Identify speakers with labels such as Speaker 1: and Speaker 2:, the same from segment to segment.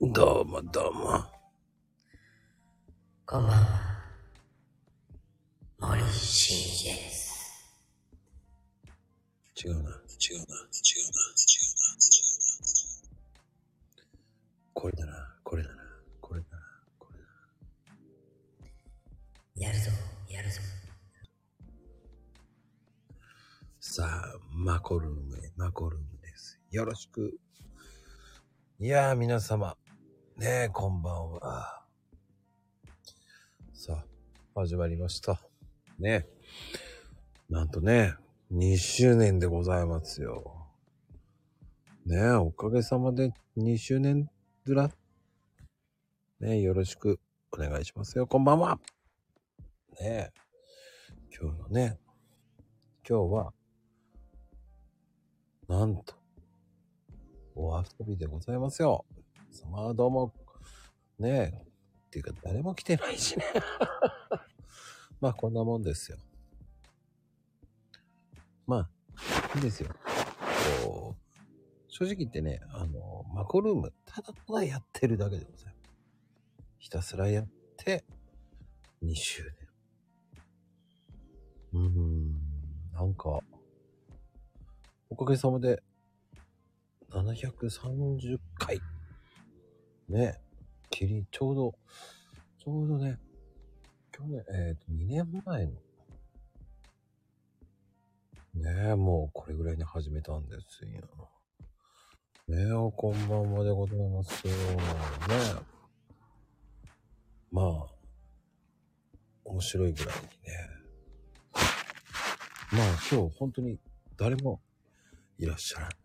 Speaker 1: どうもどうも。
Speaker 2: こんばんは。森進一です。
Speaker 1: 違うな、違うな、違うな、違うな、違うな。これだな、これだな、これだな、これだな。
Speaker 2: やるぞ、やるぞ。
Speaker 1: さあ、マコルームへ、マコルームです。よろしく。いやー、皆様。ねえ、こんばんは。さあ、始まりました。ねえ。なんとね、2周年でございますよ。ねえ、おかげさまで2周年ずら。ねえ、よろしくお願いしますよ。こんばんは。ねえ。今日のね、今日は、なんと、お遊びでございますよ。まあどうも、ねえ、っていうか誰も来てないしね。 まあこんなもんですよ。まあ、いいですよ。こう、正直言ってね、あの、マコルーム、ただただやってるだけでございます。ひたすらやって、2周年。うーん、なんか、おかげさまで、730回。ね、きり、ちょうど、ちょうどね、去年、えっ、と、2年前の、ねえ、もうこれぐらいに始めたんですよ。ねえ、おこんばんはでございますよ。ねえ。まあ、面白いぐらいにね。まあ今日本当に誰もいらっしゃらない。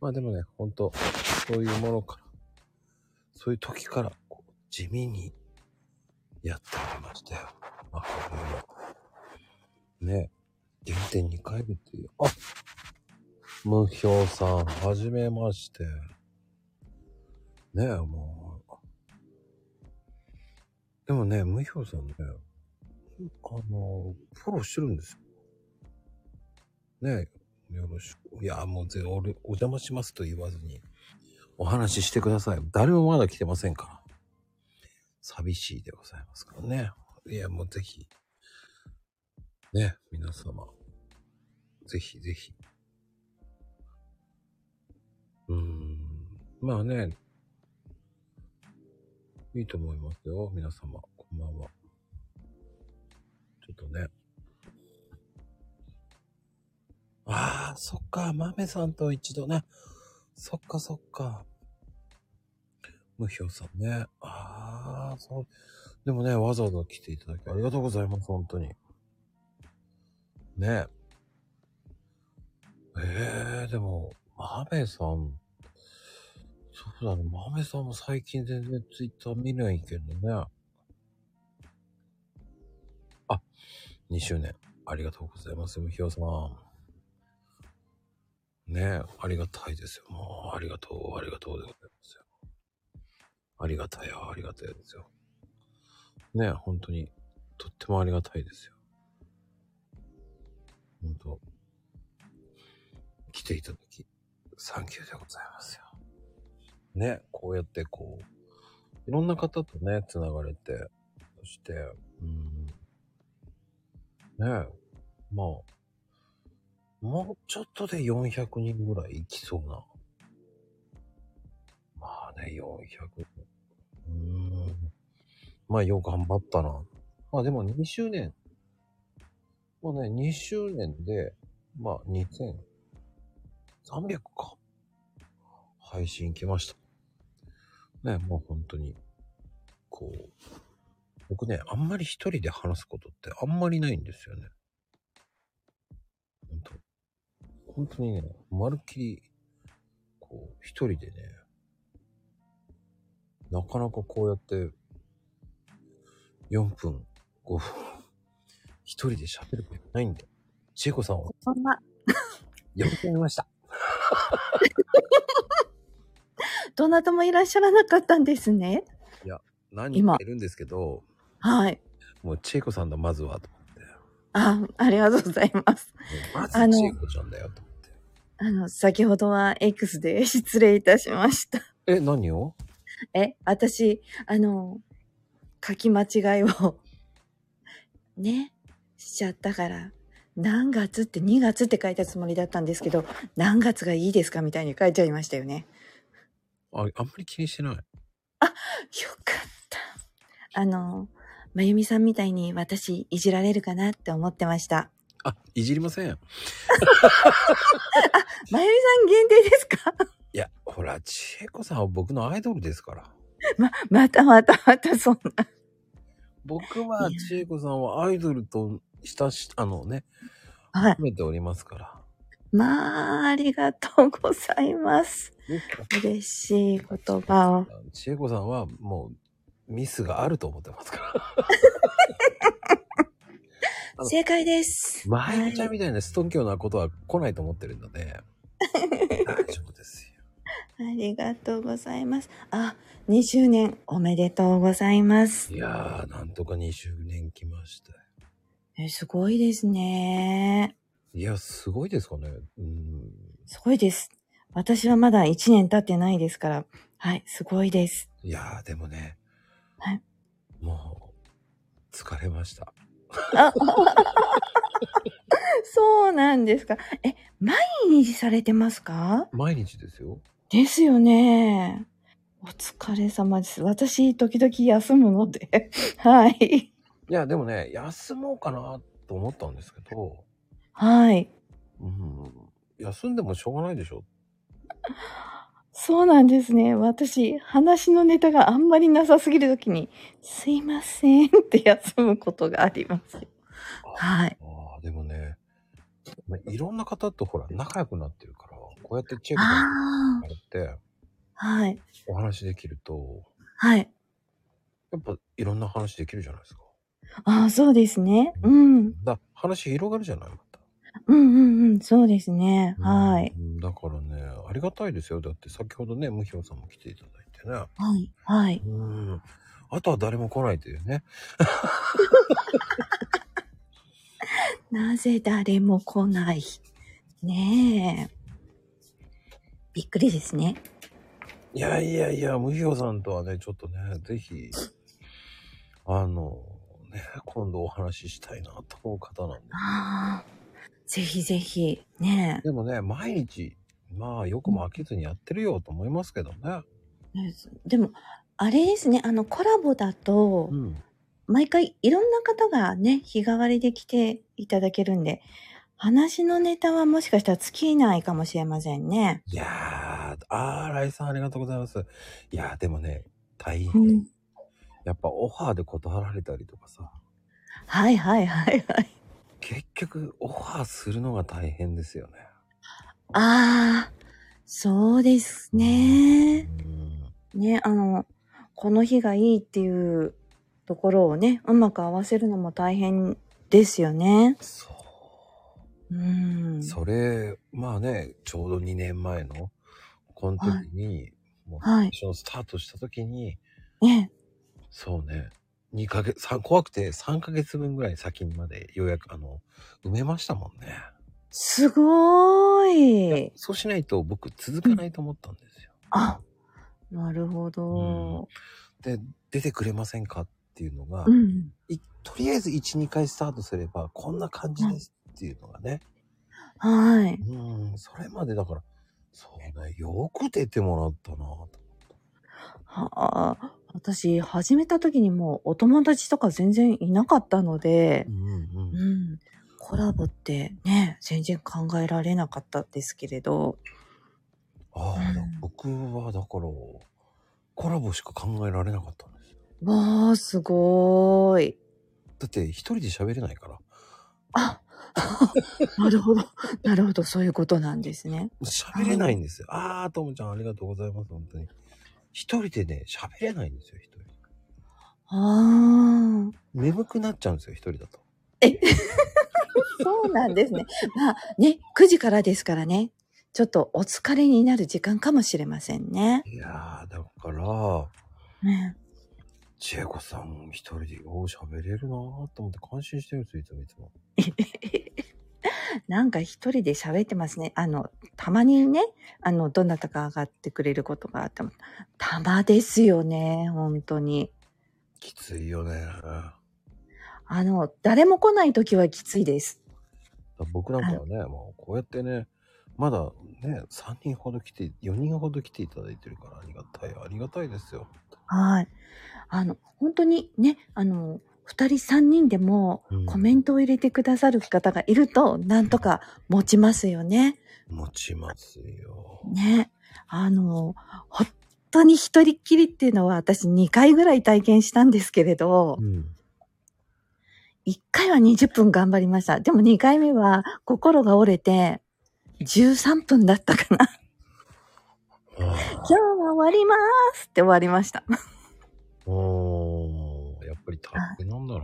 Speaker 1: まあでもね、本当そういうものから、そういう時から、こう、地味に、やっておりましたよ。まあ、これも。ね、原点2回目っていう。あ無表さん、はじめまして。ねえ、もう。でもね、無表さんね、あの、フォローしてるんですよ。ねえ、よろしく。いや、もうぜ、俺、お邪魔しますと言わずに、お話ししてください。誰もまだ来てませんから。寂しいでございますからね。いや、もうぜひ、ね、皆様、ぜひぜひ。うーん、まあね、いいと思いますよ、皆様、こんばんは。ちょっとね。ああ、そっか、豆さんと一度ね。そっかそっか。無表さんね。ああ、そう。でもね、わざわざ来ていただきありがとうございます、本当に。ねえ。ええでも、マメさん。そうだね、マメさんも最近全然ツイッター見ないけどね。あ、2周年。ありがとうございます、無表さん。ねえ、ありがたいですよ。もう、ありがとう、ありがとうでございますよ。ありがたや、ありがたやですよ。ねえ、本当に、とってもありがたいですよ。本当。来ていただき、サンキューでございますよ。ねえ、こうやってこう、いろんな方とね、つながれて、そして、うん。ねえ、まあ、もうちょっとで400人ぐらいいきそうな。まあね、400。うーん。まあよく頑張ったな。まあでも2周年。もうね、2周年で、まあ2300か。配信来ました。ね、もう本当に、こう。僕ね、あんまり一人で話すことってあんまりないんですよね。本当本当にね、まるっきり、こう、一人でね、なかなかこうやって、4分、5分、 一人で喋ることないんだよ。千恵子さんを
Speaker 3: こんばんは。
Speaker 1: 呼び込みました。
Speaker 3: どなたもいらっしゃらなかったんですね。
Speaker 1: 何人かいるんですけど、
Speaker 3: はい。
Speaker 1: もう千恵子さんだ、まずは、と思って。
Speaker 3: あ、ありがとうございます。
Speaker 1: もうまず
Speaker 3: あの
Speaker 1: 千恵子ちゃんだよ、と思って。
Speaker 3: あの、先ほどは X で失礼いたしました。
Speaker 1: え、何を
Speaker 3: え、私、あの、書き間違いを、 ね、しちゃったから、何月って2月って書いたつもりだったんですけど、何月がいいですかみたいに書いちゃいましたよね。
Speaker 1: ああんまり気にしてない。
Speaker 3: よかった。あの、まゆみさんみたいに私いじられるかなって思ってました。
Speaker 1: あ、いじりません。
Speaker 3: まゆみさん限定ですか
Speaker 1: いや、ほら、ちえこさんは僕のアイドルですから。
Speaker 3: ま、またまたまたそんな。
Speaker 1: 僕はい
Speaker 3: や
Speaker 1: ちえこさんはアイドルと親し、あのね、
Speaker 3: はい。
Speaker 1: 含めておりますから。
Speaker 3: まあ、ありがとうございます。
Speaker 1: ですから
Speaker 3: 嬉しい言葉を。
Speaker 1: ちえこさんはもうミスがあると思ってますから。あの
Speaker 3: 正解です。
Speaker 1: まゆみちゃんみたいなストンキョなことは来ないと思ってるので、大丈夫ですよ。
Speaker 3: ありがとうございます。あ、2周年おめでとうございます。
Speaker 1: いやー、なんとか2周年来ましたよ。
Speaker 3: えすごいですね。
Speaker 1: いや、すごいですかね。うん。
Speaker 3: すごいです。私はまだ1年経ってないですから。はい、すごいです。
Speaker 1: いやー、でもね、
Speaker 3: はい
Speaker 1: もう、疲れました。
Speaker 3: そうなんですか。え、毎日されてますか
Speaker 1: 毎日ですよ。
Speaker 3: ですよね。お疲れ様です。私、時々休むので。 はい。
Speaker 1: いや、でもね、休もうかなと思ったんですけど、
Speaker 3: はい。
Speaker 1: うん、休んでもしょうがないでしょ。
Speaker 3: そうなんですね。私、話のネタがあんまりなさすぎるときに、すいませんって休むことがあります。はい。
Speaker 1: ああ、でもね、まあいろんな方とほら、仲良くなってるから、こうやってチェック
Speaker 3: ああ。
Speaker 1: されて、
Speaker 3: はい。
Speaker 1: お話できると、
Speaker 3: はい。
Speaker 1: やっぱいろんな話できるじゃないですか。
Speaker 3: ああ、そうですね。うん。
Speaker 1: だ話広がるじゃないまた。
Speaker 3: うんうんうん。そうですね。はい。
Speaker 1: うん。だからね、ありがたいですよ。だって先ほどね、ムヒョンさんも来ていただいてね。
Speaker 3: はい。はい。
Speaker 1: うん。あとは誰も来ないというね。
Speaker 3: なぜ誰も来ないねえ。びっくりですね。
Speaker 1: いやいやいや、ムヒョンさんとはね、ちょっとね、ぜひ、あの、ね、今度お話ししたいなと思う方なんで。
Speaker 3: ああ。ぜひぜひ。ね
Speaker 1: でもね、毎日、まあ、よくも飽きずにやってるよと思いますけどね。
Speaker 3: え。でも、あれですね。あの、コラボだと、
Speaker 1: ん。
Speaker 3: 毎回いろんな方がね、日替わりで来ていただけるんで、話のネタはもしかしたら尽きないかもしれませんね。
Speaker 1: いやー、あー、ライさんありがとうございます。いやー、でもね、大変。
Speaker 3: うん
Speaker 1: やっぱオファーで断られたりとかさ、
Speaker 3: はいはいはいはい。
Speaker 1: 結局オファーするのが大変ですよね。
Speaker 3: ああ、そうですね。
Speaker 1: うん。
Speaker 3: ね、あの、この日がいいっていうところをね、うまく合わせるのも大変ですよね。
Speaker 1: そ
Speaker 3: うん
Speaker 1: う。。それ、まあね、ちょうど2年前の、この時に、もう
Speaker 3: はい。
Speaker 1: 一緒のスタートした時に、
Speaker 3: ね、
Speaker 1: そうね。2ヶ月、さ怖くて3ヶ月分ぐらい先にまでようやく、あの、埋めましたもんね。
Speaker 3: すごーい。
Speaker 1: そうしないと僕続かないと思ったんですよ。
Speaker 3: あ、なるほど。
Speaker 1: で、出てくれませんかっていうのが、
Speaker 3: うん。
Speaker 1: いとりあえず1、2回スタートすればこんな感じですっていうのがね。
Speaker 3: はい。
Speaker 1: うん、それまでだから、そうね、よく出てもらったなと。
Speaker 3: はあ、私、始めた時にもうお友達とか全然いなかったので
Speaker 1: う、んうん
Speaker 3: う
Speaker 1: うん。
Speaker 3: ん、コラボってね、全然考えられなかったですけれど、
Speaker 1: ああ、だ
Speaker 3: うん
Speaker 1: 僕はだから、コラボしか考えられなかったんですよ。
Speaker 3: わあ、すごーい。
Speaker 1: だって一人で喋れないから。
Speaker 3: あ、 なるほど。なるほど。そういうことなんですね。
Speaker 1: 喋れないんですよ。あー、ともちゃんありがとうございます、本当に。一人でね、喋れないんですよ、一人。
Speaker 3: ああ。
Speaker 1: 眠くなっちゃうんですよ、一人だと。
Speaker 3: そうなんですね。まあね、9時からですからね。ちょっとお疲れになる時間かもしれませんね。
Speaker 1: いやー、だから、
Speaker 3: ね
Speaker 1: 千恵子さん一人でよう喋れるなーと思って感心してるんですよ、いつもいつも。
Speaker 3: なんか一人で喋ってますね。あの、たまにね、あの、どなたか上がってくれることがあっても、たまですよね、本当に。
Speaker 1: きついよね。
Speaker 3: あの、誰も来ない時はきついです。
Speaker 1: 僕なんかはね、もうこうやってね、まだね、3人ほど来て、4人ほど来ていただいてるからありがたい、ありがたいですよ。
Speaker 3: はい。あの、本当にね、あの、二人三人でも
Speaker 1: うん
Speaker 3: コメントを入れてくださる方がいると、なんとか持ちますよね。
Speaker 1: 持ちますよ。
Speaker 3: ね。あの、本当に一人っきりっていうのは私2回ぐらい体験したんですけれど、
Speaker 1: うん。
Speaker 3: 1回は20分頑張りました。でも2回目は心が折れて、13分だったかな。
Speaker 1: あ
Speaker 3: 今日は終わりますって終わりました。
Speaker 1: あ、うん。やっぱり大変なんだな。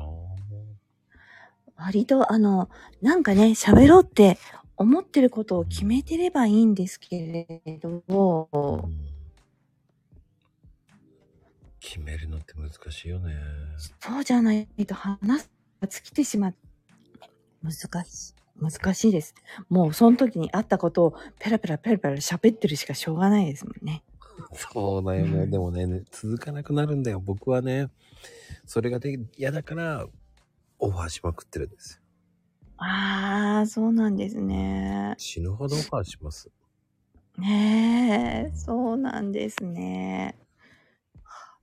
Speaker 3: 割とあの、なんかね、喋ろうって思ってることを決めてればいいんですけれど、
Speaker 1: うん決めるのって難しいよね。
Speaker 3: そうじゃないと話すが尽きてしまう。難しい。難しいです。もうその時にあったことをペラペラペラペラ喋ってるしかしょうがないですもんね。
Speaker 1: そうだよね。
Speaker 3: うん
Speaker 1: でもね、続かなくなるんだよ。僕はね、それがで嫌だから、オファーしまくってるんですよ。
Speaker 3: ああ、そうなんですね。
Speaker 1: 死ぬほどオファーします。
Speaker 3: ねえ、そうなんですね。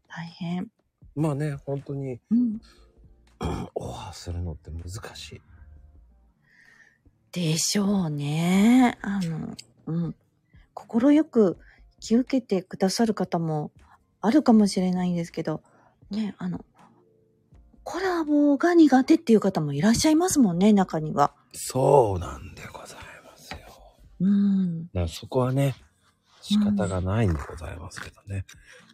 Speaker 3: 大変。
Speaker 1: まあね、本当 に、
Speaker 3: うん。
Speaker 1: オファーするのって難しい。
Speaker 3: でしょうね。あの、うん。心よく引き受けてくださる方もあるかもしれないんですけど、ね、あの、コラボが苦手っていう方もいらっしゃいますもんね、中には。
Speaker 1: そうなんでございますよ。だか
Speaker 3: うん。
Speaker 1: らそこはね、仕方がないんでございますけどね。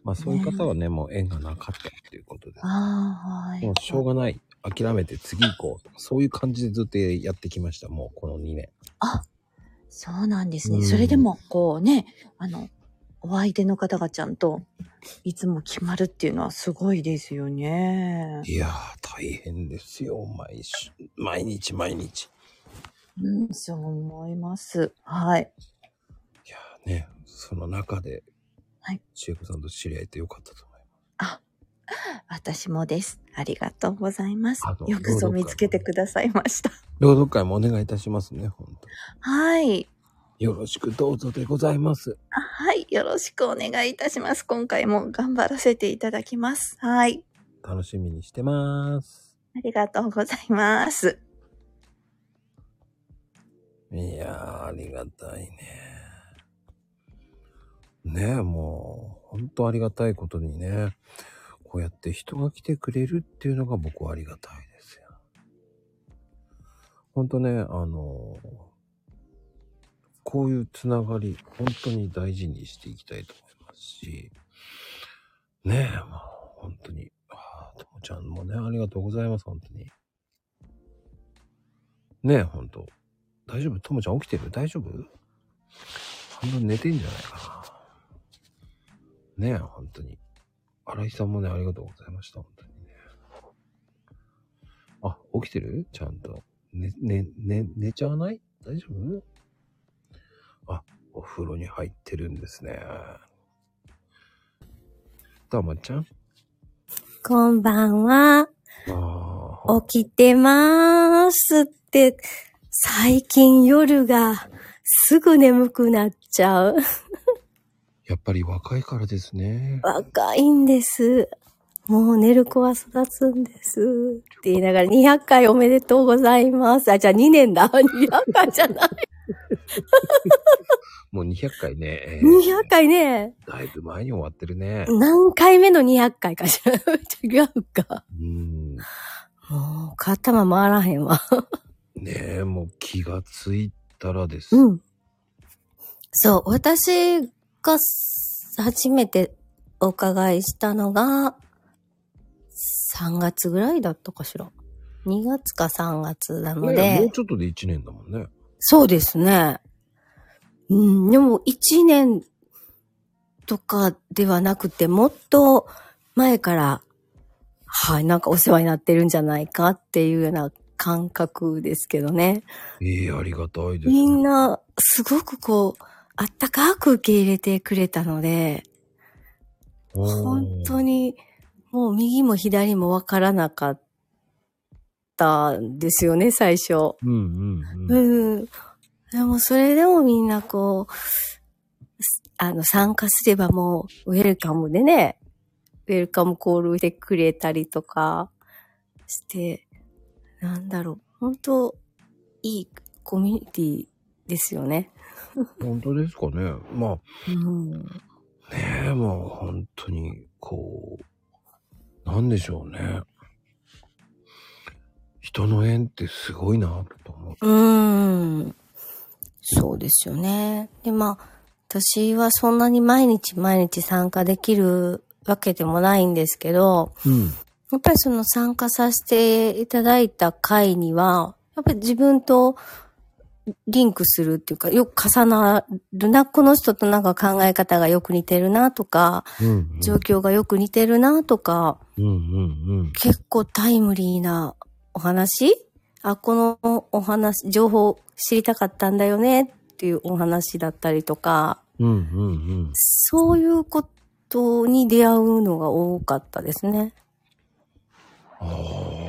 Speaker 1: まあそういう方はね、もう縁がなかったっていうことで。
Speaker 3: ああ、はい。
Speaker 1: もうしょうがない。諦めて次行こうとか。そういう感じでずっとやってきました。もうこの2年。
Speaker 3: そうなんですね。
Speaker 1: うん
Speaker 3: それでも、こうね、あの、お相手の方がちゃんといつも決まるっていうのはすごいですよね。
Speaker 1: いやー、大変ですよ。毎週、毎日毎日。
Speaker 3: うん、そう思います。はい。
Speaker 1: いやーね、その中で、
Speaker 3: はい。
Speaker 1: 千恵子さんと知り合えてよかったと思い
Speaker 3: 私もです。ありがとうございます
Speaker 1: あ。の
Speaker 3: よくぞ見つけてくださいました。
Speaker 1: ます。朗読会もお願いいたしますね、本当に
Speaker 3: はい。
Speaker 1: よろしくどうぞでございます。
Speaker 3: あはい。よろしくお願いいたします。今回も頑張らせていただきます。はい。
Speaker 1: 楽しみにしてます。
Speaker 3: ありがとうございます。
Speaker 1: いやー、ありがたいね。ねえ、もう、本当ありがたいことにね、こうやって人が来てくれるっていうのが僕はありがたいですよ。本当ね、あの、こういうつながり、本当に大事にしていきたいと思いますし、ねえ、もう、本当に、あーともちゃんもね、ありがとうございます、本当に。ねえ、本当大丈夫ともちゃん起きてる大丈夫半分寝てんじゃないかな。ねえ、本当に。荒井さんもね、ありがとうございました、本当にね。あ、起きてるちゃんと。ね、ね、ね、寝ちゃわない大丈夫あ、お風呂に入ってるんですね。たまちゃん
Speaker 2: こんばんは。
Speaker 1: ああ。
Speaker 2: 起きてまーすって、最近夜がすぐ眠くなっちゃう。
Speaker 1: やっぱり若いからですね。
Speaker 2: 若いんです。もう寝る子は育つんです。って言いながら、200回おめでとうございます。あ、じゃあ2年だ。200回じゃない。
Speaker 1: もう200回ね。えー
Speaker 2: 200回ね。
Speaker 1: だいぶ前に終わってるね。
Speaker 2: 何回目の200回かしら。 違うか。
Speaker 1: うん。
Speaker 2: もう、頭回らへんわ。
Speaker 1: ねえ、もう気がついたらです。
Speaker 2: うん。そう、私が初めてお伺いしたのが、3月ぐらいだったかしら。2月か3月なの
Speaker 1: ね
Speaker 2: で。
Speaker 1: えもうちょっとで1年だもんね。
Speaker 2: そうですね。うん、でも一年とかではなくて、もっと前から、はい、なんかお世話になってるんじゃないかっていうような感覚ですけどね。
Speaker 1: ええありがたいです、ね。
Speaker 2: みんな、すごくこう、あったかく受け入れてくれたので、
Speaker 1: おー、
Speaker 2: 本当に、もう右も左もわからなかったんですよね、最初。
Speaker 1: うんうんうん。
Speaker 2: うん。でもそれでもみんなこう、すあの、参加すればもう、ウェルカムでね、ウェルカムコールしてくれたりとかして、なんだろう、本当いいコミュニティですよね。
Speaker 1: 本当ですかね。ま
Speaker 2: うん。
Speaker 1: あ、ねえ、もう本当に、こう、なんでしょうね。人の縁ってすごいなと思う。
Speaker 2: うーん。そうですよね。で、まあ、私はそんなに毎日毎日参加できるわけでもないんですけど、
Speaker 1: うん。
Speaker 2: やっぱりその参加させていただいた回には、やっぱり自分とリンクするっていうか、よく重なるな、この人となんか考え方がよく似てるなとか、
Speaker 1: うん、うん。
Speaker 2: 状況がよく似てるなとか、
Speaker 1: うんうんうん。
Speaker 2: 結構タイムリーなお話あ、このお話、情報知りたかったんだよねっていうお話だったりとか、
Speaker 1: うんうんうん。
Speaker 2: そういうことに出会うのが多かったですね。
Speaker 1: あ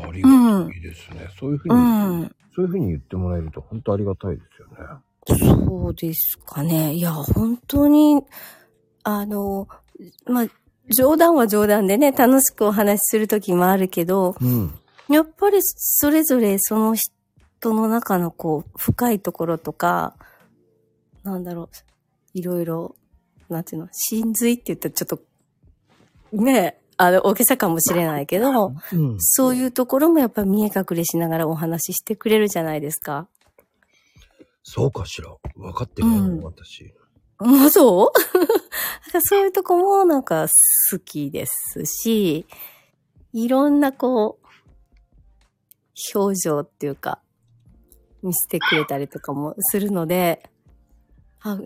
Speaker 1: あ、ありがたいですね。そういうふう
Speaker 2: う
Speaker 1: に、
Speaker 2: ん。
Speaker 1: そういうふうに言ってもらえると本当ありがたいですよね。
Speaker 2: そうですかね。いや、本当に、あの、まあ、冗談は冗談でね、楽しくお話しするときもあるけど、
Speaker 1: うん。
Speaker 2: やっぱりそれぞれその人の中のこう深いところとか、なんだろう、いろいろ、なんていうの、真髄って言ったらちょっと、ねえ、あの、大げさかもしれないけど、
Speaker 1: うん
Speaker 2: そういうところもやっぱ見え隠れしながらお話ししてくれるじゃないですか。
Speaker 1: そうかしら。分かってるよ、
Speaker 2: うん
Speaker 1: 私。
Speaker 2: まあ、そう なんかそういうとこもなんか好きですし、いろんなこう、表情っていうか、見せてくれたりとかもするので、あ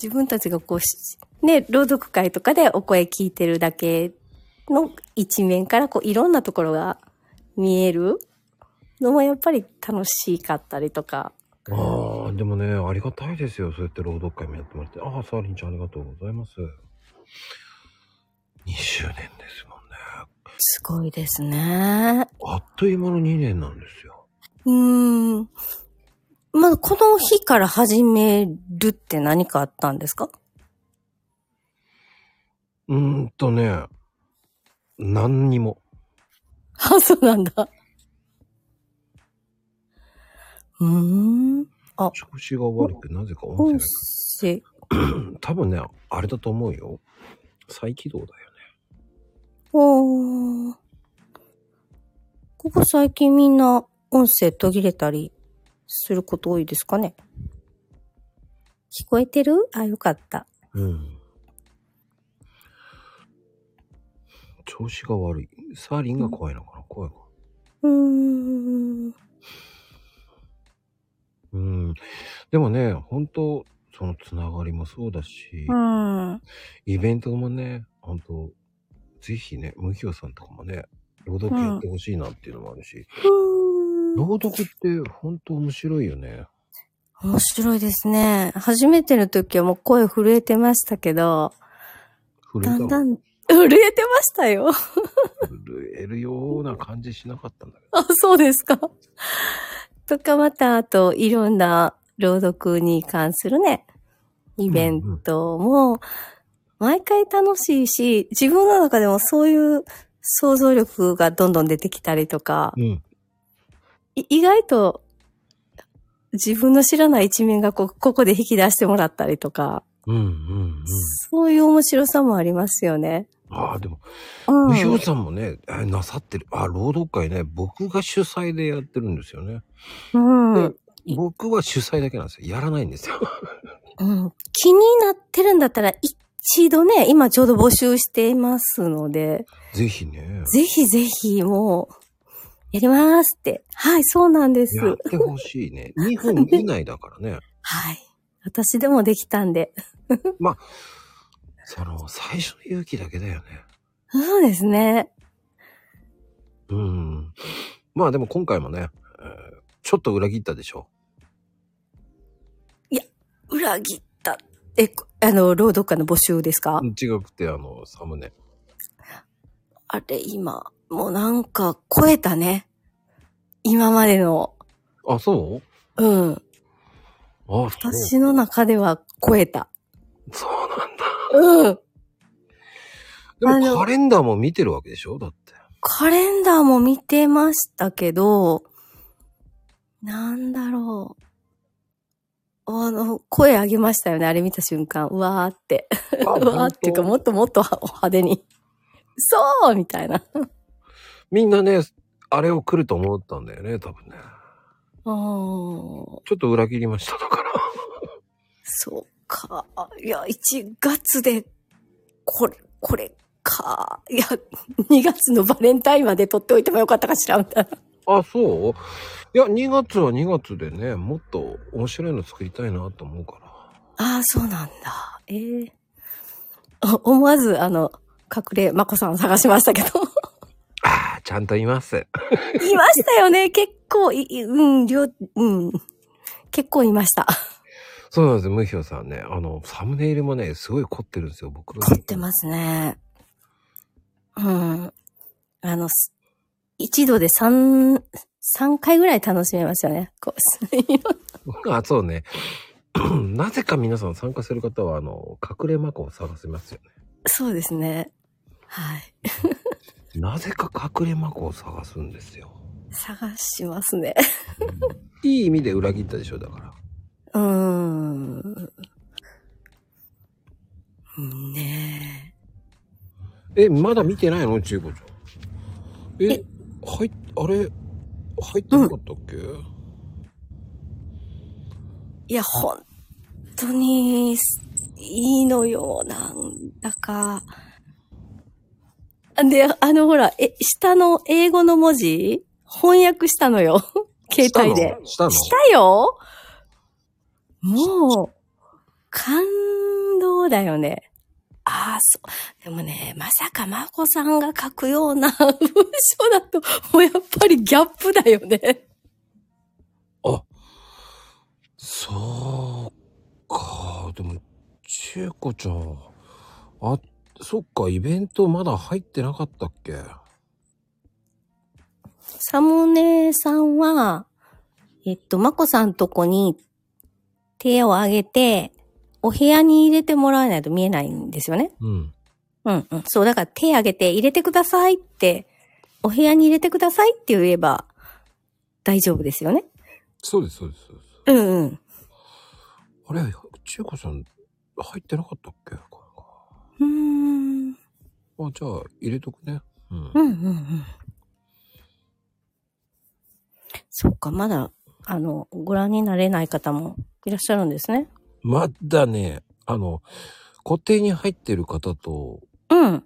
Speaker 2: 自分たちがこうし、ね、朗読会とかでお声聞いてるだけの一面からこういろんなところが見えるのもやっぱり楽しかったりとか。
Speaker 1: ああ、でもね、ありがたいですよ。そうやって朗読会もやってもらって。ああ、サーリンちゃんありがとうございます。2周年ですもんね。
Speaker 2: すごいですね。
Speaker 1: あっという間の2年なんですよ。
Speaker 2: うーん。まあ、この日から始めるって何かあったんですか
Speaker 1: うーんとね、何にも。
Speaker 2: あ、そうなんだ。うーん。
Speaker 1: 調子が悪く、なぜか音
Speaker 2: 音
Speaker 1: 声
Speaker 2: 声。
Speaker 1: が。 多分ね、あれだと思うよ。再起動だよね。
Speaker 2: おー。ここ最近みんな音声途切れたりすること多いですかね聞こえてるあ、よかった。
Speaker 1: うん。調子が悪い。サーリンが怖いのかな怖いかな
Speaker 2: うーん。
Speaker 1: うん。でもね、本当そのつながりもそうだし、
Speaker 2: うん。
Speaker 1: イベントもね、本当ぜひね、無表さんとかもね、朗読やってほしいなっていうのもあるし、
Speaker 2: うん
Speaker 1: 朗読って本当面白いよね。
Speaker 2: 面白いですね。初めての時はもう声震えてましたけど、
Speaker 1: 震
Speaker 2: だ
Speaker 1: え
Speaker 2: ん
Speaker 1: た
Speaker 2: だん、 震えてましたよ。
Speaker 1: 震えるような感じしなかったんだけ
Speaker 2: あ、そうですか。とか、また、あと、いろんな朗読に関するね、イベントも、毎回楽しいし、自分の中でもそういう想像力がどんどん出てきたりとか、
Speaker 1: ど。うん。
Speaker 2: い意外と、自分の知らない一面がこここで引き出してもらったりとか、
Speaker 1: うんうんうん。
Speaker 2: そういう面白さもありますよね。
Speaker 1: ああ、でも、
Speaker 2: うん
Speaker 1: 無表さんもね、あなさってる。あ、朗読会ね、僕が主催でやってるんですよね。
Speaker 2: うん。
Speaker 1: 僕は主催だけなんですよ。やらないんです よ。
Speaker 2: うん気になってるんだったら、一度ね、今ちょうど募集していますので、
Speaker 1: ぜひね。
Speaker 2: ぜひぜひもう、やりますって。はい、そうなんです。
Speaker 1: やってほしいね。2分以内だからね。
Speaker 2: はい。私でもできたんで。
Speaker 1: その、最初の勇気だけだよね。
Speaker 2: そうですね。
Speaker 1: うん。まあでも今回もね、えーちょっと裏切ったでしょ
Speaker 2: 裏切った。え、こあの、朗読家の募集ですか、
Speaker 1: 違くて、あの、サムネ。
Speaker 2: あれ、今、もうなんか超えたね。今までの。
Speaker 1: あ、そ
Speaker 2: うん。
Speaker 1: うあ、そう。
Speaker 2: 私の中では超えた。
Speaker 1: そうなんだ。
Speaker 2: うん。あ
Speaker 1: でも
Speaker 2: の
Speaker 1: カレンダーも見てるわけでしょだって。
Speaker 2: カレンダーも見てましたけど、なんだろう。あの、声上げましたよね。あれ見た瞬間。うわーって。
Speaker 1: あ
Speaker 2: うわーっていうか、もっともっと派手に。そうみたいな。
Speaker 1: みんなね、あれを来ると思ったんだよね、多分ね。
Speaker 2: うん。
Speaker 1: ちょっと裏切りましただから。
Speaker 2: そうか。いや、1月で、これ、これか。いや、2月のバレンタインまで取っておいてもよかったかしらみたいな。
Speaker 1: あ、そういや、2月は2月でね、もっと面白いの作りたいなと思うから。
Speaker 2: ああ、そうなんだ。ええあ思わず、あの、隠れまこさん探しました けど。
Speaker 1: ああ、ちゃんといます。
Speaker 2: いましたよね。結構、い、いうん、りょう、うん。結構いました。
Speaker 1: そうなんですよ、ムヒョさんね。あの、サムネイルもね、すごい凝ってるんですよ、 僕
Speaker 2: 凝って
Speaker 1: す。
Speaker 2: ますね。うん。あの、す一度で三、三回ぐらい楽しめますよね。こう、いろん
Speaker 1: あ、そうね。 なぜか皆さん参加する方は、あの、隠れマコを探せますよね。
Speaker 2: そうですね。はい。
Speaker 1: なぜか隠れマコを探すんですよ。
Speaker 2: 探しますね。
Speaker 1: いい意味で裏切ったでしょ、だから。
Speaker 2: うーん。ね
Speaker 1: え、まだ見てないのちーこちゃん。え、はい、あれ、入ってなかったっけ、
Speaker 2: え。いや、本当に、すいいのよ、なんだか。で、あの、ほら、え、下の英語の文字、翻訳したのよ。携帯で。
Speaker 1: したの
Speaker 2: し
Speaker 1: した
Speaker 2: たよもう、感動だよね。ああ、そう。でもね、まさかまこさんが書くような文章だと、もうやっぱりギャップだよね。
Speaker 1: のあ、そうか。でも、ちーこちゃん。あ、そっか、イベントまだ入ってなかったっけ
Speaker 2: サムネさんは、えっと、まこさんとこに手を挙げて、お部屋に入れてもらわないと見えないんですよね。
Speaker 1: うん。
Speaker 2: うんうん。そう、だから手挙げて入れてくださいって、お部屋に入れてくださいって言えば大丈夫ですよね。
Speaker 1: そうです、そうです、そうです。
Speaker 2: うんうん。
Speaker 1: あれ、ちーこさん、入ってなかったっけ
Speaker 2: うーん。
Speaker 1: あ、じゃあ、入れとくね。うん
Speaker 2: うんうんうん。そっか、まだ、あの、ご覧になれない方もいらっしゃるんですね。
Speaker 1: まだね、あの、固定に入ってる方と、
Speaker 2: うん。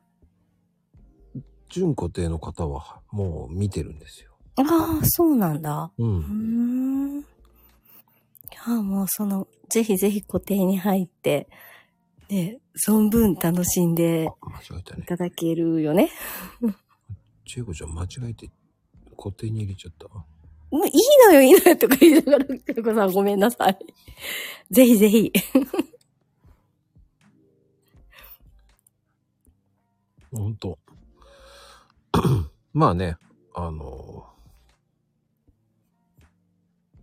Speaker 1: 準固定の方はもう見てるんですよ。
Speaker 2: ああ、そうなんだ。
Speaker 1: う
Speaker 2: うー
Speaker 1: ん。
Speaker 2: ん。いや、もうその、ぜひぜひ固定に入って、ね、存分楽しんで
Speaker 1: あ、間違えた
Speaker 2: い
Speaker 1: ね。
Speaker 2: ただけるよね。
Speaker 1: 千恵子ちゃん間違えて固定に入れちゃった。
Speaker 2: もういいのよ、いいのよ、とか言いながら、かこさんごめんなさい。 ぜひぜひ。
Speaker 1: ほんと。 まあね、あの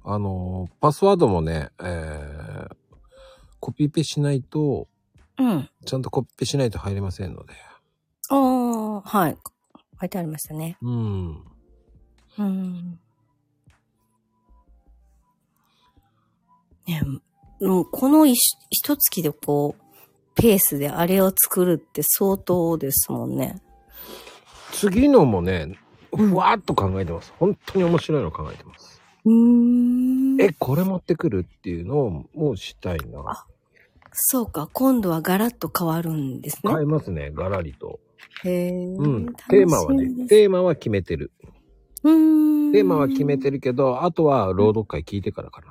Speaker 1: あのパスワードもね、えー、コピペしないと、
Speaker 2: うん。
Speaker 1: ちゃんとコピペしないと入れませんので。
Speaker 2: ああ、はい。書いてありましたね。
Speaker 1: うん。
Speaker 2: うん。ねもうこの一一月でこう、ペースであれを作るって相当ですもんね。
Speaker 1: 次のもね、
Speaker 2: うん
Speaker 1: ふわーっと考えてます。本当に面白いの考えてます。
Speaker 2: うーん。
Speaker 1: え、これ持ってくるっていうのをもうしたいな。
Speaker 2: そうか、今度はガラッと変わるんですね。
Speaker 1: 変えますね、ガラリと。
Speaker 2: へえ。
Speaker 1: うん。テーマはね、
Speaker 2: テ
Speaker 1: テーマは決めてる。テーマは決めてるけど、あとは朗読会聞いてからか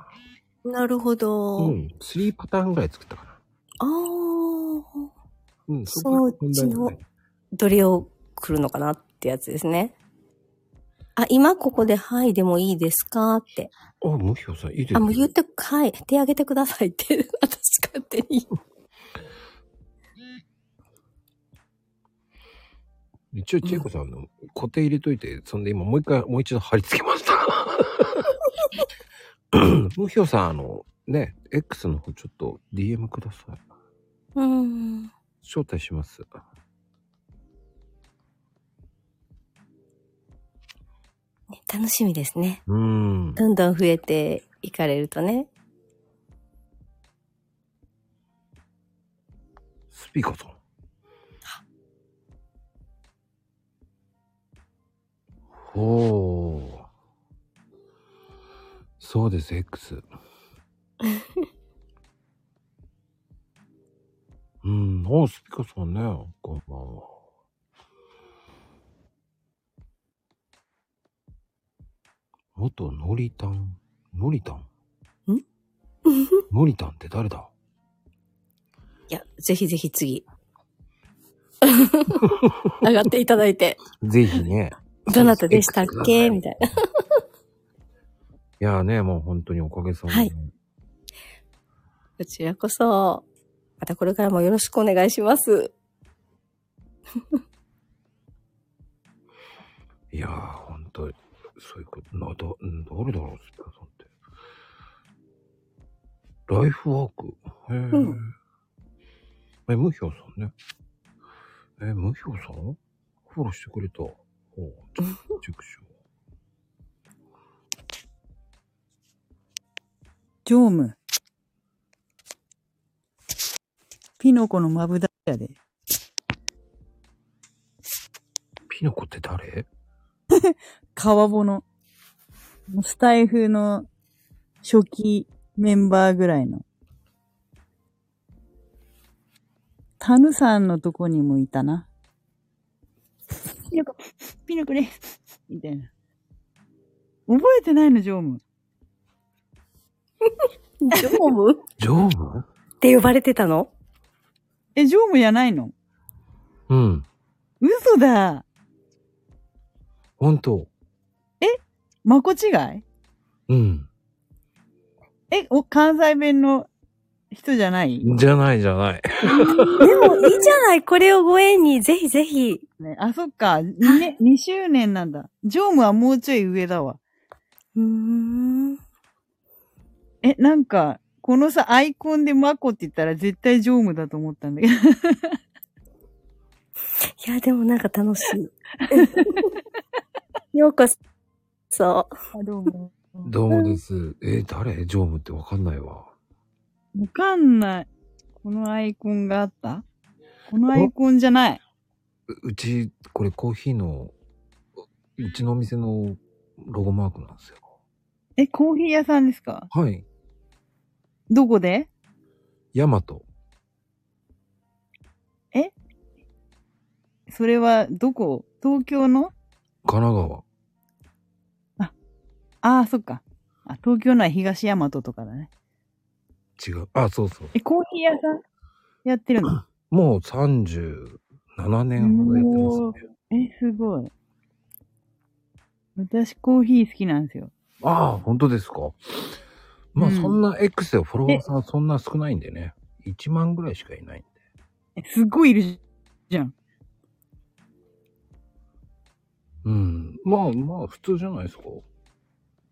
Speaker 1: な。
Speaker 2: なるほど。
Speaker 1: うん。3パターンぐらい作ったかな。
Speaker 2: ああ。
Speaker 1: うん。
Speaker 2: そのうちの
Speaker 1: こが本題だね
Speaker 2: どれを来るのかなってやつですね。あ、今ここで、はい、でもいいですかって。
Speaker 1: あ、むひょさん、いいです
Speaker 2: あ、もう言って、はい、手あげてくださいって、私勝手に。
Speaker 1: 一応、千恵子さん、あの固定入れといて、そんで今、もう一回、もう一度貼り付けました。むひょさん、あの、ね、X の方、ちょっと DM ください。
Speaker 2: うん。
Speaker 1: 招待します。
Speaker 2: 楽しみですね。
Speaker 1: うーん。
Speaker 2: どんどん増えていかれるとね。
Speaker 1: スピーカーさん。ほう。そうです、X。うん、あ、スピーカーさんね、こんばんは。元ノリタン、ノリタン
Speaker 2: ん
Speaker 1: ノリタンって誰だ
Speaker 2: いや、ぜひぜひ 次。上がっていただいて、
Speaker 1: ぜひね。
Speaker 2: どなたでしたっけみたいな。
Speaker 1: いやーね、もう本当におかげさまで、
Speaker 2: はいこちらこそ、またこれからもよろしくお願いし ます。
Speaker 1: いやー、本当に、そういうこと、な、だ、ん誰だろう、スピカさんって。ライフワーク。へえ、
Speaker 2: うん
Speaker 1: え、ムヒョウさんね。え、ムヒョウさんフォローしてくれた。 おう、熟書。
Speaker 4: 常務。ピノコのまぶだやで。
Speaker 1: ピノコって誰
Speaker 4: 川ボの、スタイフの初期メンバーぐらいの。タヌさんのとこにもいたな。ピノコ、ピノコね。みたいな。覚えてないの、常務。
Speaker 2: 常務っ
Speaker 1: ジョーム
Speaker 2: て呼ばれてたの
Speaker 4: え、常務じゃないの
Speaker 1: うん。
Speaker 4: 嘘だ。
Speaker 1: 本当
Speaker 4: まこ違い
Speaker 1: うん。
Speaker 4: え、お、関西弁の人じゃない、
Speaker 1: じゃないじゃない。
Speaker 2: でもいいじゃない、これをご縁に、ぜひぜひ。
Speaker 4: ね、あ、そっか。2年、二周年なんだ。常務はもうちょい上だわ。
Speaker 2: うーん。
Speaker 4: え、なんか、このさ、アイコンでマコって言ったら絶対常務だと思ったんだ けど。
Speaker 2: いや、でもなんか楽しい。ようこそ。
Speaker 4: どうも。
Speaker 1: どうもです。えー誰ジョームってわかんないわ。
Speaker 4: わかんない。このアイコンがあったこのアイコンじゃない。
Speaker 1: ううち、これコーヒーの、うちのお店のロゴマークなんですよ。
Speaker 4: え、コーヒー屋さんですか
Speaker 1: はい。
Speaker 4: どこで
Speaker 1: ヤマト。
Speaker 4: それは、どこ東京の
Speaker 1: 神奈川。
Speaker 4: ああ、そっか。あ、東京のは東大和とかだね。
Speaker 1: 違う。あ、そうそう。
Speaker 4: え、コーヒー屋さんやってる の
Speaker 1: もう37年ほどやってますね。
Speaker 4: え、すごい。私、コーヒー好きなんですよ。
Speaker 1: ああ、本当ですか。まあ、
Speaker 4: うん
Speaker 1: そんな X でフォロワーさんはそんな少ないんでね。1万ぐらいしかいないんで。
Speaker 4: えすっごいいるじゃん。
Speaker 1: うん。まあまあ、普通じゃないですか。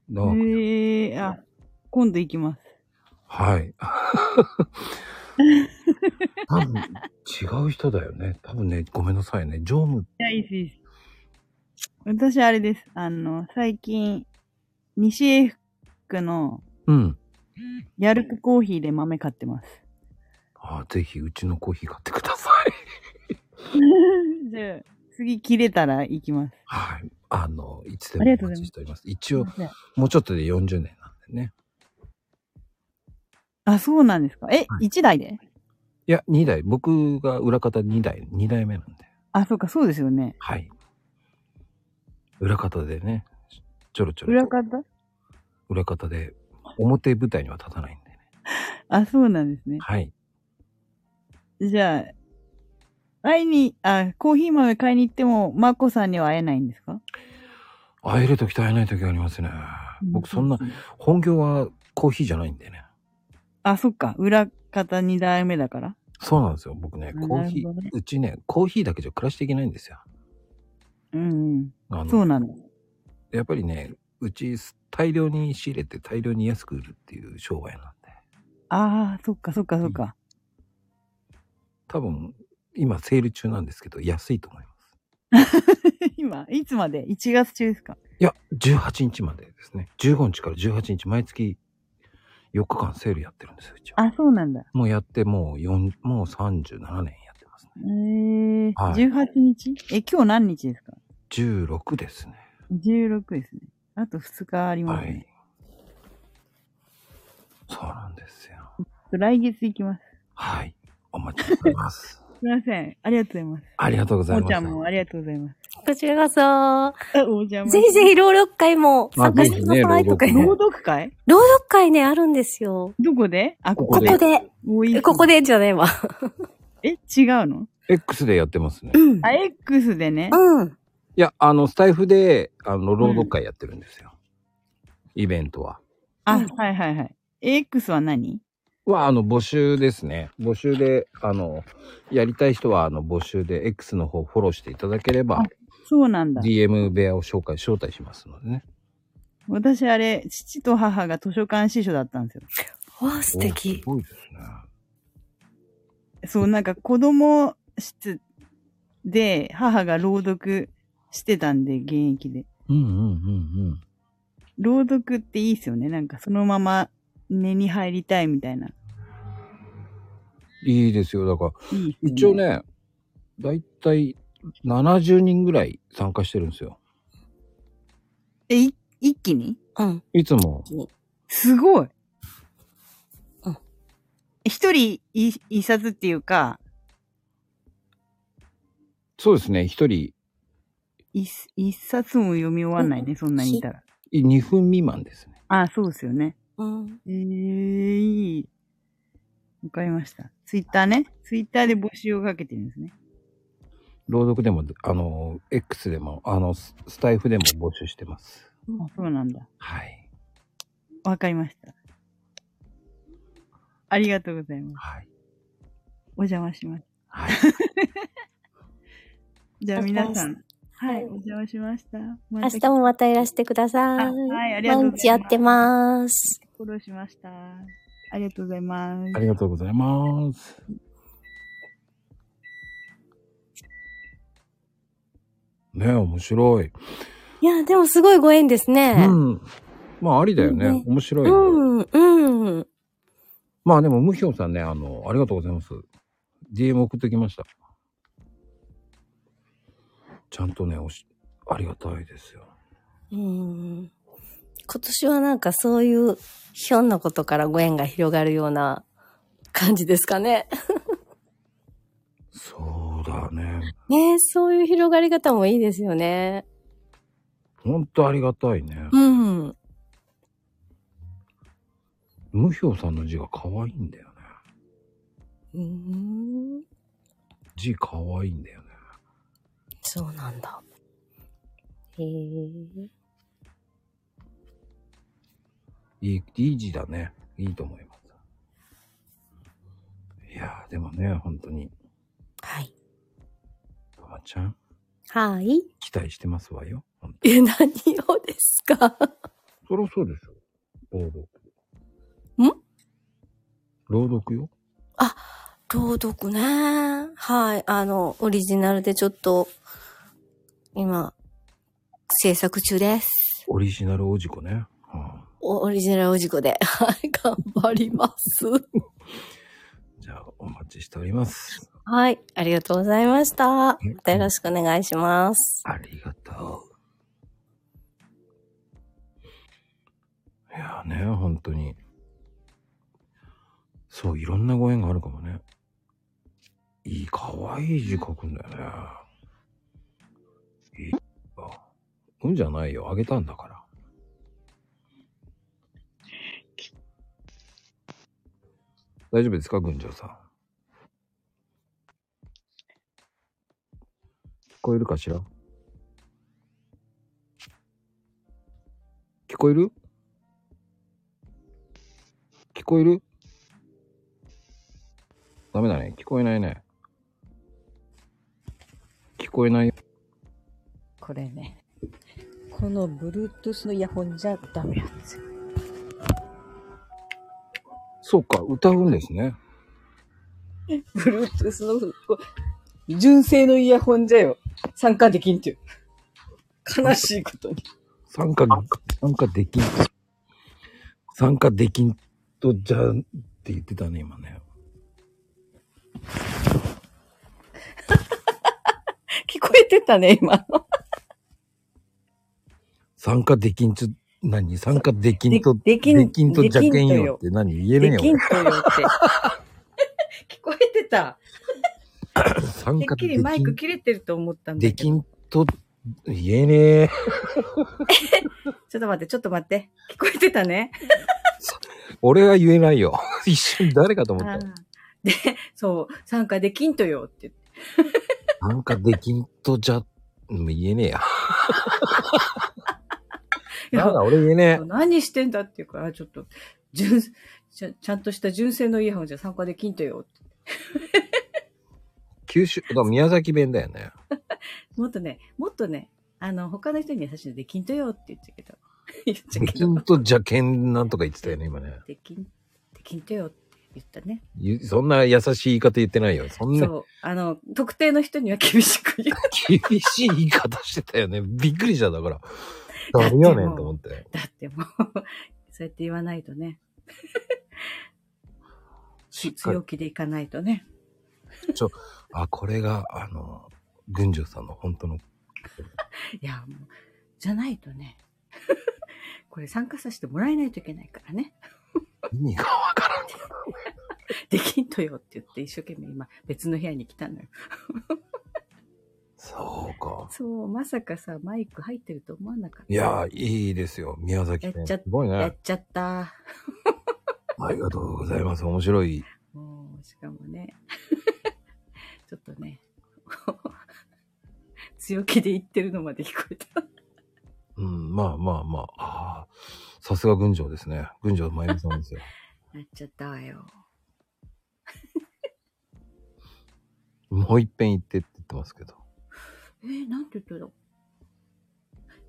Speaker 1: だから
Speaker 4: へえー、あ、今度行きます。
Speaker 1: はい。 多分、違う人だよね。多分ね、ごめんなさいね。常務。
Speaker 4: いや、いいです、いいです。私、あれです。あの、最近、西英福の
Speaker 1: うん。
Speaker 4: ヤルクコーヒーで豆買ってます。
Speaker 1: ああ、ぜひ、うちのコーヒー買ってください。
Speaker 4: じゃあ、次切れたら行きます。
Speaker 1: はい。あの、いつで
Speaker 4: あり
Speaker 1: も
Speaker 4: が
Speaker 1: お
Speaker 4: と
Speaker 1: 待
Speaker 4: うござい
Speaker 1: ち
Speaker 4: ます
Speaker 1: しております。一応、もうちょっとで40年なんでね。
Speaker 4: あ、そうなんですか。え、
Speaker 1: は
Speaker 4: 一1台で
Speaker 1: いや、2代。僕が裏方2代、2代目なんで。
Speaker 4: あ、そうか、そうですよね。
Speaker 1: はい。裏方でね、ちょろちょろ。
Speaker 4: 裏方
Speaker 1: 裏方で、表舞台には立たないんでね。
Speaker 4: あ、そうなんですね。
Speaker 1: はい。
Speaker 4: じゃあ、会いに、あ、コーヒー豆買いに行っても、マコさんには会えないんですか
Speaker 1: 会える時と会えない時がありますね。僕そんな、。本業はコーヒーじゃないんでね。
Speaker 4: あ、そっか。裏方2代目だから。
Speaker 1: そうなんですよ。僕ね、コーヒ
Speaker 4: な
Speaker 1: ー
Speaker 4: るほどね、
Speaker 1: うちね、コーヒーだけじゃ暮らしていけないんですよ。
Speaker 4: うん
Speaker 1: あ
Speaker 4: うん。
Speaker 1: の
Speaker 4: そうなの。
Speaker 1: やっぱりね、うち大量に仕入れて大量に安く売るっていう商売なんで。
Speaker 4: ああ、そっかそっかそっか。
Speaker 1: 多分、今セール中なんですけど、安いと思います。
Speaker 4: 今、いつまで ?1 月中ですか
Speaker 1: いや、18日までですね。15日から18日、毎月4日間セールやってるんですよ、うちは。
Speaker 4: あ、そうなんだ。
Speaker 1: もうやってもう4、もう37年やってますね。
Speaker 4: えー、
Speaker 1: はい
Speaker 4: 18日え、今日何日ですか
Speaker 1: 16ですね。
Speaker 4: ?16 ですね。あと2日ありま
Speaker 1: は
Speaker 4: す
Speaker 1: い
Speaker 4: ね。。
Speaker 1: そうなんですよ。
Speaker 4: 来月行きます。
Speaker 1: はい。お待ちしております。
Speaker 4: すいません。ありがとうございます。
Speaker 1: ありがとうござい
Speaker 4: お
Speaker 1: ま
Speaker 4: ち
Speaker 1: す。
Speaker 4: ゃんもありがとうございます。
Speaker 2: こちらこ
Speaker 4: あおちゃん
Speaker 2: そ、
Speaker 4: も。
Speaker 2: ぜひぜひ朗読会も参加してくだ
Speaker 1: ま
Speaker 2: さ
Speaker 1: あぜ
Speaker 2: い
Speaker 1: ひね
Speaker 2: とか言
Speaker 1: 朗
Speaker 2: う
Speaker 4: 朗
Speaker 1: 読
Speaker 4: 読会
Speaker 2: 朗読会ね、あるんですよ。
Speaker 4: どこであ、ここ
Speaker 2: こ
Speaker 4: で。
Speaker 2: こで、
Speaker 4: おい
Speaker 2: えここ。でじゃね えわ。
Speaker 4: え、違うの
Speaker 1: X でやってますね。
Speaker 2: うん。
Speaker 4: あ、X でね。
Speaker 2: うん。
Speaker 1: いや、あの、スタイフで、あの、朗読会やってるんですよ。イベントは。
Speaker 4: あ、
Speaker 2: うん
Speaker 4: はいはいはい。X は何
Speaker 1: は、あの、募集ですね。募集で、あの、やりたい人は、あの、募集で X の方フォローしていただければ、
Speaker 4: そうなんだ。
Speaker 1: DM 部屋を紹介、招待しますのでね。
Speaker 4: 私あれ、父と母が図書館司書だったんですよ。
Speaker 2: わあ、素
Speaker 1: おす
Speaker 2: 敵。
Speaker 1: ごいですね。
Speaker 4: そう、なんか子供室で母が朗読してたんで、現役で。
Speaker 1: うんうんうんうん。
Speaker 4: 朗読っていいっすよね。なんかそのまま寝に入りたいみたいな。
Speaker 1: いいですよ。だから、
Speaker 4: いいっすよね
Speaker 1: 一応。ね、だいたい70人ぐらい参加してるんですよ。
Speaker 4: え、い一気に
Speaker 2: うん。
Speaker 1: いつも。
Speaker 4: すごい
Speaker 2: うん。
Speaker 4: 一人い一冊っていうか、
Speaker 1: そうですね、一人
Speaker 4: 一一冊も読み終わんないね、そんなにいたら。
Speaker 1: 2分未満ですね。
Speaker 4: あ、そうですよね。
Speaker 2: うん。
Speaker 4: ええいい。わかりました。ツイッターね。ツイッターで募集をかけてるんですね。
Speaker 1: 朗読でも、あの、X でも、あの、ススタイフでも募集してます。
Speaker 4: あそうなんだ。
Speaker 1: はい。
Speaker 4: わかりました。ありがとうございます。
Speaker 1: はい。
Speaker 4: お邪魔します。
Speaker 1: はい。
Speaker 4: じゃあ
Speaker 2: お疲れ
Speaker 4: 皆さん。はいい、お邪魔しました。
Speaker 2: 明
Speaker 4: 明
Speaker 2: 日もまたいらしてください。
Speaker 4: はい、ありがとう
Speaker 2: 毎
Speaker 4: ご
Speaker 2: 日
Speaker 4: ざい
Speaker 2: や
Speaker 4: ます。
Speaker 2: ってます。
Speaker 4: フォローしました。ありがとうございます。
Speaker 1: ありがとうございます。ねえ、面白い。
Speaker 2: いや、でもすごいご縁です
Speaker 1: う
Speaker 2: ね。
Speaker 1: ん。まあ、ありだよね。
Speaker 2: ね
Speaker 1: 面白
Speaker 2: う
Speaker 1: い、
Speaker 2: ん、うん。
Speaker 1: まあ、でも、ムヒョンさんね、あの、ありがとうございます。DM 送ってきました。ちゃんとね、おし、ありがたいですよ。
Speaker 2: うん今年はなんかそういうひょんなことからご縁が広がるような感じですかね。
Speaker 1: そうだね。
Speaker 2: ねえそういう広がり方もいいですよね。
Speaker 1: ほんとありがたいね。
Speaker 2: うん。
Speaker 1: ムヒョンさんの字が可愛いんだよね。
Speaker 2: うん
Speaker 1: 字可愛いんだよね。
Speaker 2: そうなんだ。へえ。
Speaker 1: いい、いい字だね。いいと思います。いやー、でもね、本当に、
Speaker 2: はい。
Speaker 1: とまちゃん、
Speaker 2: はい。
Speaker 1: 期待してますわよ。本当
Speaker 2: え、何をですか
Speaker 1: そりゃそうでしょ。朗読。
Speaker 2: ん
Speaker 1: 朗読よ。
Speaker 2: 朗読ね。はい。あの、オリジナルでちょっと、今、制作中です。
Speaker 1: オリジナルおじこね。はあ、
Speaker 2: おオリジナルおじこで。 はい。頑張ります。
Speaker 1: じゃあ、お待ちしております。
Speaker 2: はい。ありがとうございました。ま
Speaker 1: うん
Speaker 2: たよろしくお願いします。
Speaker 1: ありがとう。いやーね、本当に。そう、いろんなご縁があるかもね。いい、かわいい字書くんだよね。いいあうんじゃないよ。あげたんだから。大丈夫ですか、群青さん。聞こえるかしら聞こえる聞こえるダメだね。聞こえないね。聞こえないよ。
Speaker 5: これね。この Bluetooth のイヤホンじゃダメなんですよ。
Speaker 1: そうか、歌うんですね。
Speaker 5: Bluetooth のこう、純正のイヤホンじゃよ。参加できんっていう。悲しいことに。
Speaker 1: 参加、参加できん。参加できんと、じゃんって言ってたね、今ね。
Speaker 5: 聞こえてたね、今の。
Speaker 1: 参加できんちょ、何参加できんと、
Speaker 5: でできん
Speaker 1: できんと
Speaker 5: できんと
Speaker 1: 邪んよ
Speaker 5: よ
Speaker 1: って何言える
Speaker 5: で
Speaker 1: ん
Speaker 5: き
Speaker 1: よ
Speaker 5: ん。と よって。聞こえてた。
Speaker 1: 参
Speaker 5: てっ
Speaker 1: 加
Speaker 5: き
Speaker 1: で
Speaker 5: りマイ
Speaker 1: き
Speaker 5: ク
Speaker 1: ん、
Speaker 5: 切れてると思ったんだ
Speaker 1: で
Speaker 5: けど。
Speaker 1: きんと、言えねえ。
Speaker 5: ちょっと待って、ちょっと待って。聞こえてたね。
Speaker 1: 俺は言えないよ。 一瞬誰かと思
Speaker 5: あ
Speaker 1: っ
Speaker 5: ー
Speaker 1: た。
Speaker 5: で、そう、参加できんとよって言って。
Speaker 1: 参加できんとじゃ、うん言えねえや。
Speaker 5: いや
Speaker 1: なんだ、俺言えね
Speaker 5: 何してんだっていうから、ちょっと、純、ちゃちゃんとした純正のイヤホンじゃ参加できんとよって。
Speaker 1: え。九州、だから宮崎弁だよ ね。
Speaker 5: もっとね、もっとね、あの、他の人に優しいのできんとよって言っちゃうけど。 言っちゃう
Speaker 1: で
Speaker 5: け
Speaker 1: き
Speaker 5: ど。
Speaker 1: んと邪剣なんとか言ってたよね、今ね。
Speaker 5: できん、できんとよって言ったね。
Speaker 1: ゆそんな優しい言い方言ってないよ。そんな
Speaker 5: そう。あの、特定の人には厳しく言う。
Speaker 1: 厳しい言い方してたよね。びっくりした、だから。誰やねんと思って。
Speaker 5: だってもう、そうやって言わないとね、
Speaker 1: しっかり
Speaker 5: 強気でいかないとね。
Speaker 1: あ、これが、あの、群青さんの本当の、
Speaker 5: いや、もう、じゃないとね、 これ参加させてもらえないといけないからね。
Speaker 1: 意味がわからん。
Speaker 5: できんとよって言って一生懸命今別の部屋に来た のよ。
Speaker 1: そうか。
Speaker 5: そう、まさかさ、マイク入ってると思わなかった。
Speaker 1: いやー、いいですよ。宮崎
Speaker 5: や
Speaker 1: 弁。
Speaker 5: っちゃ
Speaker 1: すごい
Speaker 5: や
Speaker 1: ね
Speaker 5: っ。ちゃった。
Speaker 1: ありがとうございます。面白い。
Speaker 5: もう、しかもね、 ちょっとね、 強気で言ってるのまで聞こえた。
Speaker 1: うん、まあまあまあ。ああさすが群青ですね。群青まゆみさんですよ。
Speaker 5: やっちゃったわよ。
Speaker 1: もう一遍言ってって言ってますけど。
Speaker 5: えー、なんて言ったの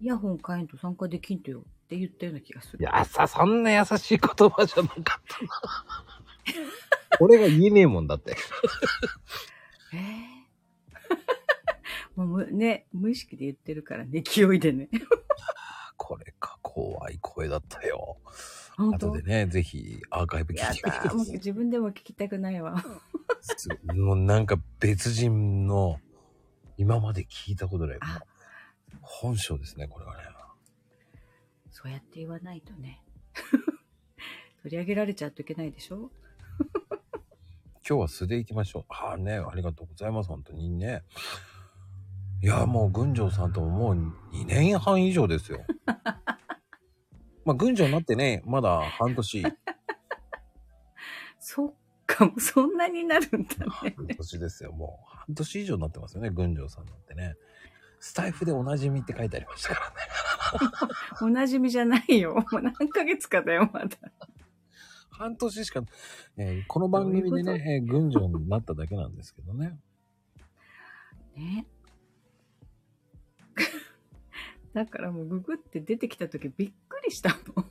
Speaker 5: イヤホン買えんと参加できんとよって言ったような気がす
Speaker 1: い
Speaker 5: る。
Speaker 1: や、さ、そんな優しい言葉じゃなかったな。 俺が言えねえもんだって。
Speaker 5: えーもうむね、無意識で言ってるからね、勢いでね。
Speaker 1: これか、怖い声だったよ。
Speaker 5: 本当
Speaker 1: 後でね、ぜひアーカイブ聞
Speaker 5: や
Speaker 1: いてみてく
Speaker 5: だ、
Speaker 1: だ
Speaker 5: もう
Speaker 1: さい
Speaker 5: 自分でも聞きたくないわ。
Speaker 1: すごい。もうなんか別人の、今まで聞いたことない。
Speaker 5: あ
Speaker 1: 本性ですね、これはね。
Speaker 5: そうやって言わないとね。 取り上げられちゃうといけないでしょ
Speaker 1: 今日は素で行きましょう。ああね、ありがとうございます、本当にね。いや、もう群青さんとももう2年半以上 ですよ。まあ、群青になってね、まだ半年、
Speaker 5: そっか、もうそんなになるんだ ね。
Speaker 1: 半年ですよ。もう半年以上になってますよね、群青さんなんてね。スタイフでおなじみって書いてありましたからね。
Speaker 5: おなじみじゃないよ。もう何ヶ月かだよ、まだ。
Speaker 1: 半年しか、えーこの番組で
Speaker 5: どういう
Speaker 1: ね、えー群青になっただけなんですけどね。
Speaker 5: ね。 だからもうググって出てきた時びっくりしたもん。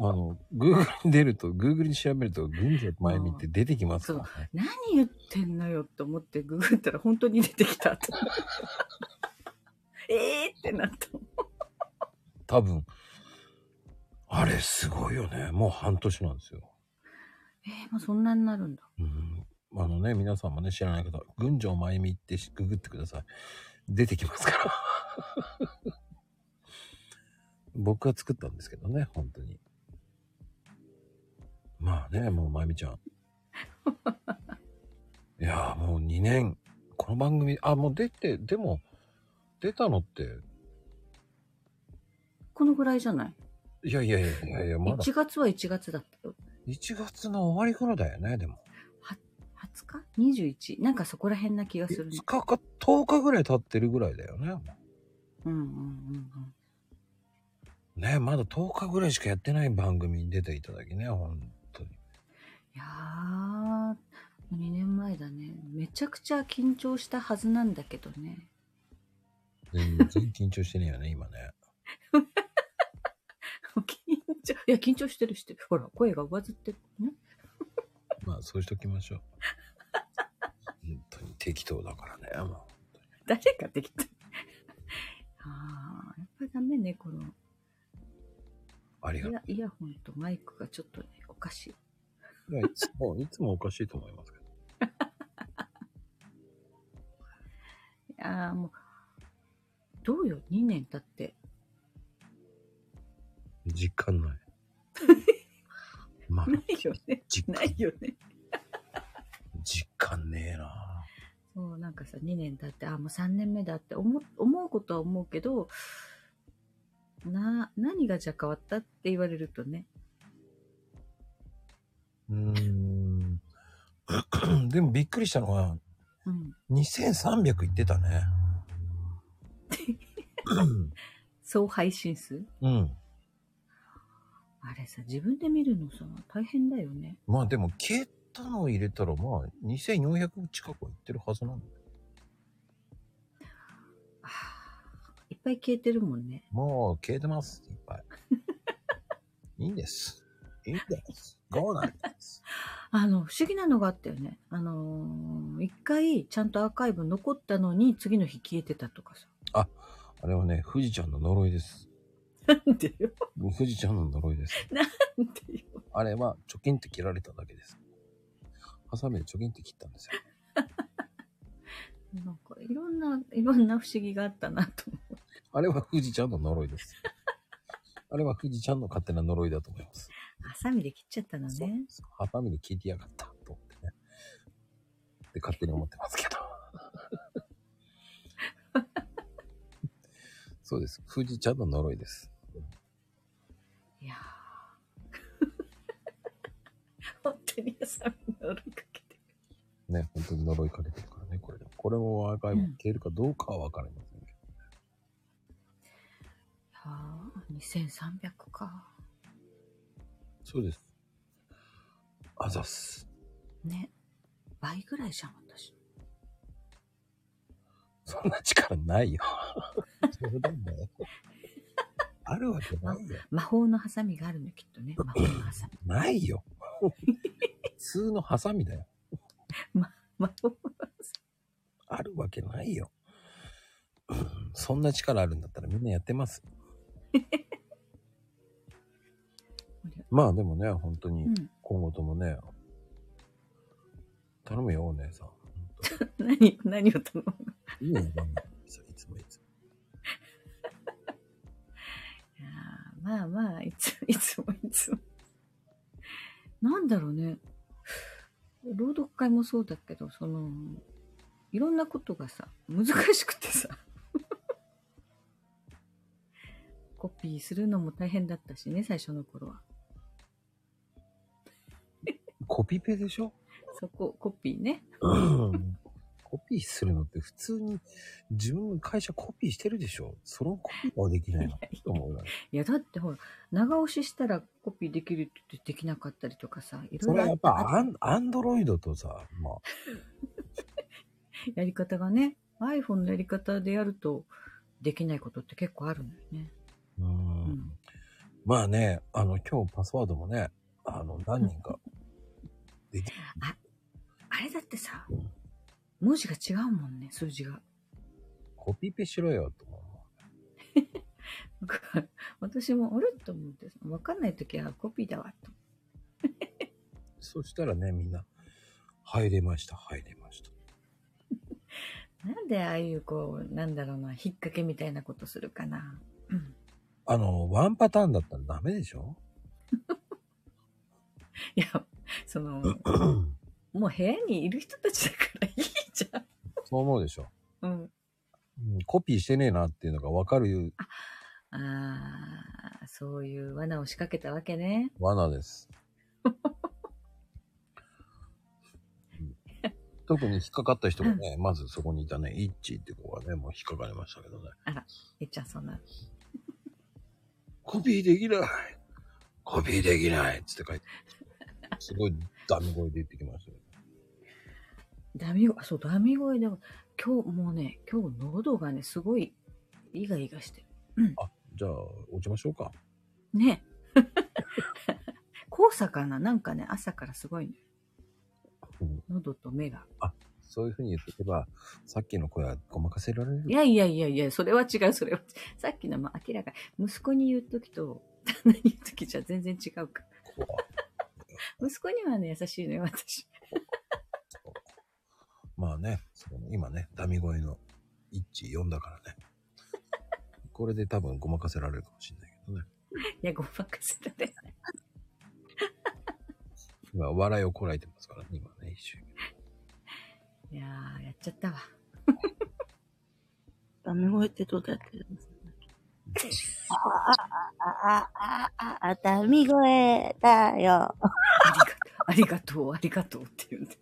Speaker 1: あの、Google に出ると、Google に調べると、群青まゆみって出てきますからね。
Speaker 5: 何言ってんのよと思ってググったら本当に出てきた と。えーってなったもん。
Speaker 1: 多分、あれすごいよね。もう半年なんですよ。
Speaker 5: えー、もうそんなになるんだ。
Speaker 1: うん。あのね、皆さんもね、知らない方、群青まゆみってしググってください。出てきますから。 僕が作ったんですけどね、本当に。まあね、もうまゆみちゃん。 いやーもう2年、この番組、あ、もう出て、でも、出たのって、
Speaker 5: このぐらいじゃない
Speaker 1: いやいやいやいやいや、まだ
Speaker 5: ?1 月は1月だったよ。
Speaker 1: 1月の終わり頃だよね、でも。
Speaker 5: 20日 ?21? なんかそこら辺な気がするね
Speaker 1: 5。日か10日ぐらい経ってるぐらいだよね。
Speaker 5: うんうんうんうん。
Speaker 1: ね、まだ10日ぐらいしかやってない番組に出ていただきね、本当に。
Speaker 5: いやー、2年前だね。めちゃくちゃ緊張したはずなんだけどね。
Speaker 1: 全然緊張してねえよ ね、今ね。
Speaker 5: 緊張、いや、緊張してるしてる。ほら、声が上ずってるね。
Speaker 1: まあ、そうしときましょ う。本当に適当だからね、も
Speaker 5: 誰ができたああ、やっぱりダメね、この
Speaker 1: う。あり
Speaker 5: イ
Speaker 1: がと
Speaker 5: ヤイヤホンとマイクがちょっとね、おかしい。
Speaker 1: う。いやいつも、いつもおかしいと思いますけど。
Speaker 5: いやーもう、どうよ、2年経って。
Speaker 1: 実感ない。まあ、
Speaker 5: ないよね。
Speaker 1: 実
Speaker 5: ない
Speaker 1: 感、
Speaker 5: よね。
Speaker 1: 実感ねえな
Speaker 5: そう、なんかさ、2年経って、あ、もう3年目だって思う、思うことは思うけど、な、何がじゃあ変わったって言われるとね。
Speaker 1: うーん。 でもびっくりしたのは、
Speaker 5: うん。
Speaker 1: 2300いってた ね。
Speaker 5: 総配信数
Speaker 1: うん。
Speaker 5: あれさ、自分で見るのさ、大変だよね。
Speaker 1: まあでも消えたのを入れたらまあ2400近くはいってるはずなんだよ。
Speaker 5: あーいっぱい消えてるもんね。
Speaker 1: もう消えてます。いっ ぱい。いいんです。いいんです。ゴーなんです。
Speaker 5: あの、不思議なのがあったよね。あのー一回ちゃんとアーカイブ残ったのに、次の日消えてたとかさ。
Speaker 1: あれはね、富士ちゃんの呪いです。
Speaker 5: なんでよ。
Speaker 1: 富士ちゃんの呪いです。
Speaker 5: なんでよ。
Speaker 1: あれは、チョキンって切られただけです。ハサミでチョキンって切ったんですよ。
Speaker 5: なんか、いろんな、いろんな不思議があったなと思う。
Speaker 1: あれは富士ちゃんの呪いです。あれは富士ちゃんの勝手な呪いだと思います。
Speaker 5: ハサミで切っちゃったの
Speaker 1: そう
Speaker 5: ね。
Speaker 1: ハサミで切りやがったと思ってね。って勝手に思ってます けど。そうです。富士ちゃんの呪いです。
Speaker 5: いやー。本当にハサミの呪いかけてる。
Speaker 1: ね、本当に呪いかけてるからね、これで。これもアーカイブ消えるかどうかはわかりませんけど。
Speaker 5: ああ、2300か。
Speaker 1: そうです。あざっす。
Speaker 5: ね。倍ぐらいじゃん、 私。
Speaker 1: そんな力ない よ。冗談だよ。あるわけないよ。
Speaker 5: 魔法のハサミがあるね、きっとね。 魔法のハサミ。
Speaker 1: ないよ。普通のハサミだ よ。
Speaker 5: 魔法のハサ
Speaker 1: あるわけないよ。うんそんな力あるんだったらみんなやって ます。
Speaker 5: ミ。
Speaker 1: まあでもね、本当に
Speaker 5: うん。
Speaker 1: 今後ともね、頼むよ、お姉さん。
Speaker 5: 何、何を頼む
Speaker 1: いいね、番組さいつもいつも。
Speaker 5: いやーまあまあ、いつ、 いつもいつも。なんだろうね。朗読会もそうだけど、その、いろんなことがさ、難しくてさ。 コピーするのも大変だったしね、最初の頃は。
Speaker 1: コピペでしょ
Speaker 5: そこ、コピーね。
Speaker 1: コピーするのって普通に自分の会社コピーしてるでしょそのコピーはできないのと思うよね
Speaker 5: いや、だってほら、長押ししたらコピーできるって言ってできなかったりとかさ、いろ
Speaker 1: そ
Speaker 5: い
Speaker 1: れは
Speaker 5: ろあ
Speaker 1: やっ
Speaker 5: った
Speaker 1: ぱアンアンドロイドとさ、まあ、
Speaker 5: やり方がね、iPhone のやり方でやるとできないことって結構あるんだよね。
Speaker 1: うーん
Speaker 5: ん
Speaker 1: まあね、あの、今日パスワードもね、あの、何人か、でき、
Speaker 5: あれだってさ
Speaker 1: うん、
Speaker 5: 文字が違うもんね、数字が。
Speaker 1: コピペしろよ、と思
Speaker 5: なんか私も、あれと思ってさ、わかんないときはコピーだわ、と。
Speaker 1: う。そしたらね、みんな、入れました、入れました。
Speaker 5: なんでああいう、こう、なんだろうな、引っ掛けみたいなことするかな。うん
Speaker 1: あの、ワンパターンだったらダメでしょ
Speaker 5: いや、その、もう部屋にいる人たちだからいいじゃん。
Speaker 1: そう思うでしょ、
Speaker 5: うん。
Speaker 1: うんコピーしてねえなっていうのがわかる
Speaker 5: ああ、そういう罠を仕掛けたわけね。
Speaker 1: 罠です。うん特に引っかかった人がね、まずそこにいたね、イッチーって子がね、もう引っかかりましたけどね。
Speaker 5: えっちゃん、そんな。
Speaker 1: コピーできない。コピーできない。つって書いて、すごいダメ声で言ってきましたよ。
Speaker 5: ダミ声、あそう、ダミ声でも、今日もうね、今日喉がね、すごい、イガイガして
Speaker 1: じゃあ、落ちましょうか。
Speaker 5: る。ね。 黄砂かななんかね、朝からすごいね
Speaker 1: うん。
Speaker 5: 喉と目が。
Speaker 1: そういうふうに言っておけば、さっきの声はごまかせられる
Speaker 5: い。やいやいやいや、それは違う、それは違う。さっきのも明らかに、息子に言うときと、旦那に言うときじゃ全然違うから。
Speaker 1: 怖い
Speaker 5: 息子にはね、優しいのよ、私。
Speaker 1: まあね、その今ね、ダミ声の1、4だからね。これで多分ごまかせられるかもしれないけどね。
Speaker 5: いや、ごまかせたね。
Speaker 1: 今、笑いをこらえてますからね、今ね、一瞬。
Speaker 5: いやー、やっちゃったわ。
Speaker 6: ダメ声ってどうやってるんですか
Speaker 7: あ、あ、あ、あ、ダミ声だよ。
Speaker 5: ありがとう、ありがとうって言うんで。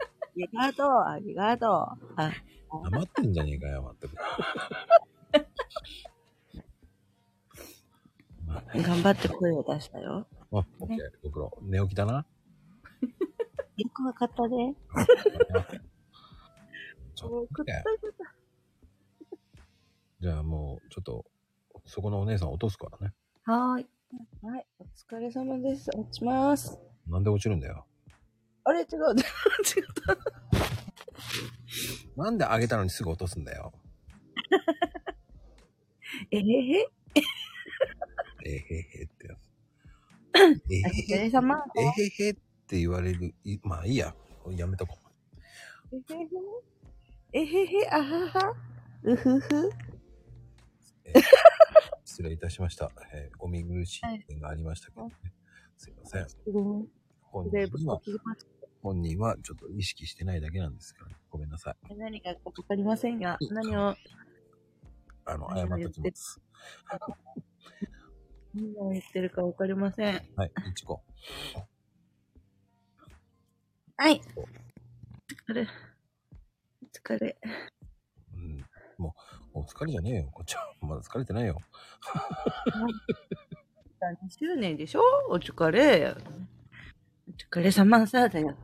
Speaker 6: ありがとう、ありがとう。あ、
Speaker 1: 黙ってんじゃねえかよ、まったく。 まあね、
Speaker 6: 頑張って声を出したよ。
Speaker 1: あ、オッケー、ご苦労。寝起きだな。
Speaker 6: よくわかったね。
Speaker 1: ちょっとねじゃあもう、ちょっと、そこのお姉さん落とすからね。
Speaker 5: はーい。
Speaker 6: はい、お疲れ様です。落ちます。
Speaker 1: なんで落ちるんだよ。
Speaker 6: あれ違う。 違う。
Speaker 1: なんで上げたのにすぐ落とすんだよ。
Speaker 6: えへへ。
Speaker 1: えへへってやつ。
Speaker 6: お
Speaker 1: え
Speaker 6: 疲
Speaker 1: へへ
Speaker 6: れ様。
Speaker 1: えへへって言われる。いまあいいや。やめとこう。
Speaker 6: えへへ。えへへ、あはは。うふふ。
Speaker 1: え失礼いたしました。えー、お見苦しい点がありましたけどね。すいません。本
Speaker 6: で、
Speaker 1: 人
Speaker 6: 僕
Speaker 1: は
Speaker 6: 聞、きます。
Speaker 1: 本人はちょっと意識してないだけなんですから、ごめんなさい。
Speaker 6: 何かわかりませんが、何を、
Speaker 1: あの、謝
Speaker 6: 何を
Speaker 1: っ
Speaker 6: 言
Speaker 1: と
Speaker 6: って
Speaker 1: きま
Speaker 6: る
Speaker 1: す。
Speaker 6: 何を言ってるかわかりません。
Speaker 1: はい、いちこ。
Speaker 7: はい。
Speaker 6: あれ。お疲れ。
Speaker 1: うん、もう、お疲れじゃねえよ、こっちは。まだ疲れてないよ。
Speaker 6: 2周年でしょお疲れ。お疲れ様さだよ。ん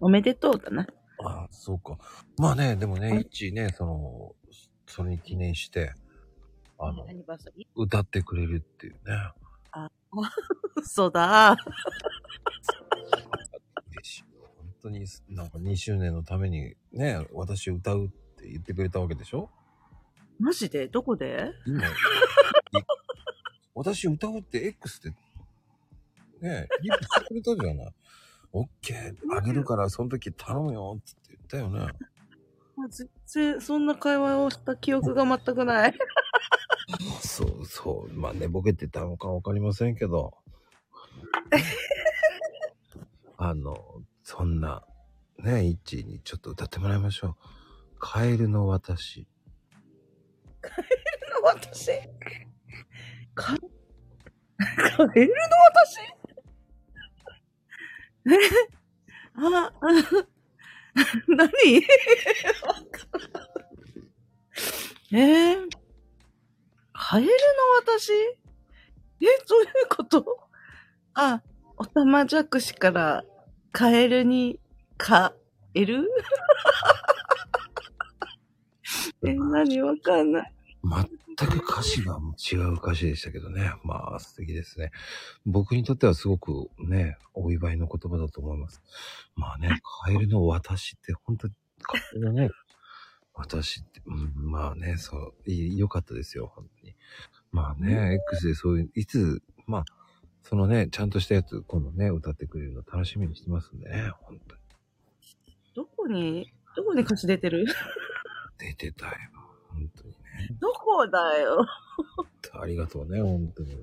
Speaker 6: おめでとうだな。
Speaker 1: ああ、そうか。まあね、でもね、いちね、その、それに記念して、あの
Speaker 6: ア、ニバーサリ
Speaker 1: 歌ってくれるっていうね。
Speaker 6: ー。嘘 だ。
Speaker 1: 嬉しい本当に、なんか2周年のためにね、私歌うって言ってくれたわけでしょ
Speaker 6: マジでどこで
Speaker 1: 今、い私歌うって X って、ねリプしてくれたじゃない。オッケー、あげるからその時頼むよって言ったよね。
Speaker 6: もう全然そんな会話をした記憶が全くない。
Speaker 1: そうそう、まあ寝ぼけてたのかわかりませんけど。あの、そんな、ね、イッチーにちょっと歌ってもらいましょう。カエルの私。
Speaker 6: 私。か、 カエルの私 えあ、 あ、何 えー、カエルの私え、どういうことあ、おたまじゃくしからカエルに、カエルえ、何わかんない。
Speaker 1: 全く歌詞が違う歌詞でしたけどね。まあ素敵ですね。僕にとってはすごくね、お祝いの言葉だと思います。まあね、カエルの私って本当に、カエルのね、 私って、うん、まあね、そう、いい良かったですよ、本当に。まあね、X でそういう、いつ、まあ、そのね、ちゃんとしたやつ、今度ね、歌ってくれるの楽しみにしてますんでね、本当に。
Speaker 6: どこに、どこに歌詞出てる
Speaker 1: 出てたよ、本当にね。
Speaker 6: どこだよ。
Speaker 1: ありがとうね、本当に。い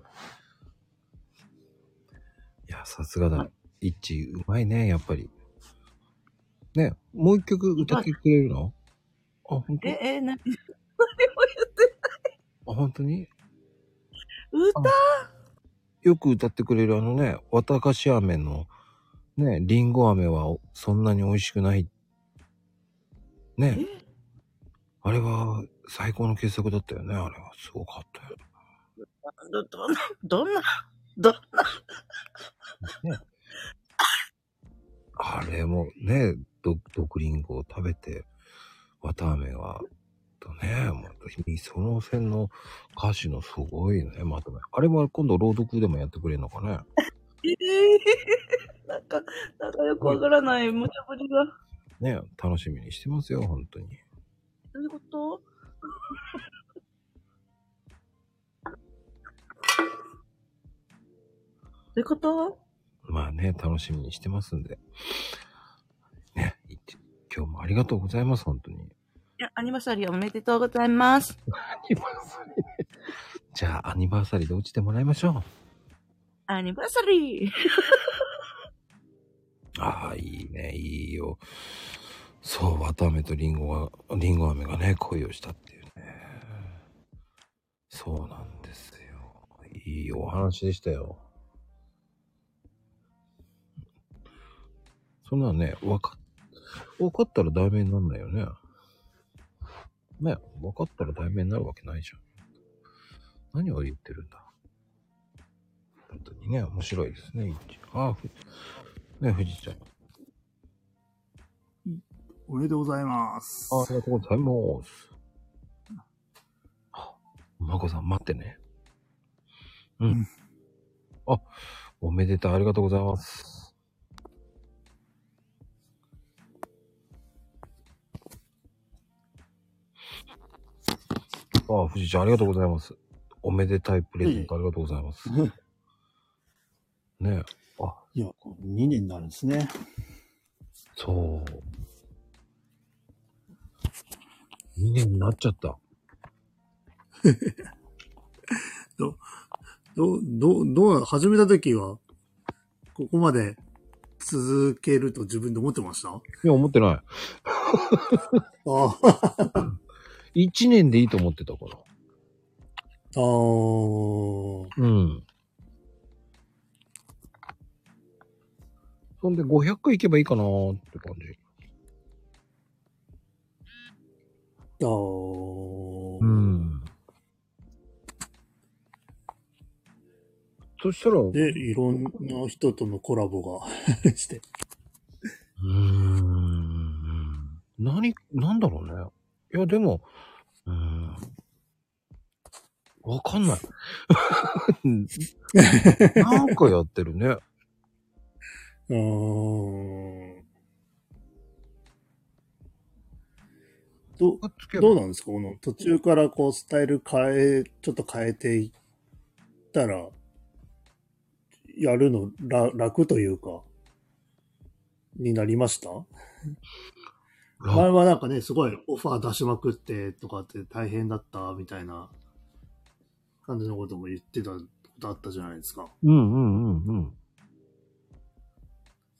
Speaker 1: や、さすがだ。一致うまいね、やっぱり。ね、もう一曲歌ってくれるのあ、本当
Speaker 6: え、
Speaker 1: に
Speaker 6: え、な、
Speaker 1: あ、本当に
Speaker 6: 歌
Speaker 1: よく歌ってくれるあのね、綿菓子飴の、ね、りんご飴はそんなに美味しくない。ね。あれは最高の傑作だったよね。あれはすごかったよ。
Speaker 8: ど、どんな、どんな、どんな、
Speaker 1: あれもね、ど毒リンゴを食べて、綿飴が、とね、もう、その線の歌詞のすごいね、まとめ。あれは今度朗読でもやってくれるのかね。
Speaker 8: えー、なんか、なんかよくわからない無茶ぶりが。
Speaker 1: ね、楽しみにしてますよ、本当に。
Speaker 8: どういうことどういうこと
Speaker 1: まあね、楽しみにしてますんで。ね、いって今日もありがとうございます、本当に。
Speaker 8: いや、アニバーサリーおめでとうございます。
Speaker 1: アニバーサリーじゃあ、アニバーサリーで落ちてもらいましょう。
Speaker 8: アニバーサリー
Speaker 1: ああ、いいね、いいよ。そう、綿飴とリンゴが、リンゴ飴がね、恋をしたっていうね。そうなんですよ。いいお話でしたよ。そんなのね、わか、わかったら題名になんないよね。ね、わかったら題名になるわけないじゃん。何を言ってるんだ。本当にね、面白いですね。一応あ、ふね、富士ちゃん。
Speaker 9: おめでとうございます。
Speaker 1: ありがとうございます。あまこさん、待ってね。うん。
Speaker 9: うん
Speaker 1: あ、おめでたい、ありがとうございます。あ、富士ちゃん、ありがとうございます。おめでたいプレゼント、ありがとうございます。
Speaker 9: うん
Speaker 1: ねえ、
Speaker 9: いや、2年になるんですね。
Speaker 1: そう。2年になっちゃった。
Speaker 9: どう、どう、どう、始めた時は、ここまで続けると自分で思ってましたあ
Speaker 1: いや、思ってない。
Speaker 9: あ、あ
Speaker 1: 一年でいいと思ってたから。
Speaker 9: あ、
Speaker 1: うん。そんで500回行けばいいかなーって感じ。
Speaker 9: ああ、
Speaker 1: ん。そしたら、う
Speaker 9: で、いろんな人とのコラボが して。
Speaker 1: ーん。何、なんだろうね。いや、でも、うーん。わかんない。なんかやってるね。
Speaker 9: うーん。ど、どうなんですかこの途中からこうスタイル変え、ちょっと変えていったら、やるのら楽というか、になりました
Speaker 1: 楽
Speaker 9: 前はなんかね、すごいオファー出しまくってとかって大変だったみたいな感じのことも言ってたことあったじゃないですか。
Speaker 1: うんうんうんうん。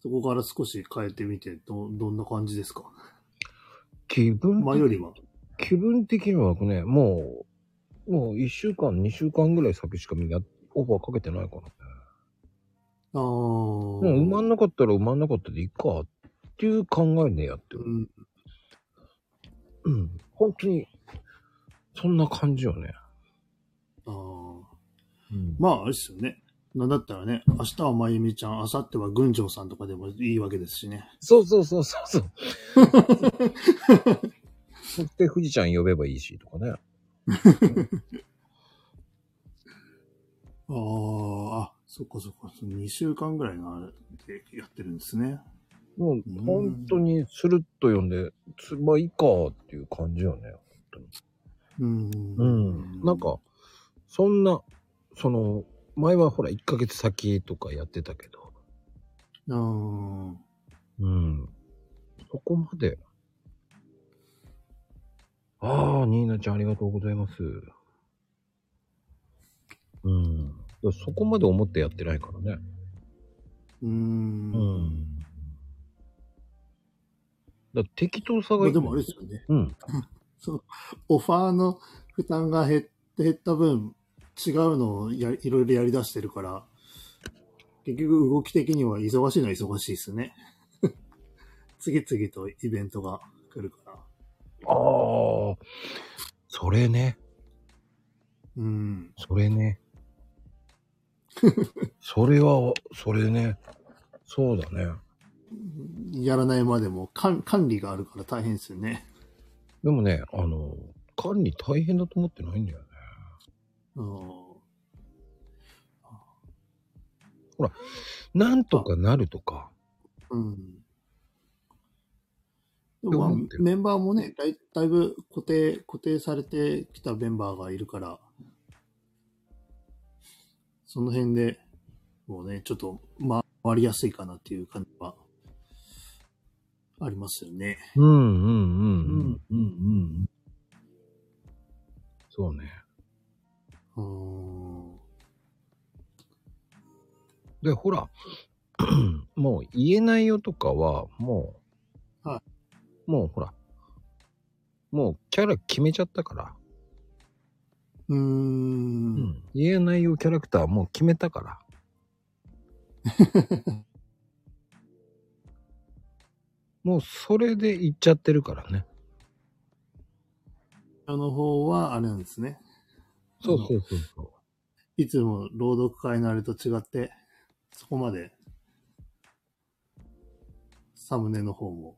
Speaker 9: そこから少し変えてみて、ど、どんな感じですか
Speaker 1: 気分
Speaker 9: 前よりは。
Speaker 1: 気分的にはね、もう、もう1週間、2週間ぐらい先しかみんなオファーかけてないからね。
Speaker 9: ああ。も
Speaker 1: もう埋まんなかったら埋まんなかったでいいかっていう考えでやってる。
Speaker 9: うん。
Speaker 1: うん。本当に、そんな感じよね。
Speaker 9: ああ。
Speaker 1: うん
Speaker 9: まあ、あれですよね。なんだったらね、明日はまゆみちゃん、明後日は群青さんとかでもいいわけですしね。
Speaker 1: そうそうそうそうそう。 そして富士ちゃん呼べばいいしとかね。
Speaker 9: ああ、あ、そっかそっか。2週間ぐらいのあれでやってるんですね。
Speaker 1: もう本当にスルッと呼んで、つまあいいかっていう感じよね。
Speaker 9: うん。
Speaker 1: うん。なんか、そんな、その、前はほら1ヶ月先とかやってたけど、
Speaker 9: あー。
Speaker 1: うん。そこまで。ああ、ニーナちゃんありがとうございます。うん。そこまで思ってやってないからね。
Speaker 9: う。
Speaker 1: うんん。だから適当さ
Speaker 9: ま
Speaker 1: がい
Speaker 9: あ
Speaker 1: い。
Speaker 9: でもあれですよね。
Speaker 1: うん。
Speaker 9: オファーの負担が減って減った分、違うのをやいろいろやり出してるから、結局動き的には忙しいの は忙しいですね。次々とイベントが来るから。
Speaker 1: ああ、それね。
Speaker 9: うん。
Speaker 1: それね。それは、それね。そうだね。
Speaker 9: やらないまでも管管理があるから大変ですよね。
Speaker 1: でもね、あの、管理大変だと思ってないんだよね。
Speaker 9: うん。
Speaker 1: なんとかなるとか。
Speaker 9: うん。でも、
Speaker 1: 思
Speaker 9: ま
Speaker 1: っ
Speaker 9: あ
Speaker 1: てる
Speaker 9: メンバーもねだい、だいぶ固定、固定されてきたメンバーがいるから、その辺でもうね、ちょっと、ま、回りやすいかなっていう感じは、ありますよね。
Speaker 1: うんうんうんうんうんうん。そうね。
Speaker 9: うーん。
Speaker 1: で、ほら、 もう言えないよとかは、もう、
Speaker 9: は
Speaker 1: もうほら、もうキャラ決めちゃったから、
Speaker 9: うー。
Speaker 1: うんん、言えないよキャラクターもう決めたから。 もうそれで言っちゃってるからね。
Speaker 9: あの方は、あれなんですね。
Speaker 1: そうそうそうそう。
Speaker 9: いつも朗読会のあれと違って、そこまで、サムネの方も、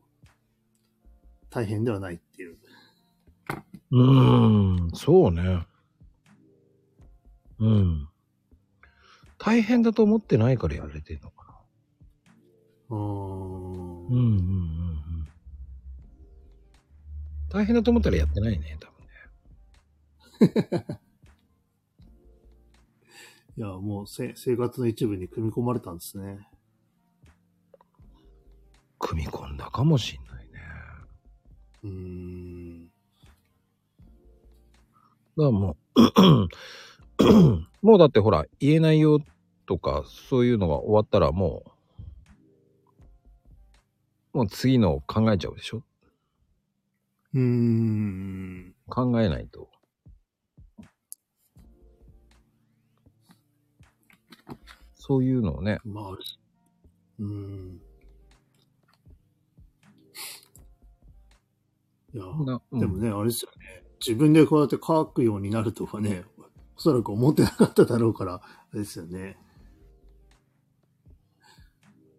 Speaker 9: 大変ではないっていう。
Speaker 1: うーん、そうね。うん。大変だと思ってないからやれてるのか
Speaker 9: うー
Speaker 1: な。うん
Speaker 9: ん。
Speaker 1: うんうんうん。大変だと思ったらやってないね、多分ね。
Speaker 9: いや、もうせ生活の一部に組み込まれたんですね。
Speaker 1: 組み込んだかもしんないね。
Speaker 9: うーん。
Speaker 1: だからもう、 もうだってほら、言えないよとか、そういうのが終わったらもう、もう次のを考えちゃうでしょ
Speaker 9: うーん。
Speaker 1: 考えないと。そういうのをね。
Speaker 9: まあ、うーん。いや、
Speaker 1: なうん
Speaker 9: でもね、あれですよね。自分でこうやって書くようになるとはね、おそらく思ってなかっただろうから、あれですよね。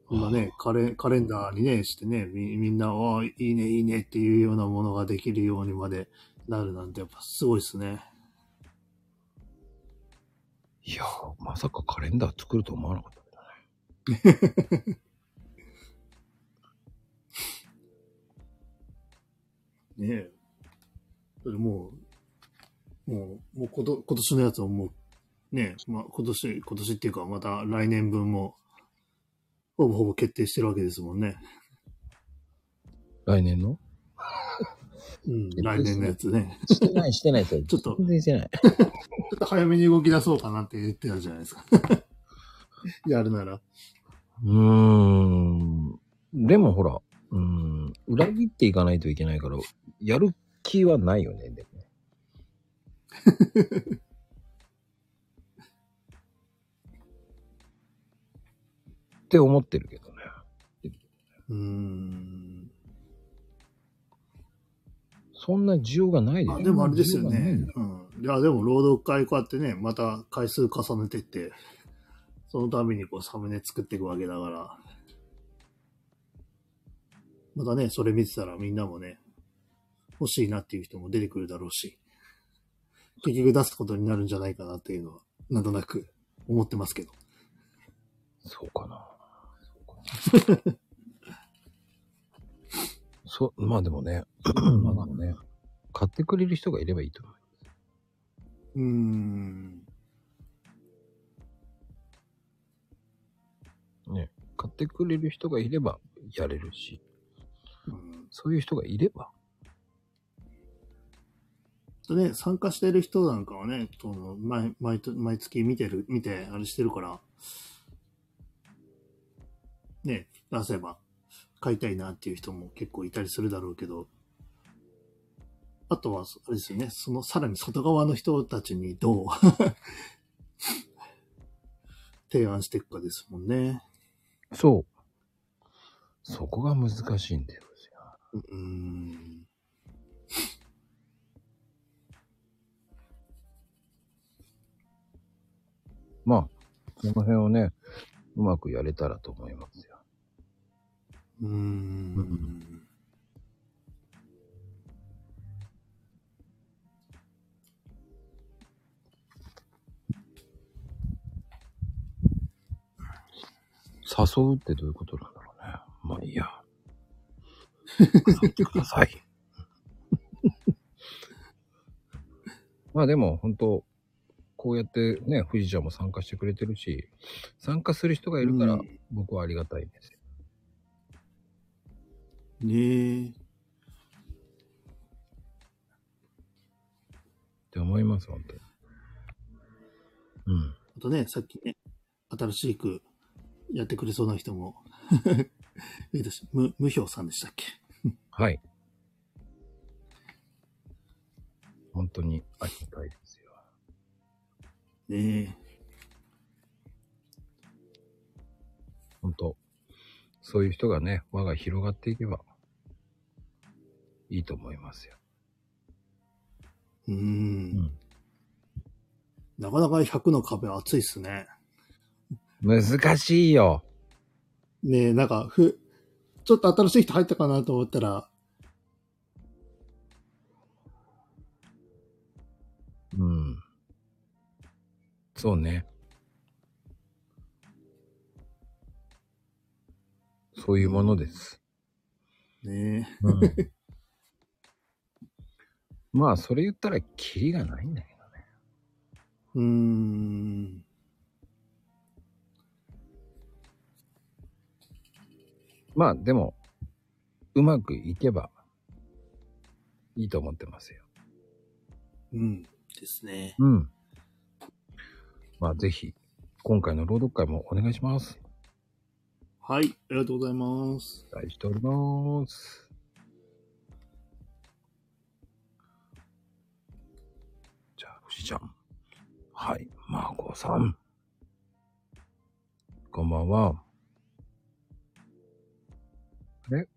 Speaker 9: こんなね、カレカレンダーにね、してね、みみんな、おーいいね、いいねっていうようなものができるようにまでなるなんて、やっぱすごいですね。
Speaker 1: いや、まさかカレンダー作ると思わ なかったけどね。
Speaker 9: ねえ。それもう、もう、もうこと今年のやつはもう、ねえ、まあ今年、今年っていうかまた来年分も、ほぼほぼ決定してるわけですもんね。
Speaker 1: 来年の
Speaker 9: うん、来年のやつね。
Speaker 1: してない、してない、それ。
Speaker 9: ちょっと
Speaker 1: 全然してない。
Speaker 9: ちょっと早めに動き出そうかなって言ってたじゃないですか。 やるなら。
Speaker 1: うーん。でもほら、うーん、裏切っていかないといけないから、やる気はないよね、でもね。 って思ってるけどね。
Speaker 9: うーん。
Speaker 1: そんな需要がないで
Speaker 9: あでもあれですよ
Speaker 1: 需要がない
Speaker 9: ね
Speaker 1: んだ。
Speaker 9: うん。いや、でも労働会こうやってね、また回数重ねてって、そのためにこうサムネ作っていくわけだから。またね、それ見てたらみんなもね、欲しいなっていう人も出てくるだろうし、結局出すことになるんじゃないかなっていうのは、なんとなく思ってますけど。
Speaker 1: そうかな。そうかなそう、まあでも ね、まあでもね、買ってくれる人がいればいいと思う。
Speaker 9: うーん。
Speaker 1: 買ってくれる人がいればやれるし、
Speaker 9: うん
Speaker 1: そういう人がいれば。
Speaker 9: ね、参加してる人なんかはね、その毎毎と毎月見てる、見て、あれしてるから、ね、出せば、買いたいなっていう人も結構いたりするだろうけど、あとは、あれですよね、そのさらに外側の人たちにどう、提案していくかですもんね。
Speaker 1: そう。そこが難しいんだよ。
Speaker 9: うーん。
Speaker 1: まあ、この辺をね、うまくやれたらと思いますよ。
Speaker 9: うーん。
Speaker 1: 誘うってどういうことなんだろうね。まあいいや。誘ってください。まあでも本当、こうやってね、富士ちゃんも参加してくれてるし、参加する人がいるから僕はありがたいです。
Speaker 9: ねえ。
Speaker 1: って思います、本当に。うん。
Speaker 9: あとね、さっきね、新しくやってくれそうな人も、 えっと、無、無表さんでしたっけ
Speaker 1: はい。本当にありがたいですよ。
Speaker 9: ね
Speaker 1: 本当、そういう人がね、輪が広がっていけば、いいと思いますよ。
Speaker 9: え。うー
Speaker 1: うんん。
Speaker 9: なかなか100の壁厚いっすね。
Speaker 1: 難しいよ。
Speaker 9: ねえ、なんか、ふ、ちょっと新しい人入ったかなと思ったら、
Speaker 1: うん。そうね。そういうものです。
Speaker 9: ね
Speaker 1: うん、 まあ、それ言ったら、キリがないんだけどね。
Speaker 9: え。うーん。
Speaker 1: まあ、でも、うまくいけば、いいと思ってますよ。
Speaker 9: うん。ですね。
Speaker 1: うん。まあ、ぜひ、今回の朗読会もお願いします。
Speaker 9: はい、ありがとうございます。
Speaker 1: 期待しております。じゃあ、ふしちゃん。はい、まーこさん。こんばんは。あれ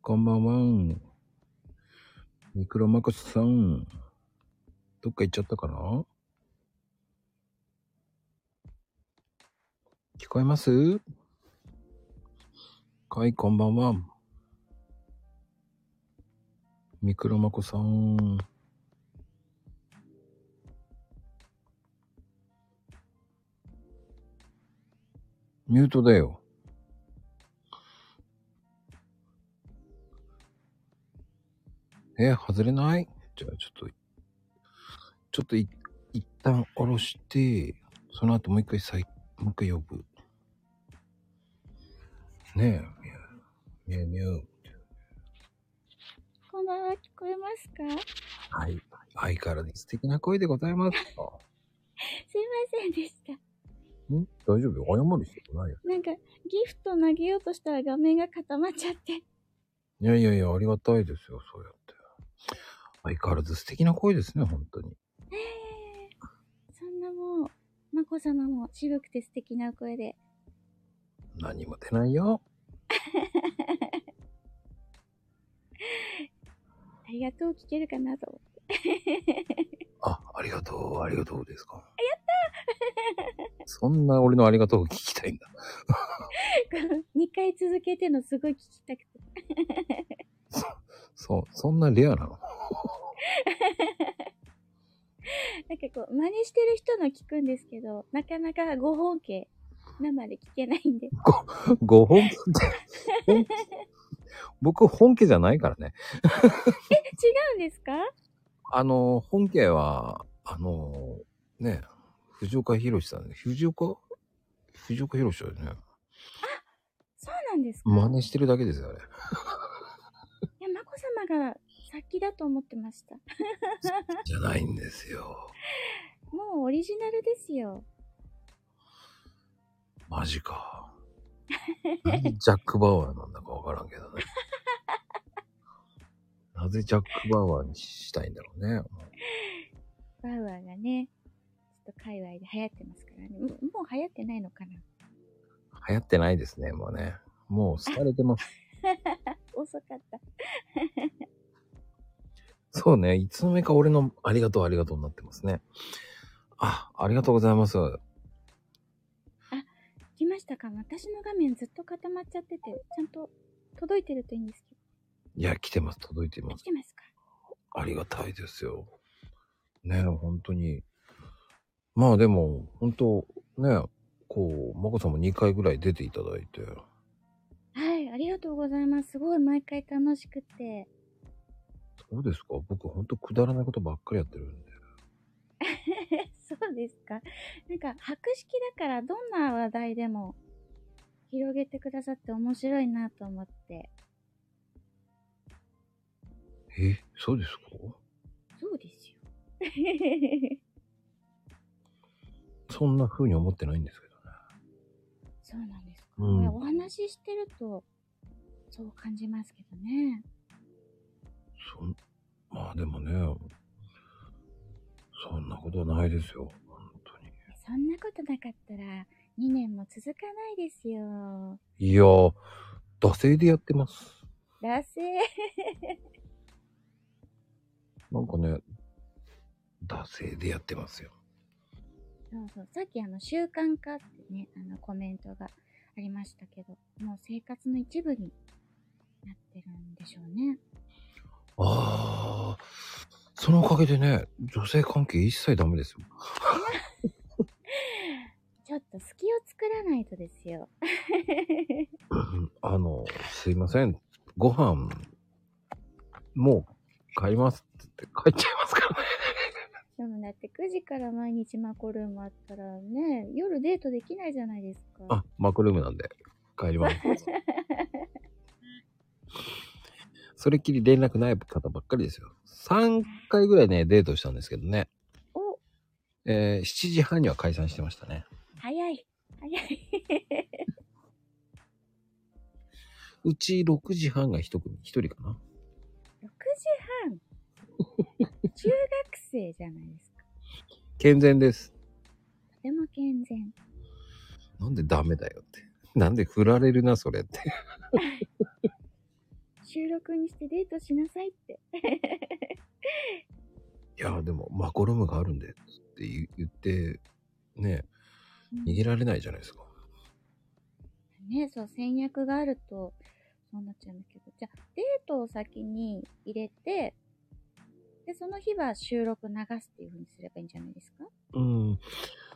Speaker 1: こんばんは。ミクロマコスさん。どっか行っちゃったかな聞こえますはい、こんばんは。ミクロマコさん。ミュートだよ。え、外れないじゃあちょっと、ちょっとい一旦下ろして、その後もう一回再、もう一回呼ぶ。ねえ、ミュウ、ミュウミュウ。
Speaker 7: こんばんは、聞こえますかす
Speaker 1: はい。相変わらず素敵な声でございます。あ
Speaker 7: いませんでした。
Speaker 1: ん大丈夫謝る必要ないよ。
Speaker 7: なんか、ギフト投げようとしたら画面が固まっちゃって。
Speaker 1: いやいやいや、ありがたいですよ、そうやって。相変わらず素敵な声ですね、本当に。
Speaker 7: えー、そんなもう、まこさまも渋くて素敵なお声で。
Speaker 1: 何も出ないよ。
Speaker 7: ありが とう聞けるかなと思って。
Speaker 1: あ、ありがとう、ありがとうですか。やったそんな俺のありがとうを聞きたいんだ。
Speaker 7: 2回続けてのすごい聞きたくて。
Speaker 1: そう、そんなレアなの。
Speaker 7: なんかこう、真似してる人の聞くんですけど、なかなかご本家、生で聞けないんで。
Speaker 1: ご本気 本気僕本家じゃないからね。
Speaker 7: 違うんですか
Speaker 1: あの、本家は、あの、ね、藤岡弘さんね。藤岡藤岡弘だよね。
Speaker 7: そうなんですか、
Speaker 1: 真似してるだけですよ、あれ。
Speaker 7: いや、まこさまが先だと思ってました。
Speaker 1: じゃないんですよ。
Speaker 7: もうオリジナルですよ。
Speaker 1: マジか。なんでジャック・バウアーなんだかわからんけどね。なぜジャック・バウアーにしたいんだろうね。
Speaker 7: バウアーがね、ちょっと界隈で流行ってますからね。ももう流行ってないのか な
Speaker 1: 流行ってないですね、もうね。もう廃れてます。
Speaker 7: 遅かった。
Speaker 1: そうね、いつの間にか俺のありがとうありがとうになってますね。あ、ありがとうございます。
Speaker 7: 来ましたか私の画面ずっと固まっちゃってて、ちゃんと届いてるといいんですけ
Speaker 1: いや、来てます。届いてま
Speaker 7: ど。
Speaker 1: す
Speaker 7: 来。てますか
Speaker 1: ありがたいですよ。ねえ、本当に。まあでも、本当ねえ、こう、まこさんも2回ぐらい出ていただいて。
Speaker 7: はい、ありがとうございます。すごい毎回楽しくて。
Speaker 1: そうですか僕本当くだらないことばっかりやってるんで。
Speaker 7: そうですかなんか、博識だからどんな話題でも広げてくださって面白いなと思って。
Speaker 1: え、そうですか
Speaker 7: そう ですよ。
Speaker 1: そんな風に思ってないんですけどね。
Speaker 7: そうなんですか、
Speaker 1: うん
Speaker 7: お話ししてると、そう感じますけどね。
Speaker 1: そん、まあでもね、そんなことはないですよ。
Speaker 7: そんなことなかったら、2年も続かないですよ。
Speaker 1: いやー、惰性でやってます。
Speaker 7: だせ
Speaker 1: なんかね、惰性でやってますよ。
Speaker 7: そうそう。さっきあの、習慣化ってね、あの、コメントがありましたけど、もう生活の一部になってるんでしょう ね。
Speaker 1: ああ、そのおかげでね、女性関係一切ダメですよ。
Speaker 7: ちょっと隙を作らないとですよ。
Speaker 1: うんあの、すいません。ご飯、もう買いますって言って帰っちゃいますからね。
Speaker 7: でもだって9時から毎日マコルームあったらね、夜デートできないじゃないですか。
Speaker 1: あ、マクルームなんで帰ります。それっきり連絡ない方ばっかりですよ。3回ぐらいね、デートしたんですけどね。えー7時半には解散してましたね。
Speaker 7: 早い。早い。
Speaker 1: うち6時半が1組、1人かな。
Speaker 7: 6時半。 中学生じゃないですか。
Speaker 1: 健全です。
Speaker 7: とても健 全。
Speaker 1: なんでダメだよって。なんで振られるな、それって。
Speaker 7: 収録にしてデートしなさいって。
Speaker 1: いや、でも、マコルームがあるんで、って言言って、ね、逃げられないじゃないですか。
Speaker 7: ね、そう、戦略があると、そうなっちゃうんだけど。じゃあ、デートを先に入れて、で、その日は収録流すっていう風にすればいいんじゃないですか
Speaker 1: うん。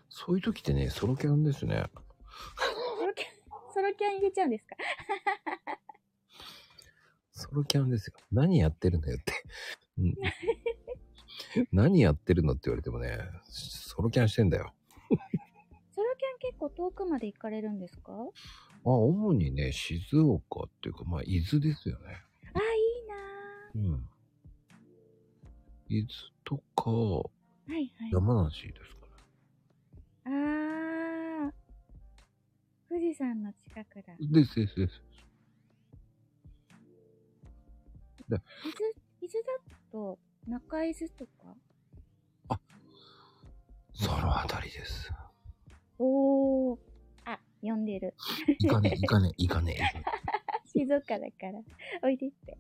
Speaker 1: そういう時ってね、ソロキャンですね。
Speaker 7: ソロキャン、 ソロキャン入れちゃうんですか
Speaker 1: ソロキャンですよ。何やってるのよって。 うん、何やってる のって言われてもね、ソロキャンしてんだよ。
Speaker 7: ソロキャン結構遠くまで行かれるんですかあ、い
Speaker 1: あ、主にね、静岡っていうか、まあ、伊豆ですよね。
Speaker 7: いな
Speaker 1: うん。伊豆と
Speaker 7: ぁ。
Speaker 1: か、
Speaker 7: はいはい。
Speaker 1: 山梨ですかね。
Speaker 7: あー。富士山の近くだ。伊
Speaker 1: ですですです。
Speaker 7: 豆、伊豆だと、中伊豆とか。
Speaker 1: そのあたりです。
Speaker 7: おー。あ、呼んでる。
Speaker 1: いか ね、いかね、いかね、いかね。
Speaker 7: 静岡だから、おいでって。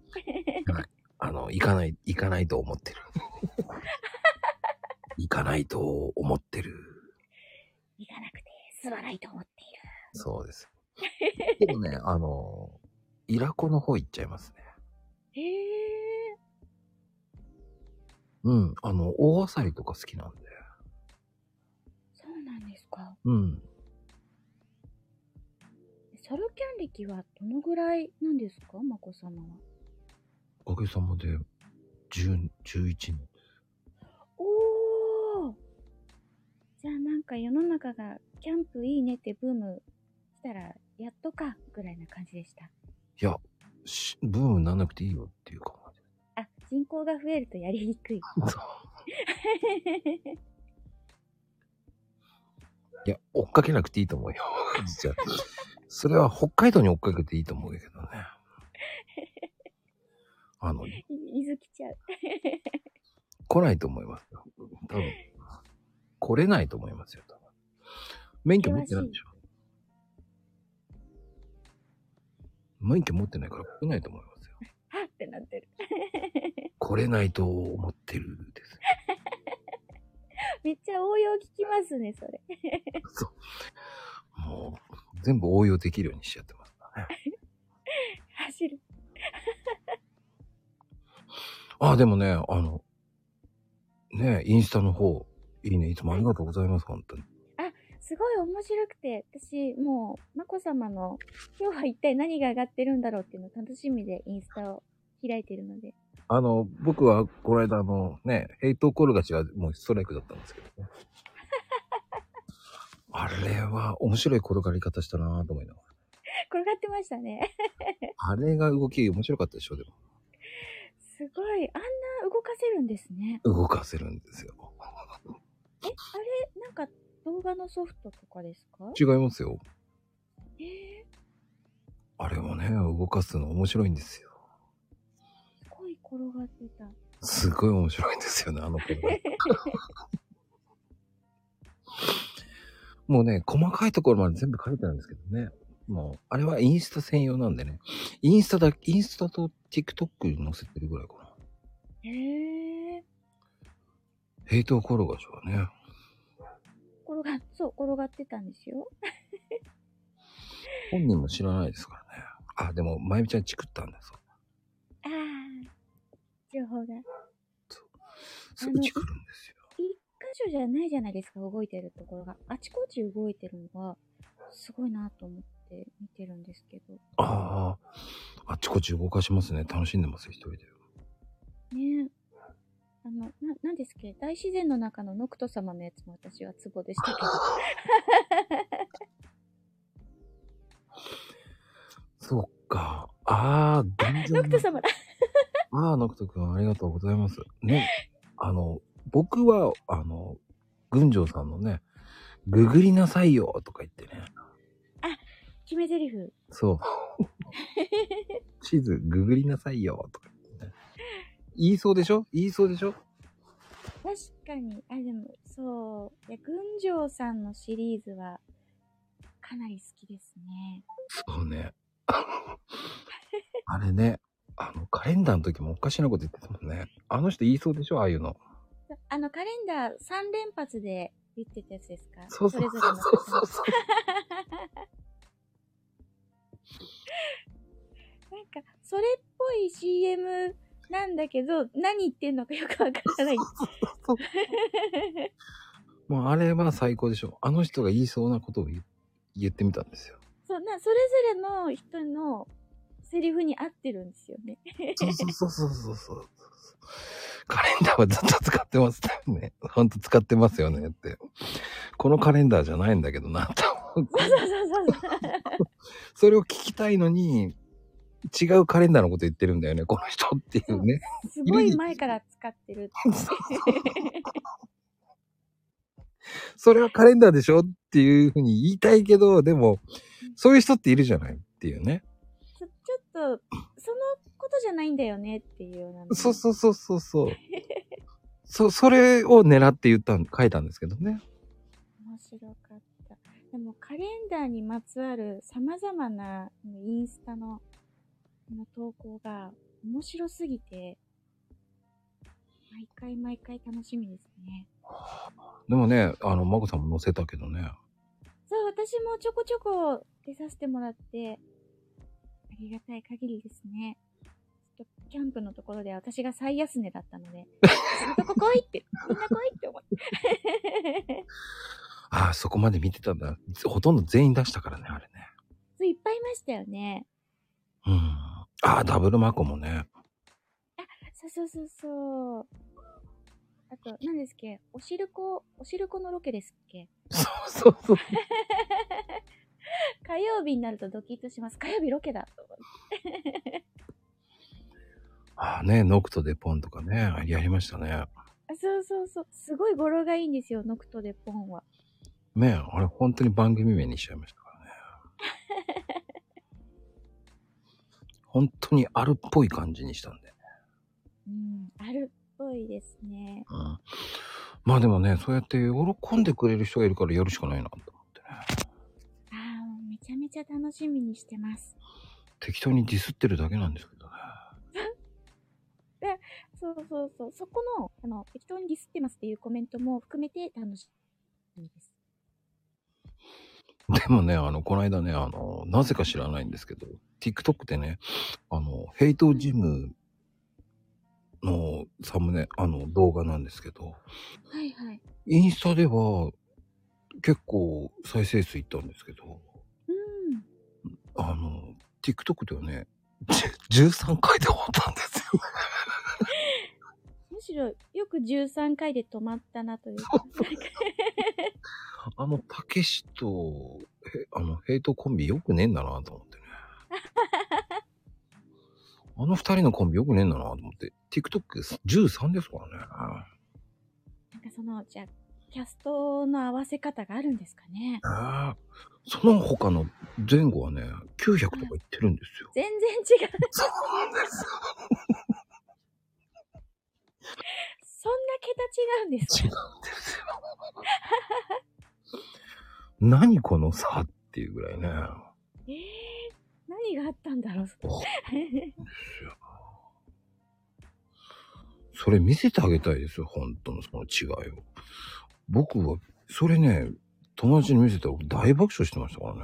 Speaker 1: あの、行かない、行かないと思って る。行かないと思ってる。
Speaker 7: 行かなくて、すまないと思って いる。
Speaker 1: そうです。でもね、あの、イラコの方行っちゃいますね。
Speaker 7: へえ。
Speaker 1: うん、あの、大アサリとか好きなんで。
Speaker 7: そうなんですか。
Speaker 1: うん。
Speaker 7: ソロキャン歴はどのぐらいなんですかまこ様は。
Speaker 1: おかげさまで、10 11年。
Speaker 7: おーじゃあなんか世の中がキャンプいいねってブームしたら、やっとか、ぐらいな感じでした。
Speaker 1: いや、しブームにならなくていいよっていうか。
Speaker 7: あ、人口が増えるとやりにくい。
Speaker 1: いや、追っかけなくていいと思うよ。実は。それは北海道に追っかけていいと思うけどね。あの、
Speaker 7: いいずきちゃう。
Speaker 1: 来ないと思いますよ。多分。来れないと思いますよ、多分。免許持ってないでしょ。免許持ってないから来れないと思いますよ。
Speaker 7: はっってなってる。
Speaker 1: 来れないと思ってるです。
Speaker 7: めっちゃ応用聞きますね、それ。
Speaker 1: もう、全部応用できるようにしちゃってますからね。
Speaker 7: 走る。
Speaker 1: あ、でもね、あの、ねインスタの方、いいね、いつもありがとうございます、本当に。
Speaker 7: すごい面白くて、私、もう、まこ様の、今日は一体何が上がってるんだろうっていうのを楽しみでインスタを開いてるので。
Speaker 1: あの、僕は、この間、あの、ね、ヘイトコールが違う、もうストライクだったんです けどね。あれは、面白い転がり方したなぁと思いながら。
Speaker 7: 転がってましたね。
Speaker 1: あれが動き、面白かったでしょ、でも。
Speaker 7: すごい。あんな動かせるんですね。
Speaker 1: 動かせるんですよ。
Speaker 7: え、あれ、なんか動画のソフトとかですか
Speaker 1: 違いますよ。
Speaker 7: えー、
Speaker 1: あれもね、動かすの面白いんですよ。
Speaker 7: すごい転がってた。
Speaker 1: すごい面白いんですよね、あの転がりもうね、細かいところまで全部書いてあるんですけどね。もう、あれはインスタ専用なんでね。インスタだ、インスタと TikTok に載せてるぐらいかな。
Speaker 7: へえー、
Speaker 1: ヘイトコロガシはね。
Speaker 7: 転が、そう、転がってたんですよ。
Speaker 1: 本人も知らないですからね。あ、でも、まゆみちゃんチクったんだ、そう。
Speaker 7: ああ、情報が。
Speaker 1: すぐチクるんですよ。
Speaker 7: 一箇所じゃないじゃないですか、動いてるところが。あちこち動いてるのが、すごいなと思って見てるんですけど。
Speaker 1: ああ、あっちこっち動かしますね。楽しんでますよ、一人で。
Speaker 7: ねえ。あの、な、なんですっけ大自然の中のノクト様のやつも私はツボでした けど。
Speaker 1: そうか。ああ、全
Speaker 7: ノ
Speaker 1: 然。
Speaker 7: クト様だ
Speaker 1: ああ、ノクト君、ありがとうございます。ね。あの、僕は、あの、群青さんのね、ググりなさいよとか言ってね。
Speaker 7: 決め台詞。
Speaker 1: そう。地図、ググりなさいよとか言ってね。言いそうでしょ言いそうでしょ
Speaker 7: 確かに、あ、でも、そう。いや、群青さんのシリーズは、かなり好きですね。
Speaker 1: そうね。あれね、あの、カレンダーの時もおかしなこと言ってたもんね。あの人言いそうでしょああいうの。
Speaker 7: あの、カレンダー3連発で言ってたやつですか
Speaker 1: そうそう
Speaker 7: れぞれの
Speaker 1: そうそうそう
Speaker 7: なんか、それっぽい CM なんだけど、何言ってんのかよくわからない。
Speaker 1: もうあれは最高でしょあの人が言いそうなことを言言ってみたんですよ。
Speaker 7: そんな、それぞれの人のセリフに合ってるんですよね。
Speaker 1: そうそうそうそうそうそう。カレンダーはずっと使ってますよね。ほんと使ってますよねって。このカレンダーじゃないんだけどな、と思って。
Speaker 7: そうそうそうそう。
Speaker 1: それを聞きたいのに、違うカレンダーのこと言ってるんだよね、この人っていうね。
Speaker 7: すごい前から使ってるって。
Speaker 1: それはカレンダーでしょっていうふうに言いたいけど、でも、そういう人っているじゃないっていうね。
Speaker 7: ちょ ちょっと、そのことじゃないんだよねっていうようなの。
Speaker 1: そうそうそうそうそう。そ、それを狙って言ったん、書いたんですけどね。
Speaker 7: 面白かった。でもカレンダーにまつわる様々なインスタのこの投稿が面白すぎて、毎回毎回楽しみですね。
Speaker 1: でもね、あの、まこさんも載せたけどね。
Speaker 7: そう、私もちょこちょこ出させてもらって、ありがたい限りですね。ちょっとキャンプのところで私が最安値だったので、 ずっとここ来いって、みんな来いって思って。
Speaker 1: ああ、そこまで見てたんだ。ほとんど全員出したからね、あれね。
Speaker 7: そう、いっぱいいましたよね。
Speaker 1: うん。ああ、ダブルマコもね。
Speaker 7: そうそうそうそう。あと、何ですっけおしるこ、おしるこのロケですっけ
Speaker 1: そうそうそう。
Speaker 7: 火曜日になるとドキッとします。火曜日ロケだと思って。
Speaker 1: ああね、ノクトデポンとかね、やりましたね。
Speaker 7: あそうそうそう。すごい語呂がいいんですよ、ノクトでポンは。
Speaker 1: ねあれ本当に番組名にしちゃいましたからね。本当にあるっぽい感じにしたんで。
Speaker 7: うん、あるっぽいですね。
Speaker 1: うん。まあでもね、そうやって喜んでくれる人がいるからやるしかないなと。
Speaker 7: ああ、めちゃめちゃ楽しみにしてます。
Speaker 1: 適当にディスってるだけなんですけどね。
Speaker 7: そうそうそう。そこの、あの、適当にディスってますっていうコメントも含めて楽しいいです。
Speaker 1: でもね、あの、この間ね、あの、なぜか知らないんですけど、TikTok でね、あの、ヘイトジムのサムネ、あの、動画なんですけど、
Speaker 7: はいはい。
Speaker 1: インスタでは結構再生数いったんですけど、
Speaker 7: うん。
Speaker 1: あの、TikTok ではね、じゅ13回で終わったんですよ。
Speaker 7: むしろ、よく13回で止まったなというか。
Speaker 1: あの、たけしと、へあの、ヘイトコンビよくねえんだなと思ってね。あの二人のコンビよくねえんだなと思って。TikTok13 ですからね。
Speaker 7: なんかその、じゃあキャストの合わせ方があるんですかね。
Speaker 1: ねえその他の前後はね、900とかいってるんですよ。
Speaker 7: 全然違う。
Speaker 1: そうなんです
Speaker 7: そんな桁違うんです
Speaker 1: 違
Speaker 7: か
Speaker 1: うんですよ。何この差っていうぐらいね。
Speaker 7: えー、何があったんだ ろう。
Speaker 1: おそれ見せてあげたいですよ、本当のその違いを。僕は、それね、友達に見せたら僕大爆笑してましたからね。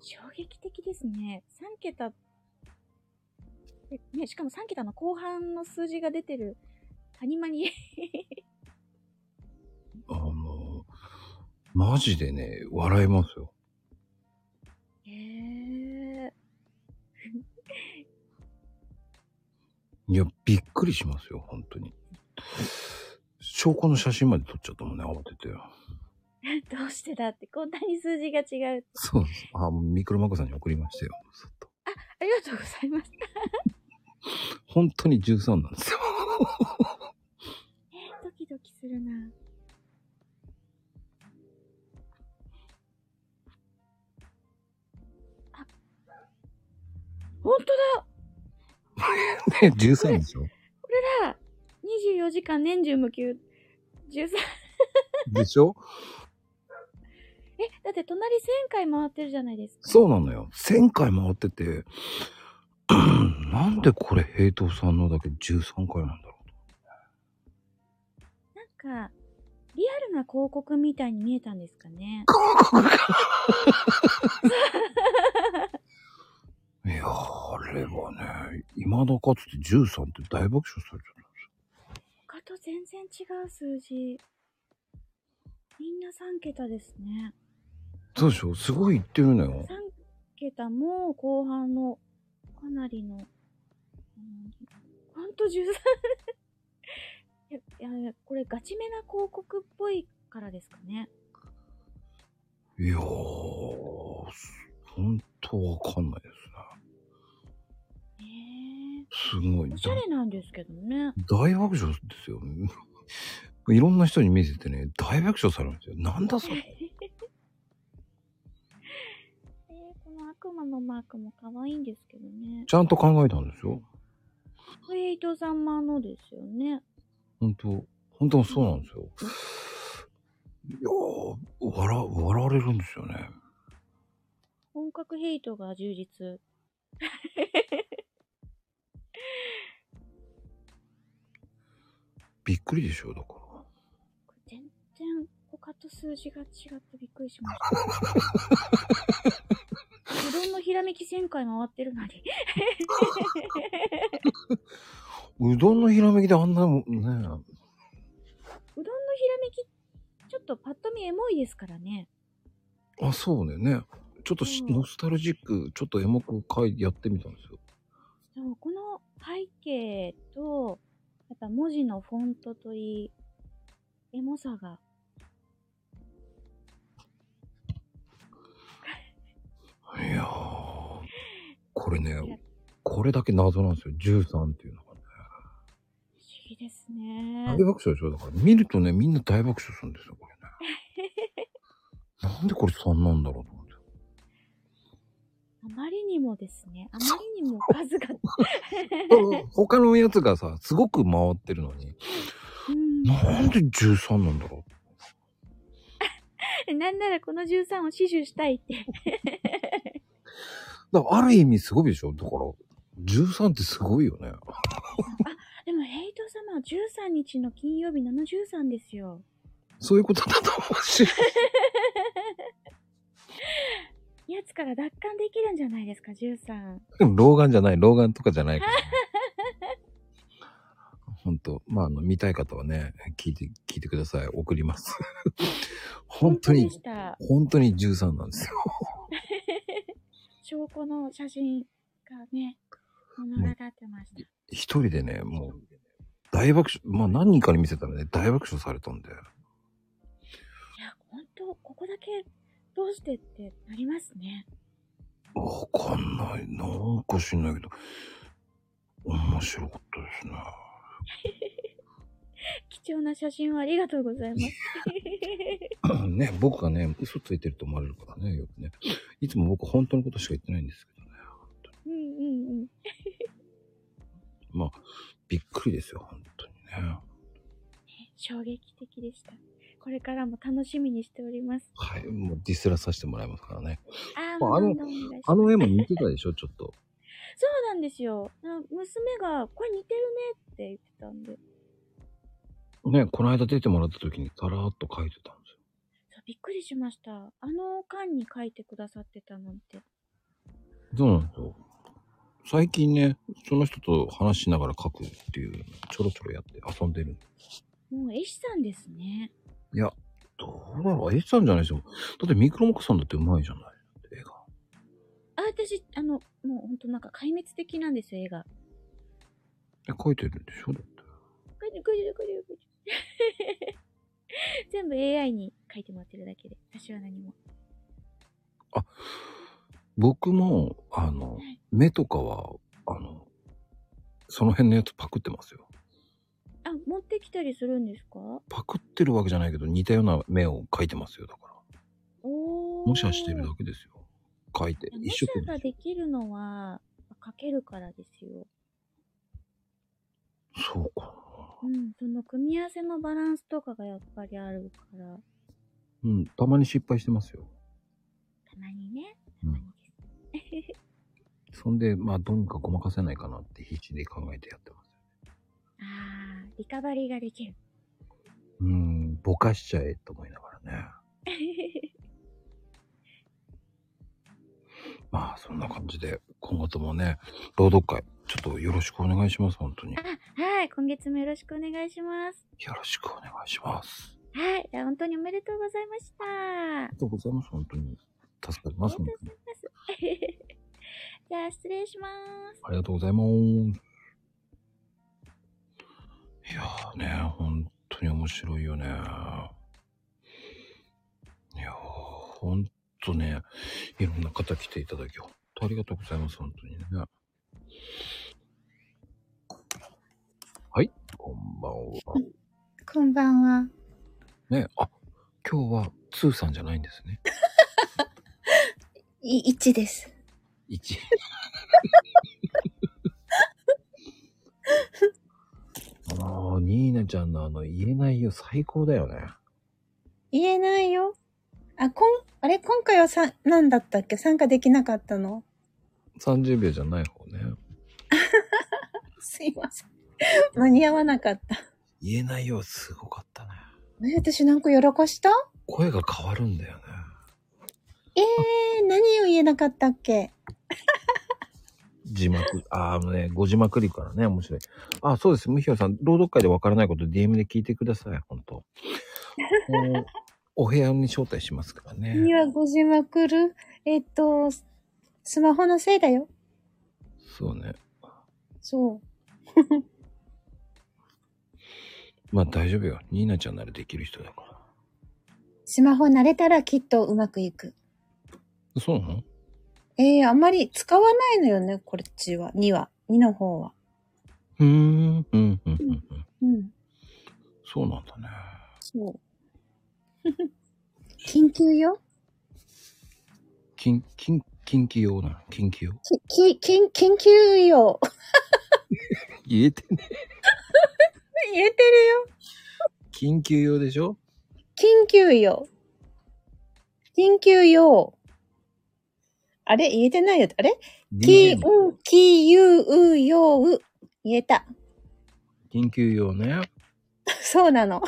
Speaker 7: 衝撃的ですね。3桁。でね、しかも3桁の後半の数字が出てる谷間に。
Speaker 1: あの、マジでね、笑えますよ。
Speaker 7: えー、
Speaker 1: いや、びっくりしますよ、本当に。証拠の写真まで撮っちゃったもんね、慌てて。
Speaker 7: どうしてだって、こんなに数字が違う。
Speaker 1: そうです。あ、ミクロマコさんに送りましたよ。ずっと
Speaker 7: ありがとうございます。
Speaker 1: 本当に13なんですよ。
Speaker 7: ドキドキするな。あ、本当だ
Speaker 1: ね、13でしょ
Speaker 7: これだ !24 時間年中無休。13。
Speaker 1: でしょ
Speaker 7: え、だって隣1000回回ってるじゃないですか。
Speaker 1: そうなのよ。1000回回ってて、 なんでこれ平等さんのだけ13回なんだろ
Speaker 7: なんか、リアルな広告みたいに見えたんですかね。
Speaker 1: う。いやー、あれはね、今だかつて13って大爆笑されちゃっ
Speaker 7: 他と全然違う数字。みんな3桁ですね。
Speaker 1: た。そうでしょすごい言ってるのよ
Speaker 7: 3。桁も後半のかなりの、うん、ほんと13いや。 いや、これガチめな広告っぽいからですかね。
Speaker 1: いやー、ほんとわかんないで
Speaker 7: ええ
Speaker 1: すね。すごい。
Speaker 7: おしゃれなんですけどね。
Speaker 1: 大爆笑ですよ。 いろんな人に見せてね、大爆笑されるんですよ。なんだそれ。
Speaker 7: えー、この悪魔のマークも可愛いんですけどね。
Speaker 1: ちゃんと考えたんですよ。
Speaker 7: これ、伊藤さんもあのですよね。
Speaker 1: 本当本当そうなんですよ。いやー、笑、笑われるんですよね。
Speaker 7: 本格ヘイトが充実。
Speaker 1: びっくりでしょ、だか
Speaker 7: これ全然他と数字が違ってびっくりしました。うどんのひらめき1000回回ってるのに。
Speaker 1: ら。うどんのひらめきであんなもんね、
Speaker 7: うどんのひらめき、ちょっとパッと見エモいですからね。
Speaker 1: あ、そうね、ね。ちょっとし
Speaker 7: うん
Speaker 1: ノスタルジック、ちょっとエモく書いやってみたんですよ。
Speaker 7: そうこの背景と、やっぱ文字のフォントといい、エモさが。
Speaker 1: いやー、これね、これだけ謎なんですよ。13っていうのがね。
Speaker 7: 不思議ですね。
Speaker 1: 大爆笑でしょだから見るとね、みんな大爆笑するんですよ、これね。なんでこれ3なんだろ うと思って。
Speaker 7: あまりにもですね、あまりにも 数が、
Speaker 1: 他のやつがさ、すごく回ってるのに、
Speaker 7: うん
Speaker 1: なんで13なんだろ
Speaker 7: なんならこの13を死守したいって。
Speaker 1: う。だからある意味すごいでしょだから、13ってすごいよ ね。
Speaker 7: でも、ヘイト様は13日の金曜日のあの13ですよ。
Speaker 1: そういうことだと思うし。
Speaker 7: やつから奪還できるんじゃないですか、13。
Speaker 1: でも老眼じゃない、老眼とかじゃな いから、ね。本当まあ、あの、見たい方はね、聞いて、聞いてください。送ります。 本当に
Speaker 7: で、した。
Speaker 1: 本当に13なんですよ。
Speaker 7: 証拠の写真がね、物語ってました。
Speaker 1: 一人でね、もう、大爆笑、まあ何人かに見せたらね、大爆笑されたんで。
Speaker 7: いや、本当ここだけどうしてってなりますね。
Speaker 1: わかんない。なんか知んないけど、面白かったですね。
Speaker 7: 貴重な写真をありがとうございます。
Speaker 1: ね、僕がね、嘘ついてると思われるからね、よくね。いつも僕本当のことしか言ってないんですけどね。
Speaker 7: うんうんうん。
Speaker 1: まあ、びっくりですよ、本当にね。
Speaker 7: 衝撃的でした。これからも楽しみにしております。
Speaker 1: はい、もうディスらさせてもらいますからね。
Speaker 7: ああ、
Speaker 1: まあ
Speaker 7: も
Speaker 1: あ
Speaker 7: う
Speaker 1: の
Speaker 7: 何度もお願いします。
Speaker 1: あの絵も似てたでしょ、 ちょっと。
Speaker 7: そうなんですよ。な娘が、これ似てるねって言ってたんで。
Speaker 1: ね、この間出てもらった時にタラーっと描いてたんですよ。
Speaker 7: そうびっくりしました。あの間に書いてくださってたなんて。
Speaker 1: そうなんですよ。最近ね、その人と話しながら描くっていう、ちょろちょろやって遊んでるんで
Speaker 7: もう絵師さんですね。
Speaker 1: いや、どうだろう、絵師さんじゃないでしょ。だってミクロモコさんだってうまいじゃない。絵が。
Speaker 7: あ、私、あの、もうほんとなんか壊滅的なんですよ、絵が。
Speaker 1: え、描いてるんでしょだって。
Speaker 7: これこれこれこれ全部 AI に書いてもらってるだけで、私は何も。
Speaker 1: 僕も、あの、目とかは、あの、その辺のやつパクってますよ。
Speaker 7: あ、持ってきたりするんですか
Speaker 1: パクってるわけじゃないけど、似たような目を描いてますよ。だから。
Speaker 7: おー。
Speaker 1: 模写してるだけですよ。描いて。
Speaker 7: 模
Speaker 1: 一生
Speaker 7: 写
Speaker 1: 懸
Speaker 7: が
Speaker 1: 命。
Speaker 7: できるのは、書けるからですよ。
Speaker 1: そうか
Speaker 7: うん、その組み合わせのバランスとかがやっぱりあるから、
Speaker 1: な。うん、たまに失敗してますよ。
Speaker 7: たまにね。
Speaker 1: うん。そんで、まあ、どうにかごまかせないかなって必死で考えてやってます。
Speaker 7: あー、リカバリーができる。
Speaker 1: うん、ぼかしちゃえと思いながらね。まあ、そんな感じで、今後ともね、朗読会、ちょっとよろしくお願いします、本当に。よ
Speaker 7: はい、今月もよろしくお願いします。
Speaker 1: ろしくお願いします。
Speaker 7: はい、いや本当におめでとうございました。
Speaker 1: ありがとうございます、本当に。助かります、本当に。
Speaker 7: じゃあ、失礼します。
Speaker 1: ありがとうございます。いやーね、本当に面白いよね。いやー、ほんとね、いろんな方来ていただき、本当ありがとうございます、本当にね。はい、こんばんは。
Speaker 6: こんばんは。
Speaker 1: ね、あ、今日は、ツーさんじゃないんですね。
Speaker 6: い、いちです。
Speaker 1: 1。ああ、ニーナちゃんのあの、言えないよ、最高だよね。
Speaker 6: 言えないよ。あ、こん、あれ今回はさ、なんだったっけ参加できなかったの
Speaker 1: 30秒じゃない方ね。
Speaker 6: すいません。 間に合わなかった。
Speaker 1: 言えないよ、すごかったね。
Speaker 6: え、私なんかやらかした
Speaker 1: 声が変わるんだよね。
Speaker 6: えー、何を言えなかったっけ
Speaker 1: 字幕、ああ、もうね、ご字幕りからね、面白い。あそうです。むひろさん、朗読会でわからないこと DM で聞いてください、本当もうお部屋に招待しますから
Speaker 6: に
Speaker 1: ね。
Speaker 6: はごじまくる。えっと、ススマホのせいだよ。
Speaker 1: そうね。
Speaker 6: そう。
Speaker 1: まあ大丈夫よ。ニーナちゃんならできる人だか
Speaker 6: スマホ慣れたらきっとうまくいく。
Speaker 1: ら。そうなの
Speaker 6: えー、あんまり使わないのよね、こっちは。2は。2の方は。
Speaker 1: うーん、うん、うん、うん。うん
Speaker 6: うん。
Speaker 1: そうなんだね。
Speaker 6: そう。 緊急よ。
Speaker 1: 近、近、近畿用なの近畿用
Speaker 6: き、き、緊緊急用。
Speaker 1: 言えてね。
Speaker 6: 言えてるよ。
Speaker 1: 緊急用でしょ
Speaker 6: 緊急用。緊急用。あれ言えてないよ。あれき、
Speaker 1: ?DM
Speaker 6: うん、き、ゆう、う、よう。言えた。
Speaker 1: 緊急用ね。
Speaker 6: そうなの。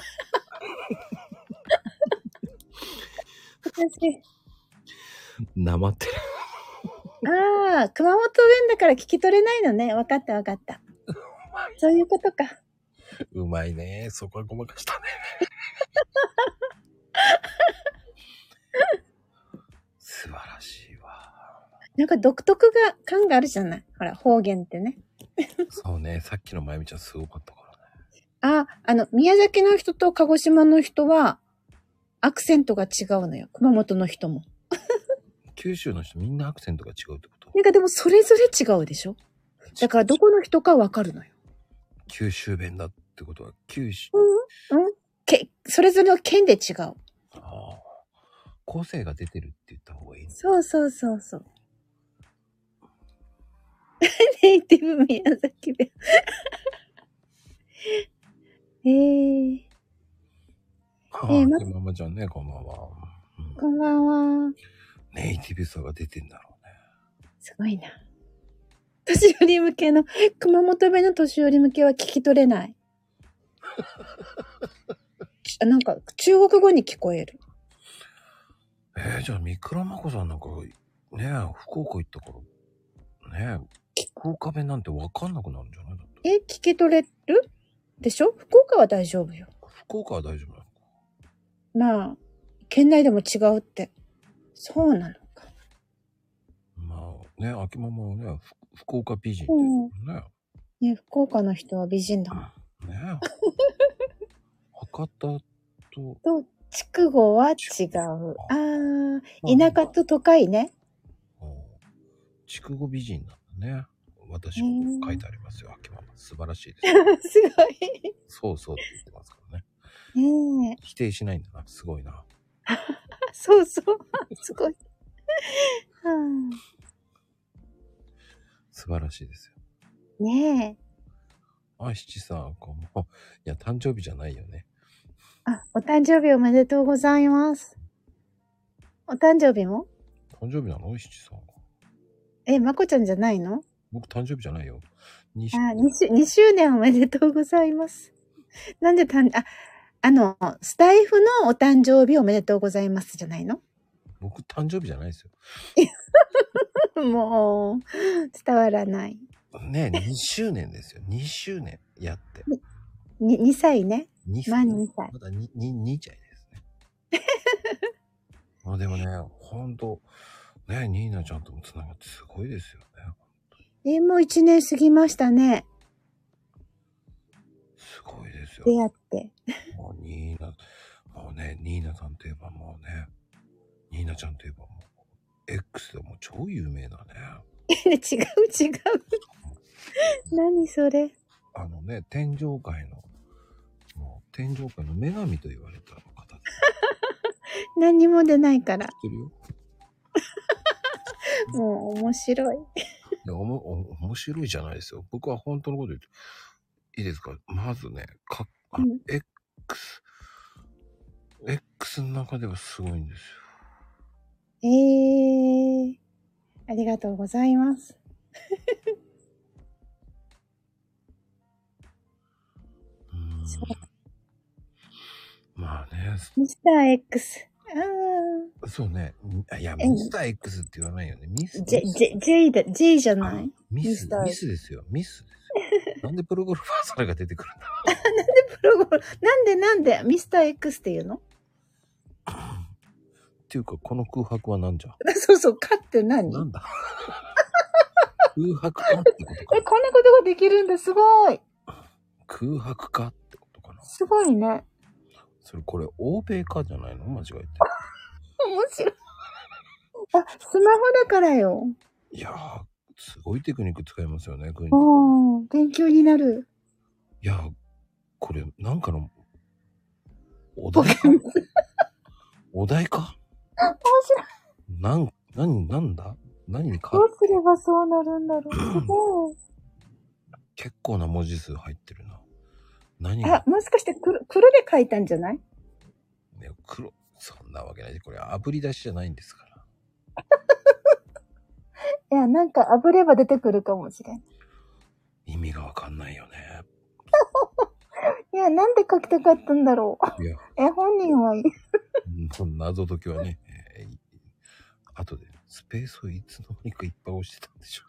Speaker 6: 私、
Speaker 1: なまってる。
Speaker 6: ああ、熊本弁だから聞き取れないのね。わかったわかった。そういうことか。
Speaker 1: うまいね。そこはごまかしたね。素晴らしいわ。
Speaker 6: なんか独特が、感があるじゃない。ほら、方言ってね。
Speaker 1: そうね。さっきのまゆみちゃんすごかったから。
Speaker 6: あ、あの、宮崎の人と鹿児島の人は、アクセントが違うのよ。熊本の人も。
Speaker 1: 九州の人みんなアクセントが違うってこと。
Speaker 6: なんかでもそれぞれ違うでしょだからどこの人かわかるのよ。
Speaker 1: 九州弁だってことは、九州、
Speaker 6: うんけ、それぞれの県で違う。
Speaker 1: ああ、個性が出てるって言った方がいいね。
Speaker 6: そうそうそうそう。 ネイティブ宮崎弁。 えー、
Speaker 1: あ
Speaker 6: え
Speaker 1: ー、
Speaker 6: ーま
Speaker 1: ママちゃんね、こんばんは。
Speaker 6: こんばんは。
Speaker 1: ネイティブさが出てんだろうね。
Speaker 6: すごいな。年寄り向けの、熊本弁の年寄り向けは聞き取れない。 あなんか、中国語に聞こえる。
Speaker 1: えー、じゃあ、ミクロマコさんなんか、ねえ、福岡行ったから、ねえ、福岡弁なんてわかんなくなるんじゃないだって。
Speaker 6: え、聞き取れるでしょ福岡は大丈夫よ。
Speaker 1: 福岡は大丈夫なの
Speaker 6: まあ、県内でも違うって。そうなのか。
Speaker 1: まあ、ね、秋ママはね、ふ福岡美人
Speaker 6: うん
Speaker 1: ってね。
Speaker 6: ね、福岡の人は美人だもん。
Speaker 1: ねえ。博多と、
Speaker 6: と、筑後は違う。あー、田舎と都会ね。
Speaker 1: 筑後美人なんだね。私、
Speaker 6: へ
Speaker 1: こ
Speaker 6: え
Speaker 1: こ書いてありますよ、秋ママ。素晴らしいで す。
Speaker 6: すごい。
Speaker 1: そうそうって言ってますからね。
Speaker 6: ねえ。
Speaker 1: 否定しないんだな。すごいな。
Speaker 6: そうそう。すごい。うん
Speaker 1: 素晴らしいですよ。
Speaker 6: ねえ。
Speaker 1: あ、七さん、こんばんは。いや、誕生日じゃないよね。
Speaker 6: あ、お誕生日おめでとうございます。お誕生日も
Speaker 1: 誕生日なの七さん。
Speaker 6: え、まこちゃんじゃないの
Speaker 1: 僕誕生日じゃないよ。に
Speaker 6: あ2周、2周年おめでとうございます。なんでたん、あ、あの、スタイフのお誕生日おめでとうございますじゃないの
Speaker 1: 僕誕生日じゃないですよ。
Speaker 6: もう、伝わらない。
Speaker 1: ねえ、2周年ですよ。2周年やって。
Speaker 6: に2歳ね。
Speaker 1: 2
Speaker 6: まあ2歳。
Speaker 1: まだ 2, 2, 2歳ですね。まあでもね、ほんと、ねえ、ニーナちゃんともつながってすごいですよね。
Speaker 6: え、もう1年過ぎましたね。
Speaker 1: すごいですよ。
Speaker 6: 出会って。
Speaker 1: もうニーナ、もうね、ニーナさんといえばもうね、ニーナちゃんといえばもう、X でも超有名なね。
Speaker 6: 違う違う。何それ。
Speaker 1: あのね、天上界の、もう天上界の女神と言われた方で
Speaker 6: 何にも出ないから。
Speaker 1: 知ってるよ。
Speaker 6: もう面白い。
Speaker 1: いやおもお面白いじゃないですよ。僕は本当のこと言って。いいですかまずね、かあ
Speaker 6: うん
Speaker 1: X、X の中ではすごいんですよ。
Speaker 6: えー、ありがとうございます。
Speaker 1: うーん
Speaker 6: そう
Speaker 1: まあね、
Speaker 6: ミスター X。あ
Speaker 1: そうね。いや、
Speaker 6: え
Speaker 1: ミスター X って言わないよね。ミス
Speaker 6: ー。J、J、J だ、J じゃない
Speaker 1: ミ
Speaker 6: ミ
Speaker 1: ス
Speaker 6: スター
Speaker 1: ミスですよ。ミスですよ。なんでプロゴルファーそれが出てくるんだろ
Speaker 6: プロゴルなんでなんでミスター X って言うの
Speaker 1: うっていうか、この空白は何じゃ
Speaker 6: そうそう、かって何
Speaker 1: なんだ 空白かってことか
Speaker 6: え、。こんなことができるんだ、すごい。
Speaker 1: 空白かってことかな。
Speaker 6: すごいね。面
Speaker 1: それこれ欧米かじゃないの間違えて。
Speaker 6: 白 い。あ、スマホだからよ。
Speaker 1: いやー、すごいテクニック使いますよね、グリーン
Speaker 6: おー、勉強になる。
Speaker 1: いやー、これなんかの、お題かお題か
Speaker 6: 面
Speaker 1: なん、なん、なんだ何にか
Speaker 6: 白い。どうすればそうなるんだろう。すごい。
Speaker 1: 結構な文字数入ってるな。何
Speaker 6: あ
Speaker 1: が、、
Speaker 6: もしかして黒黒で書いたんじゃない
Speaker 1: ね、黒、そんなわけないで、これ炙り出しじゃないんですから。
Speaker 6: いや、なんか炙れば出てくるかもしれん。
Speaker 1: 意味がわかんないよね。
Speaker 6: いや、なんで書きたかったんだろ
Speaker 1: い や、
Speaker 6: う。え、本人はいい。
Speaker 1: この謎解きはね、えー後で、スペースをいつの間にかいっぱい押してたんでしょ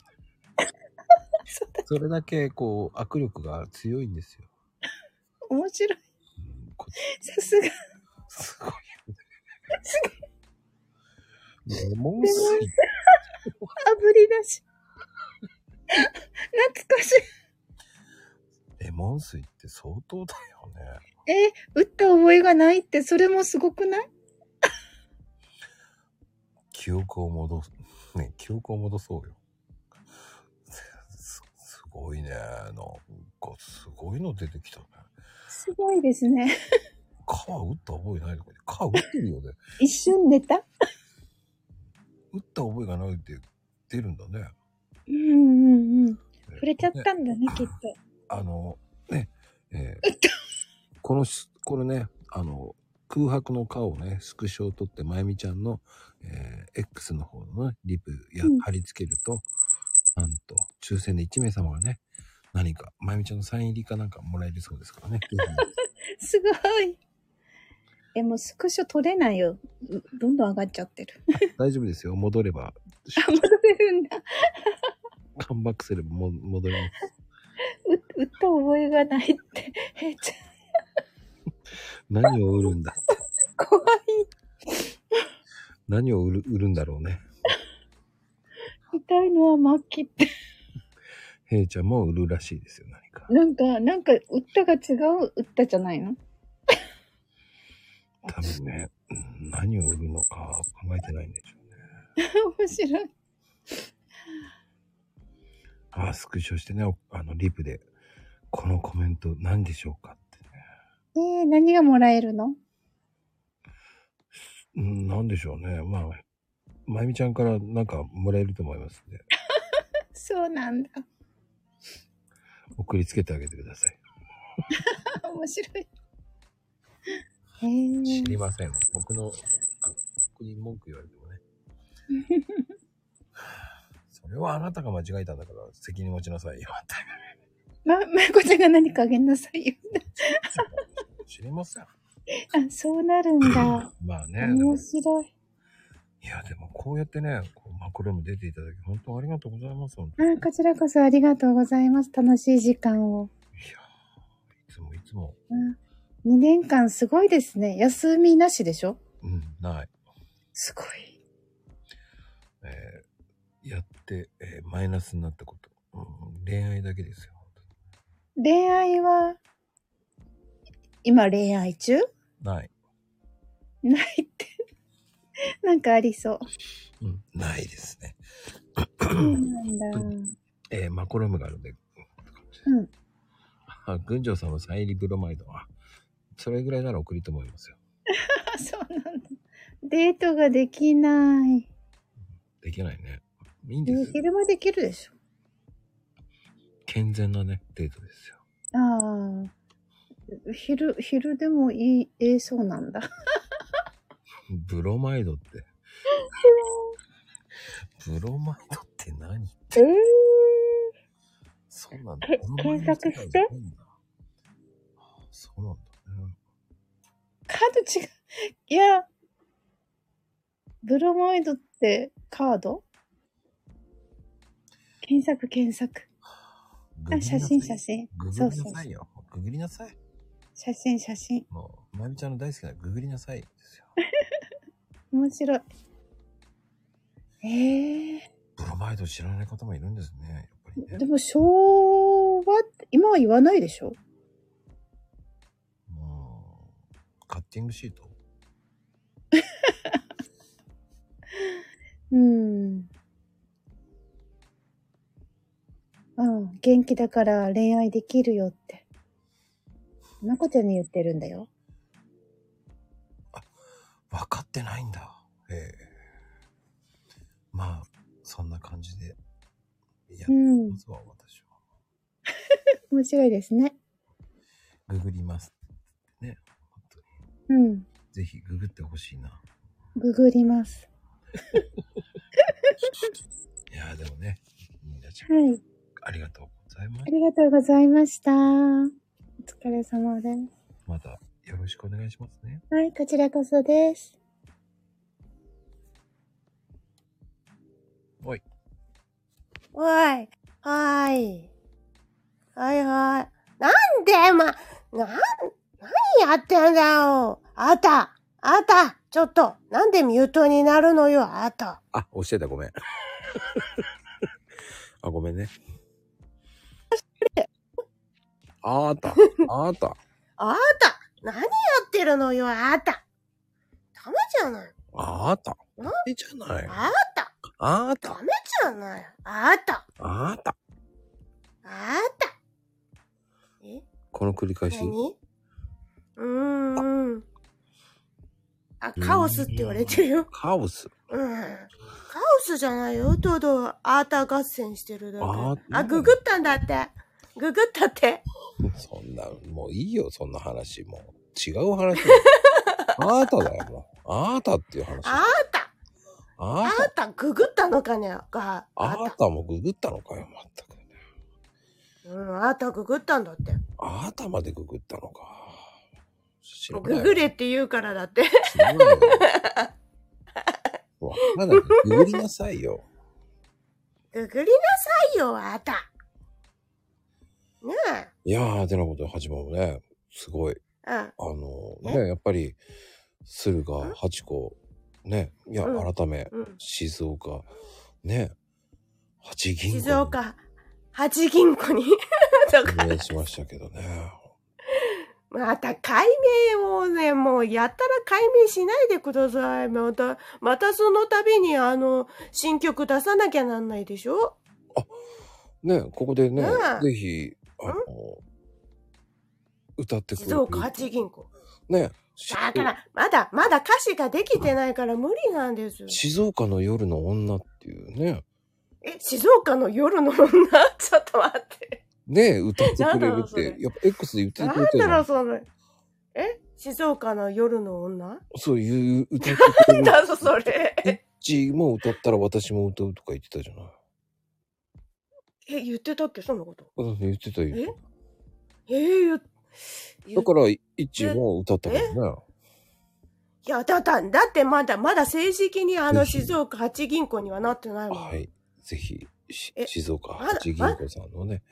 Speaker 1: うね。それだけ、こう、握力が強いんですよ。
Speaker 3: 面白い。さすが。
Speaker 1: すごいよね。レモン水
Speaker 3: 炙り出し。懐かしい。
Speaker 1: レモン水って相当だよね。
Speaker 6: えー、打った覚えがないって、それもすごくない
Speaker 1: 記憶を戻す。ね、記憶を戻そうよ。すすごいね。なんか、すごいの出てきたね。
Speaker 6: すごいです ね。
Speaker 1: カー打った覚えないとかね。カー打ってるよね。
Speaker 6: 一瞬出た
Speaker 1: 打った覚えがないって出るんだね。
Speaker 6: うんうんうん。触れちゃったんだね、きっと。
Speaker 1: あの、ね、えーこのし、これね、あの、空白の顔をね、スクショを撮って、まゆみちゃんの、えー X の方のね、リプや
Speaker 6: うん
Speaker 1: 貼り付けると、なんと、抽選で1名様がね、何か、まゆみちゃんのサイン入りかなんかもらえるそうですからね。ぜ
Speaker 6: すごい。え、もうスクショ取れないよ。うどんどん上がっちゃってる。
Speaker 1: ひ大丈夫ですよ。戻れば、
Speaker 6: 戻れるんだ。
Speaker 1: カンバックすればも戻ります。
Speaker 6: う打った覚えがないって。え、ち
Speaker 1: 何を売るんだ
Speaker 6: ょ、怖い。
Speaker 1: 何を売る売るんだろうね。
Speaker 6: 痛いのは末期って。
Speaker 1: ヘイちゃんも売るらしいですよ、何か。
Speaker 6: なんか、なんか、打ったが違う打ったじゃないの
Speaker 1: 多分ね、うん何を売るのか考えてないんでしょうね。
Speaker 6: 面白い。
Speaker 1: ああ、スクショしてね、おあの、リプで、このコメント何でしょうかってね。
Speaker 6: えー、何がもらえるの
Speaker 1: うん、なんでしょうね。まあ、まゆみちゃんからなんかもらえると思いますんで、
Speaker 6: そうなんだ。
Speaker 1: 送りつけてあげてください。
Speaker 6: 面白い。えー、
Speaker 1: 知りません。僕の、あの、僕に文句言われてもね。それはあなたが間違えたんだから責任持ちな さいよ。
Speaker 6: ま、まゆこちゃんが何かあげなさいよ。
Speaker 1: 知りません。
Speaker 6: あ、そうなるんだ。
Speaker 1: まあね、でも
Speaker 6: 面白い。
Speaker 1: いや、でもこうやってね、こうマクロム出ていただき、本当ありがとうございます。本当にい
Speaker 6: あ、こちらこそありがとうございます。楽しい時間を。
Speaker 1: やーいつもいつも、
Speaker 6: 2年間すごいですね。休みなしでしょ
Speaker 1: うん、ない。
Speaker 6: すごい。
Speaker 1: えーやって、えーマイナスになったこと、うん、恋愛だけですよ。本当に
Speaker 6: 恋愛は、今恋愛中
Speaker 1: ない。
Speaker 6: ないって。なんかありそう。
Speaker 1: うん、ないですね。
Speaker 6: そうなんだ。
Speaker 1: えーマコロムがあるんで。
Speaker 6: うん。
Speaker 1: あ、群青さんはサイリブロマイドは、それぐらいなら送りと思いますよ。
Speaker 6: あそうなんだ。デートができない。
Speaker 1: できないね。いいんですよ。
Speaker 6: 昼間できるでしょ。
Speaker 1: 健全なね、デートですよ。
Speaker 6: ああ。昼、昼でもいい、ええそうなんだ。
Speaker 1: ブロマイド って。ブロマイドって何
Speaker 6: ええ
Speaker 1: そうなんだ。
Speaker 6: け
Speaker 1: ブロマイド
Speaker 6: 検索して
Speaker 1: 世界じゃないんだ。あそうなんだね。
Speaker 6: カード違う。いや、ブロマイドってカード検索検索。
Speaker 1: ググり
Speaker 6: あ、
Speaker 1: なさ
Speaker 6: 写
Speaker 1: い
Speaker 6: 真写真。
Speaker 1: ググ
Speaker 6: そう
Speaker 1: り
Speaker 6: そう
Speaker 1: な。さいよ。ググりなさい。
Speaker 6: 写真写真。
Speaker 1: もう、まゆみちゃんの大好きなググりなさいですよ。
Speaker 6: 面白い。ええ
Speaker 1: ブロマイド知らない方もいるんですね。やっぱり
Speaker 6: で
Speaker 1: ね。
Speaker 6: も昭和って今は言わないでしょ
Speaker 1: もうカッティングシート
Speaker 6: うん。うん、元気だから恋愛できるよって。まこちゃんに言ってるんだよ。
Speaker 1: 分かってないんだ。ええまあ、そんな感じで。いや、
Speaker 6: うん
Speaker 1: まずは私は。
Speaker 6: 面白いですね。
Speaker 1: ググります。ね。本当に
Speaker 6: うん。
Speaker 1: ぜひググってほしいな。
Speaker 6: ググります。
Speaker 1: いやーでもね、みんなちゃん
Speaker 6: はい。
Speaker 1: ありがとうございま
Speaker 6: あ
Speaker 1: す。
Speaker 6: りがとうございました。お疲れ様です。
Speaker 1: またよろしくお願いしますね。
Speaker 6: はい、こちらこそです。
Speaker 10: おい、はーい。はいはい。なんで、ま、なん、何やってんだよ。あんた、あんた、ちょっと、なんでミュートになるのよ、あんた。
Speaker 1: あ、押してた、ごめん。 あ、ごめんね。あーた、あーた、
Speaker 10: あんた、何やってるのよ、あんた。ダメじゃない。
Speaker 1: あーた、
Speaker 10: ダ
Speaker 1: メじゃない。
Speaker 10: あんた、
Speaker 1: あー
Speaker 10: ダ
Speaker 1: た、
Speaker 10: メじゃない。あんた、
Speaker 1: あーた。
Speaker 10: あんた。え
Speaker 1: この繰り返し。
Speaker 10: 何うーん。あ、カオスって言われてるよ。
Speaker 1: カオス。
Speaker 10: うん。カオスじゃないよ。ただ、アーター合戦してるだけ。
Speaker 1: あー
Speaker 10: あ、ググったんだって。ググったって。
Speaker 1: そんな、もういいよ、そんな話。もう、違う 話。あーただよ、もう。あーたっていう話。
Speaker 10: あーた、
Speaker 1: あ
Speaker 10: あ
Speaker 1: ー
Speaker 10: ーた、ググったのかねが、
Speaker 1: た、あーたもググったのかよ、まったく。
Speaker 10: うん、あーたググったんだって。
Speaker 1: あーたまでググったのか。知らない。
Speaker 10: ググれって言うからだって。
Speaker 1: 知らないよ。わからない。ググりなさいよ。
Speaker 10: ググりなさいよ、あーた。ね
Speaker 1: いやー、てなことで始まるね。すごい。
Speaker 10: え。うん。
Speaker 1: あのね、やっぱり、駿河、八個、ね、いや、
Speaker 10: うん
Speaker 1: 改め、
Speaker 10: うん
Speaker 1: 静岡、ね、八銀
Speaker 10: 静
Speaker 1: 行
Speaker 10: 岡、八銀行に。 と
Speaker 1: に
Speaker 10: か。
Speaker 1: 命しましたけどね。
Speaker 10: また解明をね、もうやったら解明しないでください。また、またその度にあの、新曲出さなきゃなんないでしょ
Speaker 1: ね、ここでね、
Speaker 10: うん
Speaker 1: ぜひ、あの、歌ってくれ
Speaker 10: 静岡八銀行。
Speaker 1: ね、
Speaker 10: だから、まだ、まだ歌詞ができてないから無理なんですよ。
Speaker 1: 静岡の夜の女っていうね、
Speaker 10: え、静岡の夜の女ちょっと待って。
Speaker 1: ね、歌ってく
Speaker 10: なん
Speaker 1: れ
Speaker 10: だろ
Speaker 1: る
Speaker 10: う
Speaker 1: っ
Speaker 10: それ
Speaker 1: て、やっぱ X で歌って
Speaker 10: な
Speaker 1: く
Speaker 10: ん
Speaker 1: れてる
Speaker 10: だ
Speaker 1: じゃ
Speaker 10: ろ
Speaker 1: ん
Speaker 10: う、その、え静岡の夜 の女
Speaker 1: そう いう歌ってくれ
Speaker 10: なん
Speaker 1: る。
Speaker 10: だろう、それ。
Speaker 1: イッチも歌ったら私も歌うとか言ってたじゃない。
Speaker 10: え、言ってたっけそんなこと。
Speaker 1: うん言ってたよ。
Speaker 10: ええー、言っ言
Speaker 1: だ
Speaker 10: っ
Speaker 1: から、イッチも歌ったからね。
Speaker 10: いや、だ、だ、だってまだ、まだ正式にあの静岡八銀行にはなってないもん。
Speaker 1: はい。ぜひ、し
Speaker 10: え
Speaker 1: 静岡
Speaker 10: まだ
Speaker 1: 八銀行さんのね、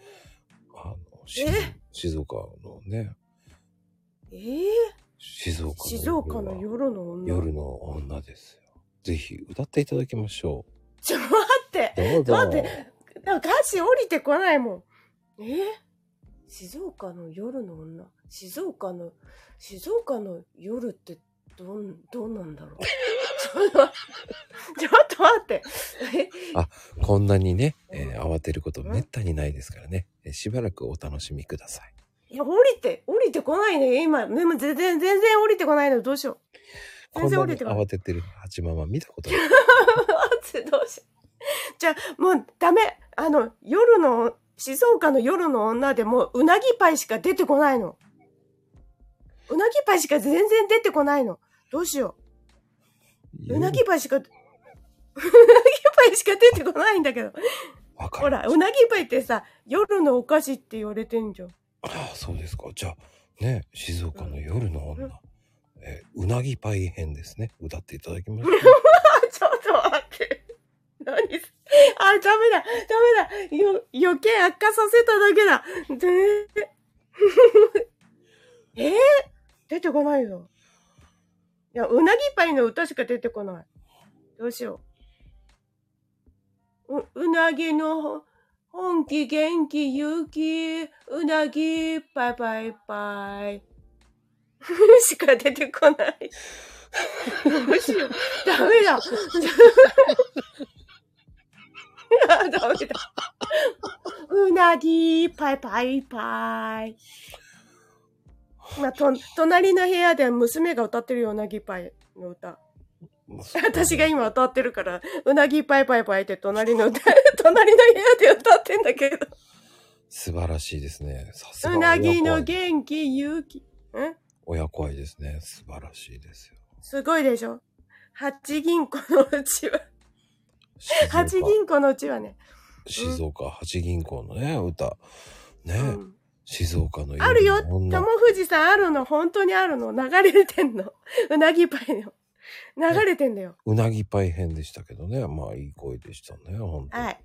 Speaker 1: あの、し
Speaker 10: え
Speaker 1: 静岡のね、
Speaker 10: え
Speaker 1: 静岡
Speaker 10: ー、静岡の夜の女。
Speaker 1: 夜の女ですよ。ぜひ歌っていただきましょ
Speaker 10: ちょっと待っ
Speaker 1: う。
Speaker 10: て、
Speaker 1: どうぞ。
Speaker 10: 待ってなんか歌詞降りてこないもん。えー、静岡の夜の女。静岡の、静岡の夜ってどん、どうなんだろう。ちょっと待って、ちょっと待って。え
Speaker 1: こんなにね、えー慌てることめったにないですからね、えーしばらくお楽しみください。
Speaker 10: いや、降りて、降りてこないね。今、でも全然、全然降りてこないの。どうしよう。
Speaker 1: こ
Speaker 10: 全
Speaker 1: ん
Speaker 10: 然
Speaker 1: な
Speaker 10: 降
Speaker 1: に
Speaker 10: りてこない
Speaker 1: 慌。ててる八ママ見たことない。
Speaker 10: 待ってどうしよう じゃあもうダメあの夜の静岡の夜の女でもううなぎパイしか出てこないのうなぎパイしか全然出てこないのどうしよううなぎパイしかうなぎパイしか出てこないんだけど
Speaker 1: わか
Speaker 10: ほ
Speaker 1: る。
Speaker 10: らうなぎパイってさ夜のお菓子って言われてんじゃん
Speaker 1: ああ、そうですか。じゃあ、ね、静岡の夜の女、
Speaker 10: うん
Speaker 1: えーうなぎパイ編ですね。歌っていただきましょ
Speaker 10: あ ちょっと待って何あ、ダメだダメだよ、余計悪化させただけだで えー、出てこないよ。いや、うなぎパイの歌しか出てこない。どうしよう。う、うなぎの本気元気勇気、うなぎパイパイパイ。 しか出てこない。どうしよう。ダメだ。あダメだ。うなぎ、パイパイパイ。まあ、と、隣の部屋で娘が歌ってるよ、うなぎパイの歌。
Speaker 1: う。
Speaker 10: 私が今歌ってるから、うなぎパイパイパイって隣の 歌、隣の部屋で歌ってんだけど。
Speaker 1: 素晴らしいですね。さすが
Speaker 10: うなぎの
Speaker 1: 親子愛
Speaker 10: 元気、勇気。ん
Speaker 1: 親子愛ですね。素晴らしいですよ。
Speaker 10: すごいでしょ八銀行のうちは、
Speaker 1: 静岡
Speaker 10: 八銀行のうちはね。
Speaker 1: 静岡八銀行のね、歌。ね、
Speaker 10: うん
Speaker 1: 静岡の夜の
Speaker 10: あるよ、
Speaker 1: 女
Speaker 10: 友藤さんあるの、本当にあるの。流れてんの。うなぎパイの。流れてんだよ。
Speaker 1: うなぎパイ編でしたけどね。まあ、いい声でしたね。本当に
Speaker 10: はい。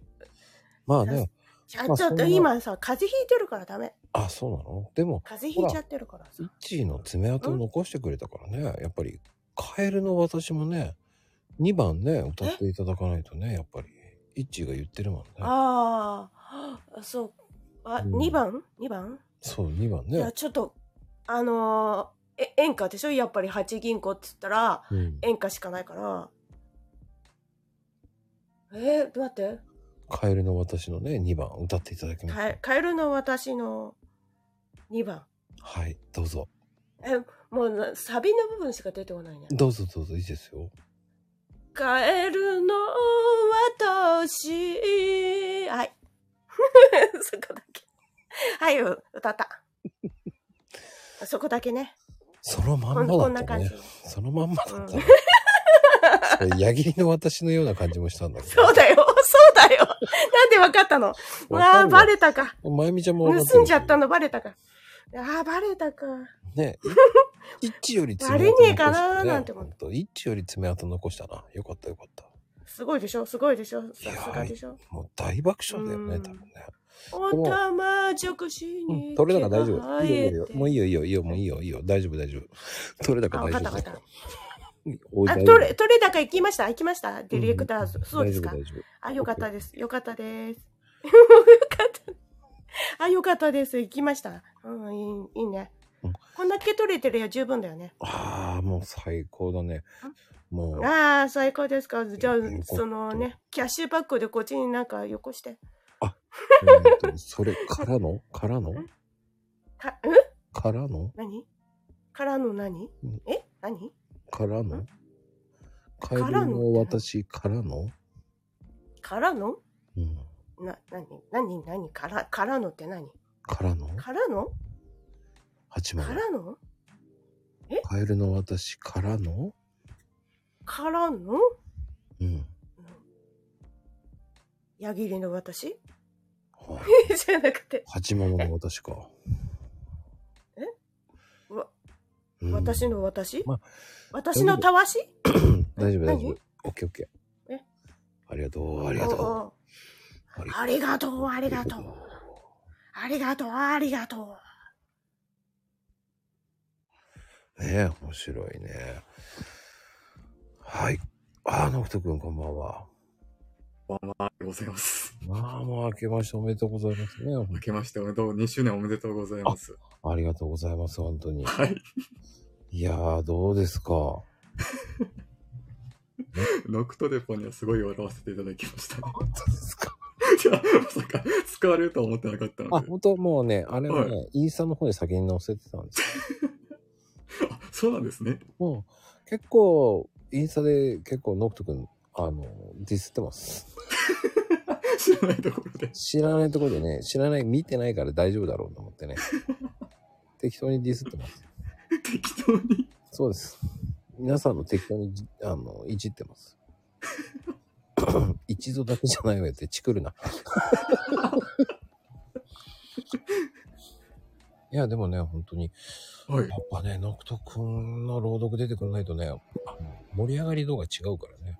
Speaker 1: まあね。
Speaker 10: あ、ちょっと今さ、風邪ひいてるからダメ。
Speaker 1: あ、そうなのでも、
Speaker 10: 風邪ひいちゃってるからさ。
Speaker 1: 1位の爪痕を残してくれたからね、やっぱり、カエルの私もね、2番ね、歌っていただかないとね、やっぱり、1位が言ってるもんね。
Speaker 10: ああ、そう。あ、
Speaker 1: うん
Speaker 10: 2番 ?2 番
Speaker 1: そう、2番
Speaker 10: いや、
Speaker 1: ね。
Speaker 10: ちょっと、あのーえ、演歌でしょやっぱり八銀行って言ったら、
Speaker 1: うん
Speaker 10: 演歌しかないから。えー、待って。
Speaker 1: カエルの私のね、2番歌っていただきます。
Speaker 10: カエカエルの私の2番。
Speaker 1: はい、どうぞ。
Speaker 10: え、もうなサビの部分しか出てこないね。
Speaker 1: どうぞどうぞ、いいですよ。
Speaker 10: カエルの私。はい。 そこだけ。はい、う 歌った。そこだけね。
Speaker 1: そのまん
Speaker 10: こ
Speaker 1: ま
Speaker 10: ん
Speaker 1: だっ
Speaker 10: な
Speaker 1: た
Speaker 10: 感じ
Speaker 1: ね。そのまんまだ
Speaker 10: うん
Speaker 1: ったね。 矢切の私のような感じもしたんだけ
Speaker 10: そうだよ、そうだよ。なんでわかったの
Speaker 1: わかんない
Speaker 10: わあ、バレたか。
Speaker 1: ど。まゆみちゃんも分かって
Speaker 10: 盗ん
Speaker 1: る
Speaker 10: じゃったのバレたか。ああ、バレたか。
Speaker 1: ね。い一より爪
Speaker 10: バ
Speaker 1: 痕
Speaker 10: レね
Speaker 1: 残
Speaker 10: え
Speaker 1: し
Speaker 10: か
Speaker 1: た
Speaker 10: な
Speaker 1: ね。
Speaker 10: なんて思って。
Speaker 1: ほんと一より爪痕残したな。よかったよかった。
Speaker 10: すごいでしょすごいでしょさすがでしょ
Speaker 1: もう大爆笑だよね、多分ね。で
Speaker 10: お
Speaker 1: も
Speaker 10: たまじょくし
Speaker 1: う
Speaker 10: に。
Speaker 1: ん、取れ高大丈夫。いいよいい
Speaker 10: よ。
Speaker 1: よ。もういいよいいよいいよ、もういいよいいよ。大丈夫大丈夫。取れ高
Speaker 10: あ、わ
Speaker 1: 大
Speaker 10: か
Speaker 1: 丈
Speaker 10: ったわか
Speaker 1: 夫
Speaker 10: っ
Speaker 1: だよ。。おい
Speaker 10: たあ、
Speaker 1: 大
Speaker 10: 取
Speaker 1: 丈夫
Speaker 10: れ、取れ高行きました行きましたディレクターズ。そうですか
Speaker 1: 大丈夫大丈夫
Speaker 10: あ、よかったです。よかったです。よ かった。あ、よかったです。行きました。うん、いい、いいね。こんだけ取れてるよ、十分だよね。
Speaker 1: ああ、もう最高だね。もう、
Speaker 10: ああ、最高ですか。じゃあ、そのね、キャッシュバッグでこっちになんかよこして。
Speaker 1: えっとそれからのからの
Speaker 10: か、うん
Speaker 1: からの
Speaker 10: 何からの何え何
Speaker 1: からのカエ
Speaker 10: から
Speaker 1: ル
Speaker 10: の
Speaker 1: の私からの
Speaker 10: からのな、何何何から、からのって何
Speaker 1: からの
Speaker 10: からの
Speaker 1: 八
Speaker 10: か
Speaker 1: 番。
Speaker 10: らの
Speaker 1: カエルの私からの
Speaker 10: からの
Speaker 1: うん。
Speaker 10: 矢切の私 じゃなくて、
Speaker 1: 八ママの私か。
Speaker 10: わ、
Speaker 1: うん
Speaker 10: 私の私、
Speaker 1: まあ
Speaker 10: 私のたわし
Speaker 1: 大丈夫大丈
Speaker 10: 何
Speaker 1: 夫。オッケーオッケー
Speaker 10: え。
Speaker 1: ありがとう、ありがとう。
Speaker 10: おうおうありがとう、ありがとう。ありがとう、ありがと
Speaker 1: ねえ、面白いね。はい。あー、ノクト君こんばんは。
Speaker 11: こんばんは、ございます。
Speaker 1: まあまあ、明けましておめでとうございますね。明
Speaker 11: けましておめでとう、2周年おめでとうございます。
Speaker 1: ありがとうございます、本当に。
Speaker 11: はい。
Speaker 1: いやー、どうで すか。
Speaker 11: ノクトデポにはすごい笑わせていただきましたね。
Speaker 1: 本当です
Speaker 11: かいや、まさか使われるとは思ってなかったの
Speaker 1: あ、
Speaker 11: で。
Speaker 1: 本当もうね、あれはね、
Speaker 11: は
Speaker 1: インスタの方に先に載せてたんです
Speaker 11: あ、そうなんですね。
Speaker 1: よ。うん。結構、インスタで結構、ノクト君、あの、ディスってます。
Speaker 11: 知らないところで。
Speaker 1: 知らないところでね、知らない、見てないから大丈夫だろうと思 ってね。適当にディスってます。適当にそうです。皆さんの適当に、あの、いじって ます。一度だけじゃないわよって、チクる な。いや、でもね、本当に。やっぱね、ノクト君の朗読出てくれないとね、あの盛り上がり度が違うからね。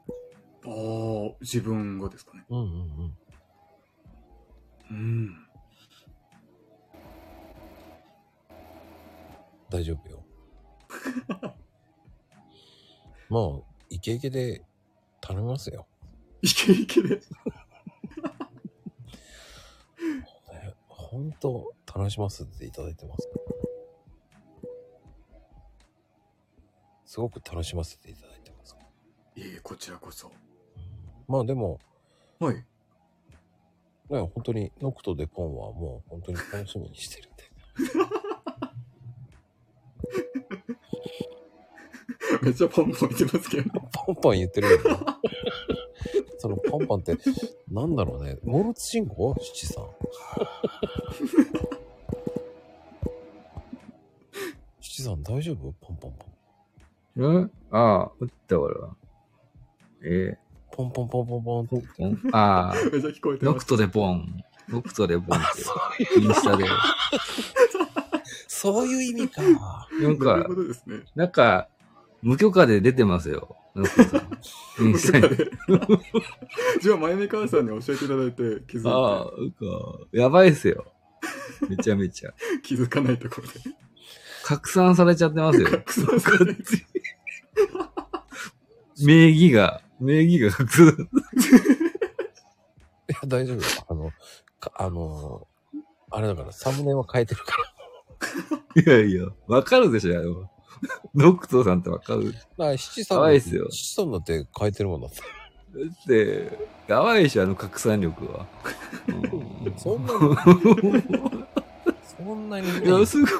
Speaker 11: ああ、自分がですかね。
Speaker 1: うんうん
Speaker 11: うん。うん。
Speaker 1: 大丈夫よ。 もう、イケイケで頼みますよ。
Speaker 11: イケイケで。
Speaker 1: 本当楽しませていただいてます。すごく楽しませていただいてます。
Speaker 11: いえいえ、こちらこそ。
Speaker 1: まあでも、
Speaker 11: はい。
Speaker 1: ね、本当に、ノクトでポンはもう本当に楽しみにしてるんで。
Speaker 11: めっちゃポンポン言ってますけど。
Speaker 1: ポンポン言ってるよね。 そのポンポンって、なんだろうね。モルツ信号七三。 七三大丈夫ポンポンポン。
Speaker 12: うんああ、打った俺は。ええ
Speaker 1: ポンポンポンポンポンって
Speaker 12: ポンああ、
Speaker 11: めっちゃ聞こえて
Speaker 12: ノ
Speaker 11: ま
Speaker 12: ク
Speaker 11: す。
Speaker 12: トでポン。ノクトでポンって、
Speaker 11: う
Speaker 12: インスタで。
Speaker 1: そういう意味か。
Speaker 12: なん
Speaker 11: なる
Speaker 12: か
Speaker 11: ほ、どですね。
Speaker 12: なんか、無許可で出てますよ。な んかさ、うん
Speaker 11: 僕がねじゃあ、まゆみ母さんに教えていただいて気づいて。
Speaker 12: ああ、うか。やばいっすよ。めちゃめちゃ。
Speaker 11: 気づかないところで。
Speaker 12: 拡散されちゃってますよ。
Speaker 11: 拡散され
Speaker 12: 名義が、名義が拡散。
Speaker 1: いや、大丈夫。あの、かあのーあれだから、サムネは変えてるから。
Speaker 12: いやいや、わかるでしょ、あれは。ノクトさんってわかる。
Speaker 1: だから、七
Speaker 12: か
Speaker 1: 三
Speaker 12: わいいっす
Speaker 1: だ
Speaker 12: よ
Speaker 1: って。七三だって変えてるもんだって。
Speaker 12: だって、やばいでしょ、あの拡散力は。
Speaker 1: そんな そんなに。
Speaker 12: いや、すごい。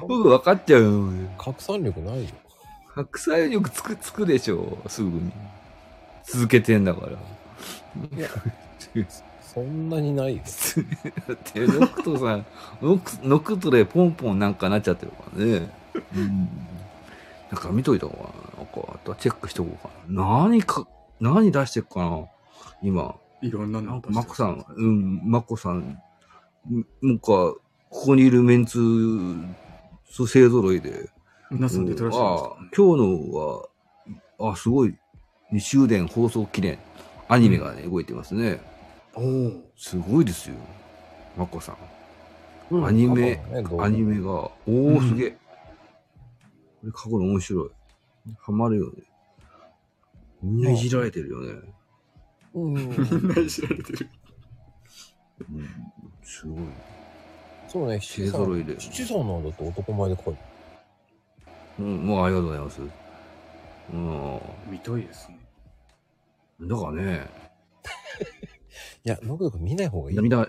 Speaker 12: 僕分かっちゃうのよ
Speaker 1: 拡散力ないよ。
Speaker 12: 拡散力つく、つくでしょう、すぐに。続けてんだから。
Speaker 1: いや、そんなにないよ。
Speaker 12: だって、ノクトさん、ノクノクトでポンポンなんかなっちゃってるからね。うん。なんか見といた方がな。なんか、あとはチェックしとこうかな。何か、何出してるかな今。
Speaker 11: いろんなの
Speaker 12: マコさん、うん、マコさん、んなんか、ここにいるメンツ、そう勢揃いで。
Speaker 11: 皆さん出てらっしゃいますか
Speaker 12: うんあ今日のは、あ、すごい、2周年放送記念、アニメがね、動いてますね。
Speaker 11: おお。
Speaker 12: すごいですよ、マコさん。
Speaker 1: うん
Speaker 12: アニメ
Speaker 1: 過去のね動、画
Speaker 12: アニメが、お
Speaker 1: う
Speaker 12: お、
Speaker 1: ん
Speaker 12: すげえ。これ過去の面白い。ハマるよね。みんないじられてるよね。
Speaker 1: うん。
Speaker 11: みんないじられてる。
Speaker 12: すごい。
Speaker 1: そうね、七三。
Speaker 12: 勢揃いで
Speaker 1: 七三なんだって男前で来い。
Speaker 12: うん、もうありがとうございます。うん。
Speaker 11: 見たいですね。
Speaker 12: だからね。
Speaker 1: いや、ノブ君見ない方がいい。
Speaker 12: 見ない。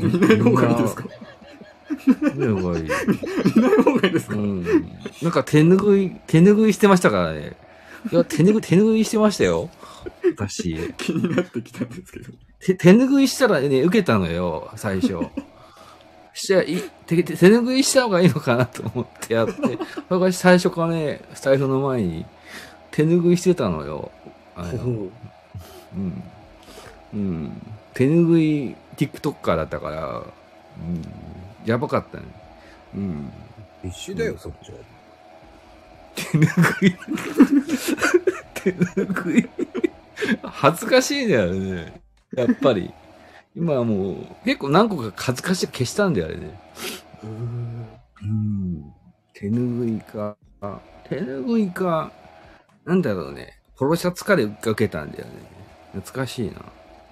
Speaker 1: 見ない方がいいですか
Speaker 12: 見ない方がいい。見ない方がいいですかうん。なんか手ぬぐい、手ぬぐいしてましたからね。いや、手ぬぐい、手ぬぐいしてましたよ。私。
Speaker 11: 気になってきたんですけど。
Speaker 12: 手、手ぬぐいしたらね、受けたのよ、最初。しちゃい、手、手手ぬぐいした方がいいのかなと思ってやって。それから最初からね、スタイルの前に、手ぬぐいしてたのよ。あのうん。うん。手ぬぐい TikToker だったから、うん。やばかったね。うん。
Speaker 1: 必死だよ、そっちは。
Speaker 12: 恥ずかしいんだよね。やっぱり。今はもう、結構何個か恥ずかしく消したんだよね。うん。手ぬぐいか。手ぬぐいか。なんだろうね。ポロシャツかで受けたんだよね。懐かしいな。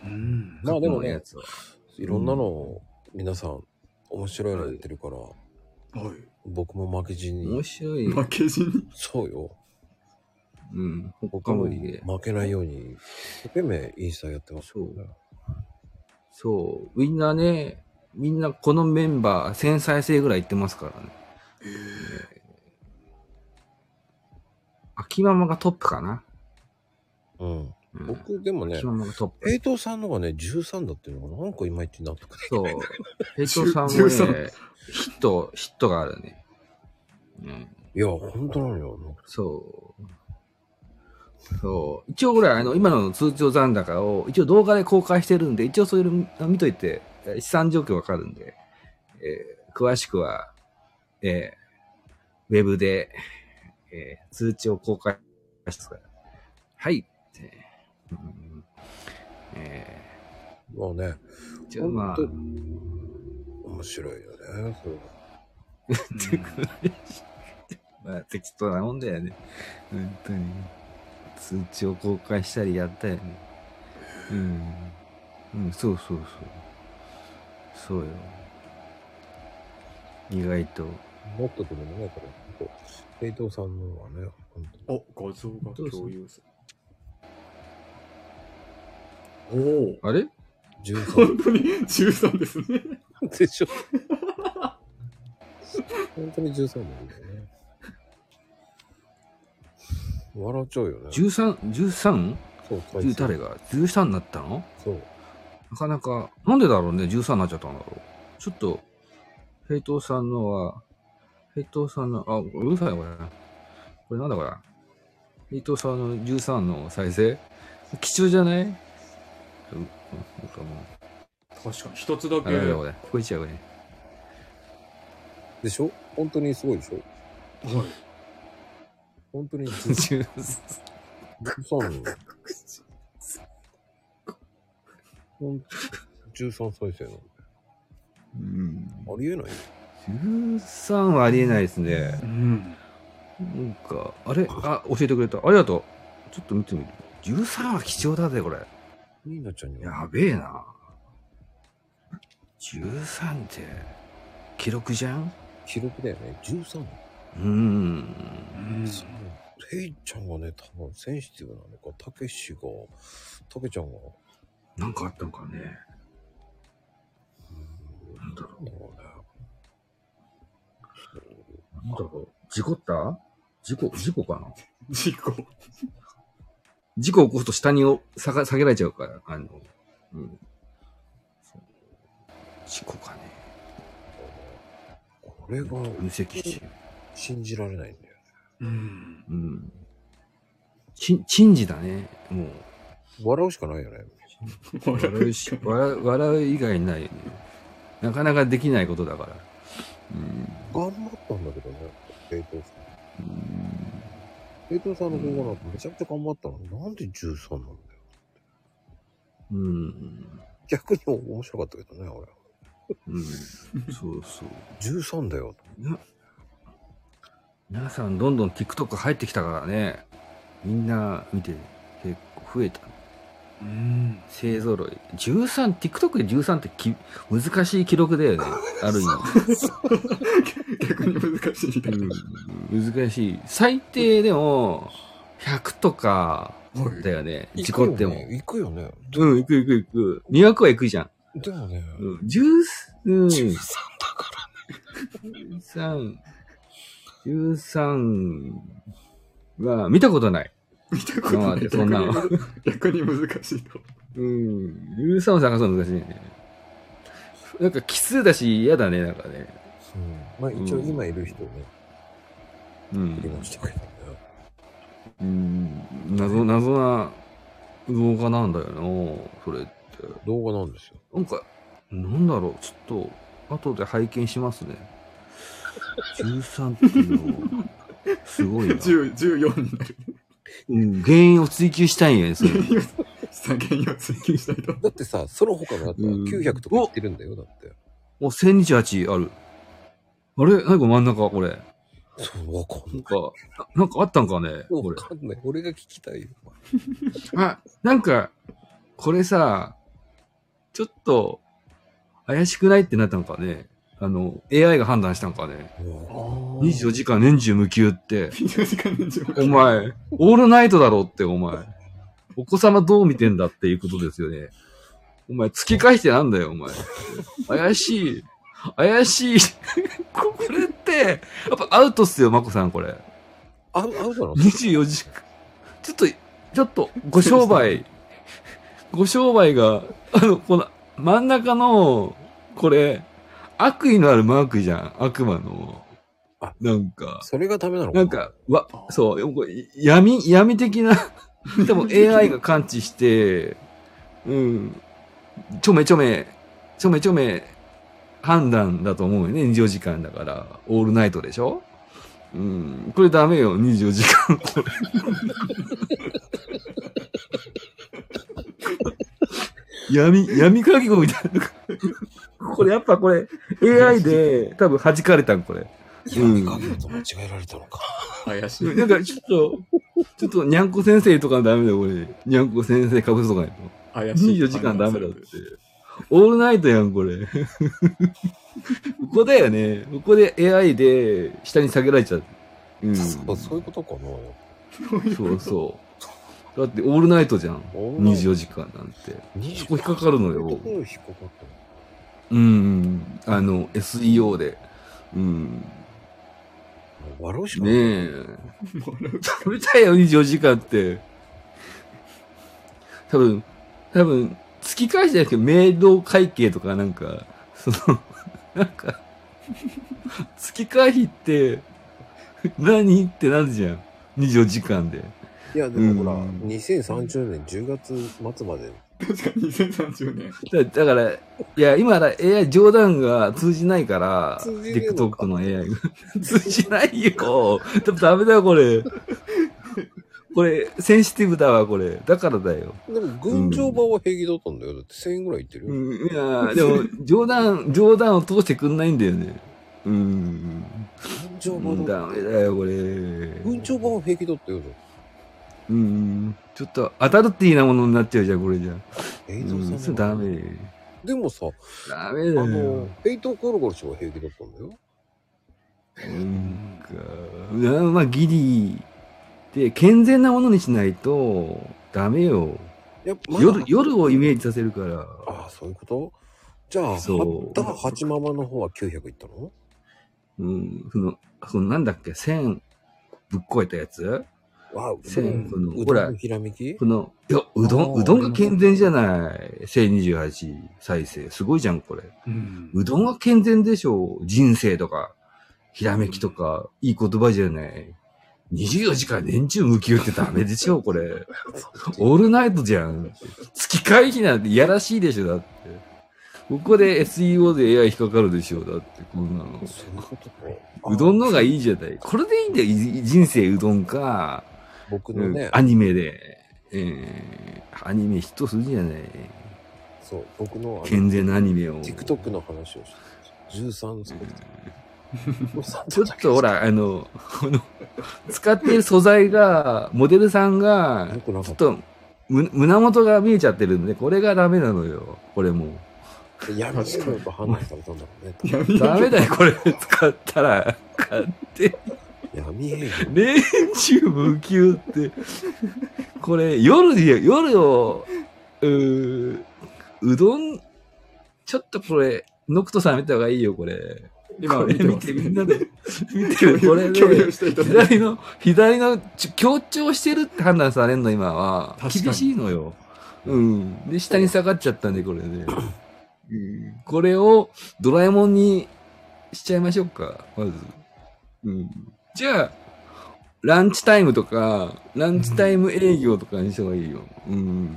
Speaker 11: うん。
Speaker 1: まあでも
Speaker 12: 過去のや
Speaker 1: ね
Speaker 12: つは、
Speaker 1: いろんなのを皆さん面白いのやってるから、僕も負けじに。
Speaker 12: 面白い
Speaker 11: 負けじに
Speaker 1: そうよ。
Speaker 12: うん。
Speaker 1: 僕も負けないように、一生懸命インスタやってます。
Speaker 12: そう。そう。みんなね、みんなこのメンバー、1000再生ぐらい行ってますからね。秋ママがトップかな。
Speaker 1: うん。僕でもね
Speaker 12: 秋ママがトップ。、
Speaker 1: 平等さんのがね、13だっていうのがなんかいまいち納得で
Speaker 12: そう。平等さんもね、
Speaker 1: 13
Speaker 12: ヒット、ヒットがあるね。うん。
Speaker 1: いや、本当なのよ。
Speaker 12: そう。そう。一応、ほら、あの、今の通帳残高を、一応動画で公開してるんで、一応そういうの見といて、え資産状況わかるんで、えー詳しくは、えーウェブで、えー通知を公開してくださいはい。ってうんえ
Speaker 1: ー、もうね、
Speaker 12: じゃあまあ、
Speaker 1: 本当面白いよね、それは。
Speaker 12: まあ、適当なもんだよね。本当に。通知を公開したりやったよね。うん。うん、そうそうそう。そうよ。意外と。
Speaker 1: もっとでもね、これ。平等さんのはね、本
Speaker 11: お、画像が共有す
Speaker 1: 当に。
Speaker 11: お
Speaker 12: あれ
Speaker 1: ?13。
Speaker 11: 本当に13ですね。
Speaker 1: でしょ。本当に13なんだよね。笑っちゃうよね。
Speaker 12: 13、13?
Speaker 1: そう、
Speaker 12: 10誰が ?13 になったの
Speaker 1: そう。
Speaker 12: なかなか、なんでだろうね、13になっちゃったんだろう。ちょっと、平等さんのは、平等さんの、あ、うるさいなこれ。これなんだこれ。平等さんの13の再生貴重じゃないうううん
Speaker 11: 確かに一つだ
Speaker 12: あ
Speaker 11: け
Speaker 12: れだよこれ。聞こえちゃうね。
Speaker 1: でしょ本当にすごいでしょ
Speaker 11: はい。
Speaker 1: 本当に自由。 そうなのよ。ほんと、13歳生なの。
Speaker 12: うん。
Speaker 1: ありえないよ。
Speaker 12: 13はありえないですね。うん。なんか、あれあ、教えてくれた。ありがとう。ちょっと見てみる。13は貴重だぜ、これ。
Speaker 1: ニーナちゃんには。
Speaker 12: やべえな。13って、記録じゃん
Speaker 1: 記録だよね。13。
Speaker 12: うーん。
Speaker 1: そうレイちゃんがね、多分センシティブなのか、たけしが、たけちゃんが。
Speaker 12: なんかあったのかね。
Speaker 1: なんだろうね。
Speaker 12: なんだろう。事故った事故、事故かな事故。事故起こすと下にお下が下げられちゃうから、あの、うん。そう事故かね。
Speaker 1: これが、
Speaker 12: 分析し
Speaker 1: 信じられないんだよね。
Speaker 12: うん。うん。ち、珍事だね。もう。
Speaker 1: 笑うしかないよね。
Speaker 12: 笑うし 笑う、笑う以外ないよね。なかなかできないことだから。うん。
Speaker 1: 頑張ったんだけどね、冷凍さん。冷凍さんの動画なんかめちゃくちゃ頑張ったのに、なんで13なんだよ。
Speaker 12: うん。
Speaker 1: 逆に面白かったけどね、俺。
Speaker 12: うん。そうそう。
Speaker 1: 13だよ。
Speaker 12: 皆さんどんどん TikTok 入ってきたからね。みんな見て結構増えた。うん。勢ぞろい。13、TikTok で13ってき難しい記録だよね。ある意 味。逆に難しいみたいな、難しい。最低でも100とかだよね。事故っても。
Speaker 1: 行くよね。
Speaker 12: うん、行く行く行く。200は行くじゃん。
Speaker 1: でもね、
Speaker 12: うん、13、うん、13だからね。13、13は見たことない。見た
Speaker 11: ことない
Speaker 12: そんなの。
Speaker 11: 逆に難しいと。
Speaker 12: うん、13を探すの難しいね。なんか奇数だし嫌だね、なんかね。
Speaker 1: まあ一応今いる人ね、
Speaker 12: うん。
Speaker 1: いましたけどね。
Speaker 12: うん、謎、謎な動画なんだよな、それって。
Speaker 1: 動画なんですよ。
Speaker 12: なんか、なんだろう、ちょっと、後で拝見しますね。13っていうの、すご いな。
Speaker 11: 10 14になる。
Speaker 12: うん、原因を追求したいんやね、それ。
Speaker 11: 原因を追求したいと。
Speaker 1: だってさ、その他のだったら900とか言ってるんだよ、だって。
Speaker 12: お、1028ある。あれ何か真ん中、これ。
Speaker 1: そう、わかん
Speaker 12: ない。なんか、ななんかあったんかねこ
Speaker 1: わかんない。俺が聞きたいよ。
Speaker 12: れ。あ、なんか、これさ、ちょっと、怪しくないってなったんかねあの、AI が判断したんかね24時間年中無休って。お前、オールナイトだろって、お前。お子様どう見てんだっていうことですよね。お前、突き返してなんだよ、お前。怪しい。怪しい。これって、やっぱアウトっすよ、マコさん、これ。
Speaker 1: アウアウトなの
Speaker 12: ?24 時間。ちょっと、ちょっと、ご 商売、ご商売が、あの、この、真ん中の、これ、悪意のあるマークじゃん、悪魔の。なんか。
Speaker 1: それがダメなの
Speaker 12: なんか、わ、そう、これ闇、闇 的な、多分 AI が感知して、うん、ちょめちょめ、ちょめちょめ判断だと思うよね、24時間だから、オールナイトでしょうん、これダメよ、24時間、 これ。闇、闇鍵子みたいな。これやっぱこれ、AI で多分弾かれたん、これ。うん。
Speaker 1: と間違えられたのか。
Speaker 11: 怪し
Speaker 12: なんかちょっと、ちょっとにゃんこ先生とかダメだよ、これ。にゃんこ先生かぶせとかないと。
Speaker 11: 怪しい
Speaker 12: 24時間ダメだって。オールナイトやん、これ。ここだよね。ここで AI で下に下げられちゃう。うん。そう
Speaker 1: そういうことかな。
Speaker 12: そうそう。だってオールナイトじゃん。
Speaker 1: ールナイト
Speaker 12: 24時間なんて。そこ引っかかるのよ。
Speaker 1: どういう引っかかったの
Speaker 12: うん。あの、SEO で。うん。
Speaker 1: 笑うし
Speaker 12: かねえ。食べたいよ、24時間って。多分、多分、突き返してないですけど、明動会計とかなんか、その、なんか、突き返って、何ってなるじゃん。24時間で。
Speaker 1: いや、でもほら、2030年10月末まで。
Speaker 11: 確か2030年。
Speaker 12: だだから、いや、今だ AI 冗談が通じないから、
Speaker 11: 通じねえの
Speaker 12: TikTok の AI が。通じないよ。だダメだよ、これ。これ、センシティブだわ、これ。だからだよ。
Speaker 1: でも、群青場は平気だったんだよ。だって1000円ぐらいいってるよ。
Speaker 12: いやーでも、冗談、冗談を通してくんないんだよね。うん。
Speaker 1: 群青場
Speaker 12: うんダメだよ、これ。う
Speaker 1: 群青場は平気だったよ。だって
Speaker 12: ん。ちょっと、アダルティーなものになっちゃうじゃん、これじゃ。
Speaker 1: え
Speaker 12: うん、それダメ。
Speaker 1: でもさ、
Speaker 12: ダメだよ
Speaker 1: あの、ヘイトコロコロ氏は平気だったんだよ。
Speaker 12: うんか、うんまあ、ギリ、で、健全なものにしないと、ダメよ。
Speaker 1: やっぱ
Speaker 12: 夜、夜をイメージさせるから。
Speaker 1: ああ、そういうことじゃあ、
Speaker 12: そう
Speaker 1: だから八ママの方は900いったの
Speaker 12: うん、その、そのなんだっけ、線ぶっ超えたやつ
Speaker 1: わあ、
Speaker 12: 線、こ
Speaker 1: う
Speaker 12: の、
Speaker 1: どん
Speaker 12: ほら
Speaker 1: の、ひらめき
Speaker 12: この、いや、うどん、うどんが健全じゃない。正28再生。すごいじゃん、これ。うどんが健全でしょう。人生とか、ひらめきとか、いい言葉じゃない。24時間年中無休ってダメでしょ、これ。オールナイトじゃん。月会費なんていやらしいでしょ、だって。ここで SEO で AI 引っかかるでしょ、だって、こんなの。うどんのがいいじゃない。これでいいんだよ、い人生うどんか。
Speaker 1: 僕のね
Speaker 12: うんアニメで。えー、アニメ一筋じゃない。
Speaker 1: そう、僕のあの
Speaker 12: 健全なアニメを。
Speaker 1: TikTok の話をしてる13歳。
Speaker 12: ちょっとほら、あの、この、使っている素材が、モデルさんが、ちょっと、む胸元が見えちゃってるんで、これがダメなのよ、これも。
Speaker 1: 闇の声と判断されたんだろうね。
Speaker 12: ダメだ よ、これ、使ったら、買って。
Speaker 1: 闇営業。
Speaker 12: 練習無休って、これ、夜で、夜を、うーうどん、ちょっとこれ、ノクトさん見た方がいいよ、これ。
Speaker 11: 今
Speaker 12: これ
Speaker 11: 見てます
Speaker 12: 見て、みんなで、見てる、 これね
Speaker 11: 共有していただいて
Speaker 12: 左の、左の、ちょ強調してるって判断されんの、今は。
Speaker 11: 確かに
Speaker 12: 厳しいのよ。うん。で、下に下がっちゃったんで、これね。うんこれを、ドラえもんにしちゃいましょうか、まず。うん。じゃあ、ランチタイムとか、ランチタイム営業とかにした方がいいよ。うん。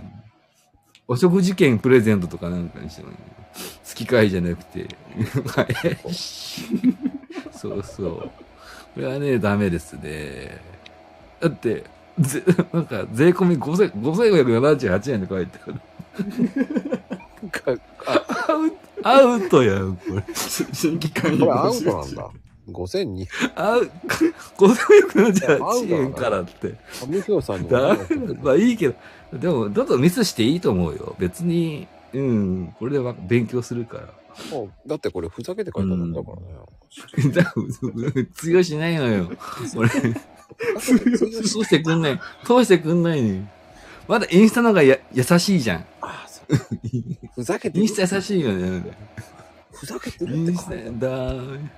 Speaker 12: お食事券プレゼントとかなんかにした方がいいよ。好き会じゃな くて。はいそうそう。これはね、ダメですね。だって、ぜなんか、税込み5000 5578円で書いて ある。アウトやん、これ。
Speaker 11: 新規
Speaker 1: これアウトなんだ。5200
Speaker 12: あ、5478円からって。
Speaker 1: 無表さんに
Speaker 12: だ
Speaker 1: も。
Speaker 12: まあいいけど、でも、だとミスしていいと思うよ。別に、うん、これでわ勉強するから。
Speaker 1: もうだってこれふざけて書いたんだからね。
Speaker 12: だ 通用しないのよ。俺、通してくんない。通してくんないね。まだインスタの方がや優しいじゃん。
Speaker 1: ふざけ
Speaker 12: てインスタ優しいよね。
Speaker 1: ふざけて
Speaker 12: るってインスタだー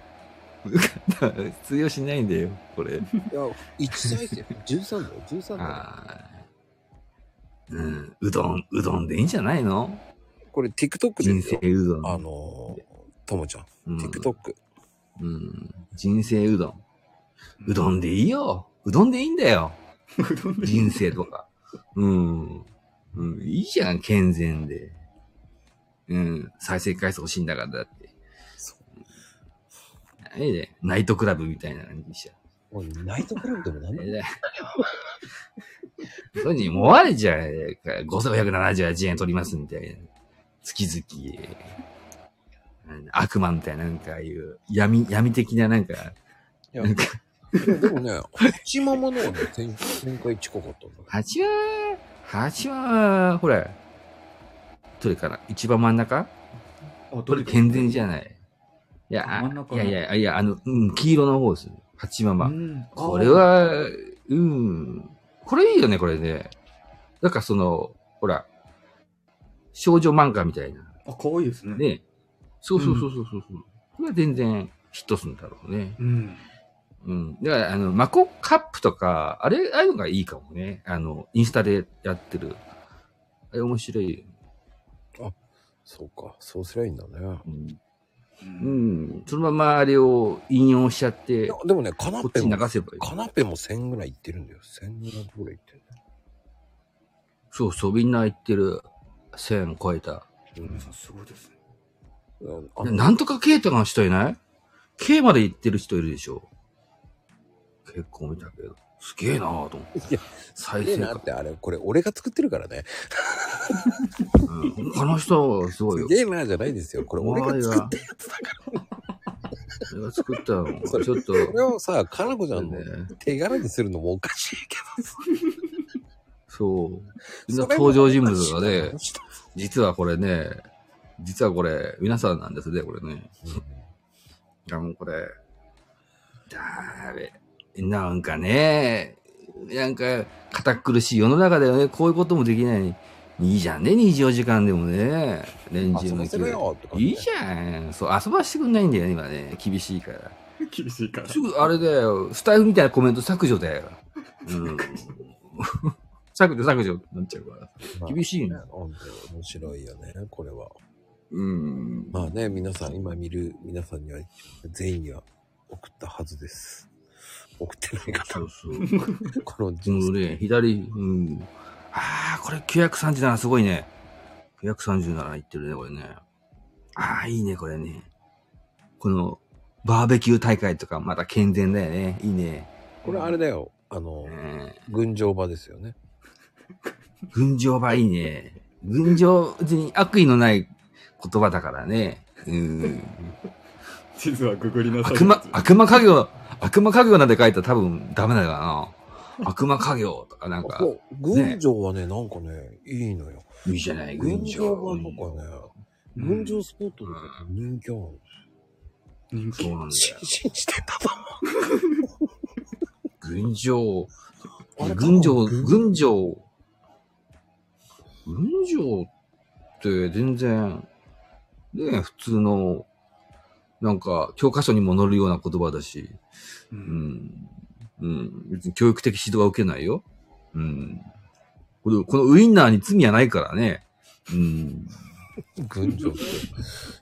Speaker 12: だから通用しないんだよ、こ
Speaker 1: い
Speaker 12: れ。
Speaker 1: や、1歳生、13だよ、13だよ。
Speaker 12: うん、うどん、うどんでいいんじゃないの
Speaker 1: これ TikTok
Speaker 12: 人生うどん。
Speaker 1: あのともちゃん、
Speaker 12: TikTok。うん、人生うどん。うどんでいいよ。うどんでいいんだよ。人生とか。うん。うん、いいじゃん、健全で。うん、再生回数欲しいんだから、だって。そう。えね、ナイトクラブみたいなのにしちゃ
Speaker 1: もうナイトクラブでもなん
Speaker 12: だよ。う。そういうふうに思われちゃうから、5578円取りますみたいな。月々。うん悪魔みたいな、なんかああいう、闇、闇的ななんか、
Speaker 1: いや、いやでもね、八ママのはね、展展開近かったんだよ。
Speaker 12: 八は、八は、ほら、どれかな一番真ん中どれ健全じゃない。いや、あいやいや、いや、あの、うん、黄色の方です。八ママ
Speaker 11: ん。
Speaker 12: これは、うん、これいいよね、これね。なんかその、ほら、少女漫画みたいな。あ、可愛いですね。ね。そうそうそうそうそう。これは全然ヒットするんだろうね。
Speaker 11: うん。
Speaker 12: うん。だから、あの、マコカップとか、あれ、ああいうのがいいかもね。あの、インスタでやってる。あれ面白い。
Speaker 1: あ、そうか、そうすりゃいいんだね。
Speaker 12: うん。そのままあれを引用しちゃって。
Speaker 1: でもね、カナ
Speaker 12: こっ
Speaker 1: ペ
Speaker 12: ちに
Speaker 1: も、
Speaker 12: 流せばいい。
Speaker 1: カナペも1000ぐらいいってるんだよ。1200ぐらいいってる。
Speaker 12: そうそう、みんな言ってる。1000超えた。
Speaker 11: すごいですね。
Speaker 12: なんとか K と かの人いない ?K まで行ってる人いるでしょ。結構見たけど。すげえなぁと思って。再
Speaker 1: す
Speaker 12: 生
Speaker 1: げえな
Speaker 12: か
Speaker 1: っ。てあれ、これ俺が作ってるからね。
Speaker 12: あの人はすごいよ。
Speaker 1: すげえなじゃないですよ。これ俺が作って
Speaker 12: るやつだから。俺が作ったの。ちょっと。
Speaker 1: これをさ、かなこちゃんの手柄にするのもおかしいけどさ。
Speaker 12: そう。みんな登場人物がね、実はこれね、実はこれ、皆さんなんですね、これね。いや、もうこれ、だーべ、なんかね、なんか、堅苦しい世の中だよね。こういうこともできないのに。いいじゃんね、24時間でもね。年中の
Speaker 1: 遊ばせろよって
Speaker 12: いいじゃん。そう、遊ばしてくんないんだよね、今ね。厳しいから。
Speaker 11: 厳しいから。
Speaker 12: すぐ、あれだよ、スタイフみたいなコメント削除だよ。 うん。削除、削除になっちゃうから。厳しいね。
Speaker 1: 本当に面白いよね、これは。
Speaker 12: うん。
Speaker 1: まあね、皆さん、今見る皆さんには、全員には送ったはずです。送ってないか。
Speaker 12: そうそう
Speaker 1: この
Speaker 12: 人生。ね、左、うん。ああ、これ937すごいね。937いってるね、これね。ああ、いいね、これね。この、バーベキュー大会とか、また健全だよね。いいね。
Speaker 1: これあれだよ、あの、群青場ですよね。
Speaker 12: 群青場いいね。群青、別に悪意のない言葉だからね。うん。
Speaker 11: 地図はググりなさい。
Speaker 12: 悪魔、悪魔家業、悪魔家業なんて書いたら多分ダメだよな。悪魔家業とかなんか。
Speaker 1: そう、群青はね、なんかね、いいのよ。
Speaker 12: いいじゃない、群
Speaker 1: 群
Speaker 12: 青。
Speaker 1: 青場とかね、群青スポットとか人気あるん
Speaker 11: 人
Speaker 12: 気そ うなんだよ。
Speaker 1: 信じてたと
Speaker 12: 群青、群青、群青、群青って全然、ね、普通の、なんか、教科書にも載るような言葉だし、うん、うん、別に教育的指導は受けないよ。うん。このこのウインナーに罪はないからね。うん。
Speaker 1: 群青って、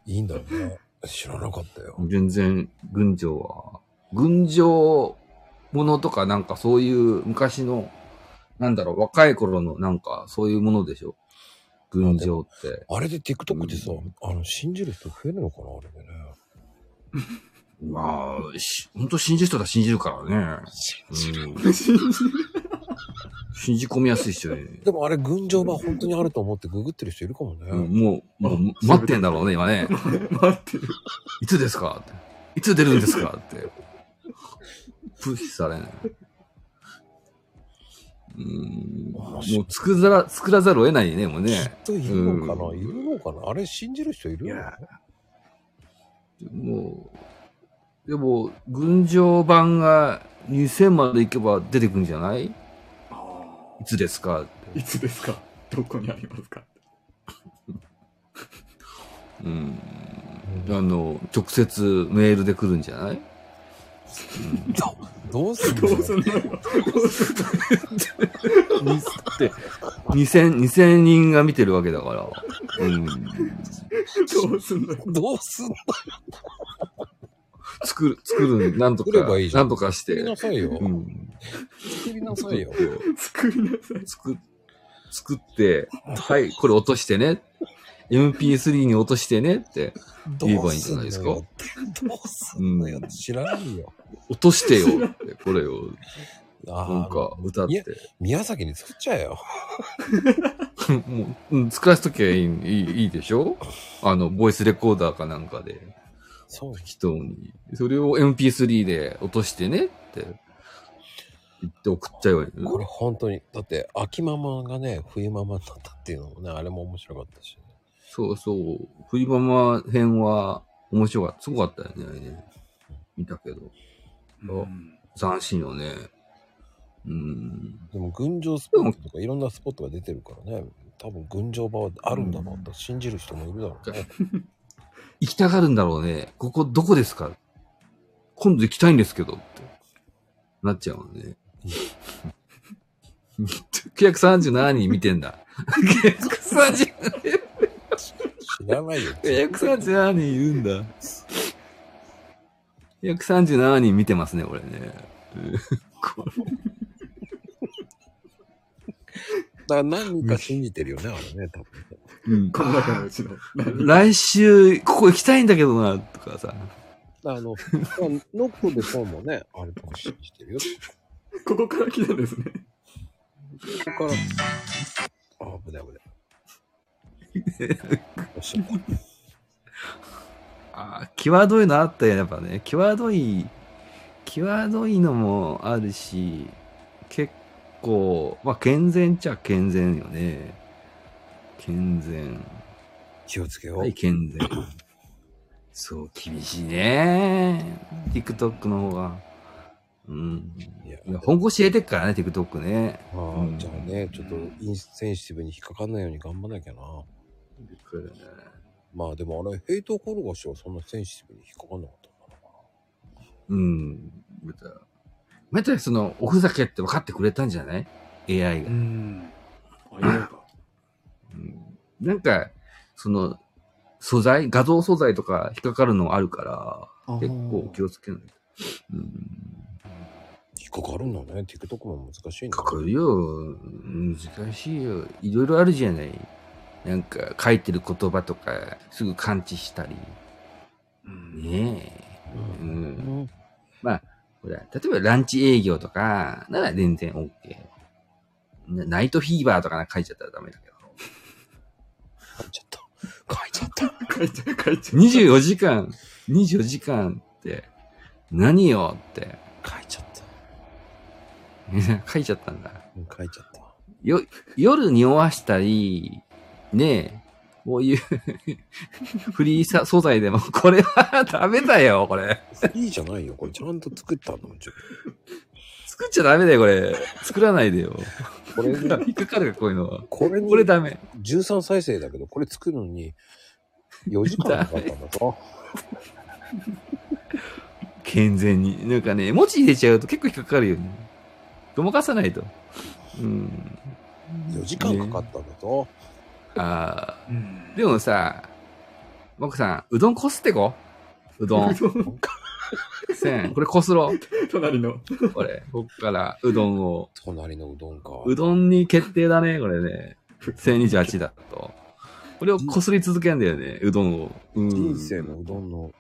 Speaker 1: いいんだよね。知らなかったよ。
Speaker 12: 全然、群青は。群青ものとかなんかそういう昔の、なんだろう、若い頃のなんかそういうものでしょ。群青って。
Speaker 1: あれで TikTok でさ、あの、信じる人増えるのかなあれでね。
Speaker 12: まあ、し、本当信じる人は信じるからね。信じる。信じ込みやすい人ね。
Speaker 1: でもあれ、群青場本当にあると思ってググってる人いるかもね。
Speaker 12: うんもう、もう待ってんだろうね、今 ね。待ってる。いつですかって。いつ出るんですかって。プッシュされない。うーん。もう作ざら、作らざるを得ないね、もうね。
Speaker 1: 人いるのかな、いるのかなあれ信じる人いるの
Speaker 12: うんもう、でも、群青版が2000まで行けば出てくるんじゃないいつですかって
Speaker 11: いつですかどこにありますか
Speaker 12: うん。あの、直接メールで来るんじゃない
Speaker 1: どうす
Speaker 12: る
Speaker 11: どうすんのよ
Speaker 12: って、2000、2000人が見てるわけだから。うん。
Speaker 11: どうすんのよ
Speaker 1: どうすんのよ
Speaker 12: 作る、作る、なんと
Speaker 1: 作れば
Speaker 12: か、
Speaker 1: いいじゃん
Speaker 12: なんとかして。
Speaker 1: 作りなさいよ
Speaker 12: うん。
Speaker 1: 作りなさいよ。
Speaker 11: 作りなさい。
Speaker 12: 作、作って、はい、これ落としてね。MP3 に落としてねって言えばいいんじゃないですか。
Speaker 1: どうす
Speaker 12: んのよ。
Speaker 1: 知らないよ。
Speaker 12: 落としてよって、これを。なんか歌って。
Speaker 1: 宮崎に作っちゃえよ。
Speaker 12: もう、うん、作らせときゃいい、いい、いいでしょあの、ボイスレコーダーかなんかで。
Speaker 1: そう。
Speaker 12: 人に。それを MP3 で落としてねって言って送っちゃえばいい。
Speaker 1: これ本当に。だって、秋ママがね、冬ママになったっていうのもね、あれも面白かったし。
Speaker 12: そうそう。冬ママ編は面白かった。すごかったよねあれね。見たけど。あ斬新よね。うん。
Speaker 1: でも、群青スポットとかいろんなスポットが出てるからね、多分群青場はあるんだろうと信じる人もいるだろうね。
Speaker 12: 行きたがるんだろうね。ここどこですか今度行きたいんですけどって。なっちゃうもんね。937人見てん だ。937
Speaker 1: 知らないよ。
Speaker 12: 137人いるんだ。137人見てますね、これね。こ
Speaker 1: だから何人か信じてるよね、あれね、多分。
Speaker 12: うん
Speaker 11: この中のう ちの。
Speaker 12: 来週、ここ行きたいんだけどな、とかさ。
Speaker 1: あの、まあノックでさんもね、あれとか信じてるよ。
Speaker 11: ここから来たんですね。
Speaker 1: ここから。あ、危ない危ない。おしまい
Speaker 12: あ際どいのあったよ、やっぱね。際どい、際どいのもあるし、結構、まあ、健全っちゃ健全よね。健全。
Speaker 1: 気をつけよう。
Speaker 12: はい、健全。そう、厳しいね。TikTok の方が。うん。
Speaker 1: いや、
Speaker 12: 本腰入れてっからね、TikTok ね。
Speaker 1: ああ、じゃあね、ちょっとインセンシティブに引っかかんないように頑張らなきゃな。
Speaker 12: びっくりだね。
Speaker 1: まあでもあれ、ヘイト転がしはそんなセンシティブに引っかかんなかった。
Speaker 12: うん。また、またその、おふざけって分かってくれたんじゃない ?AI が。うん。なんか、その、素材、画像素材とか引っかかるのあるから、
Speaker 1: あー
Speaker 12: 結構気をつけないと。
Speaker 1: 引っかかるんだね。TikTok も難しいんだ
Speaker 12: かかるよ。難しいよ。いろいろあるじゃない。なんか、書いてる言葉とか、すぐ感知したり。ねえ。うん。まあ、ほら、例えばランチ営業とか、なら全然 OK。なナイトフィーバーとかなんか書いちゃったらダメだけど。書いちゃ った。書いちゃった。書いちゃった。24時間、24時間って、何よって。書いちゃ った。書いちゃったんだ。
Speaker 1: 書いちゃった。
Speaker 12: よ、夜匂わしたり、ねえ、こういう フリーさ素材でも、これはダメだよ、これ。
Speaker 1: フリーじゃないよ、これ。ちゃんと作ったんだもん、
Speaker 12: 作っちゃダメだよ、これ。作らないでよ。
Speaker 1: これ
Speaker 12: 引っかかるよ、こういうのは。
Speaker 1: これ
Speaker 12: これダメ。
Speaker 1: 13再生だけど、これ作るのに4時間かかったんだぞ。
Speaker 12: 健全に。なんかね、文字入れちゃうと結構引っかかるよね。ごまかさないと。うん。
Speaker 1: 4時間かかったんだぞ。
Speaker 12: ああ、でもさ、マコさん、うどんこすってこうどん。せん、これこすろ。隣の。これ、こっからうどんを。
Speaker 1: 隣のうどんか。
Speaker 12: うどんに決定だね、これね。1028だと。これをこすり続けんだよね、うどんを。うん、人生
Speaker 1: のうどんの。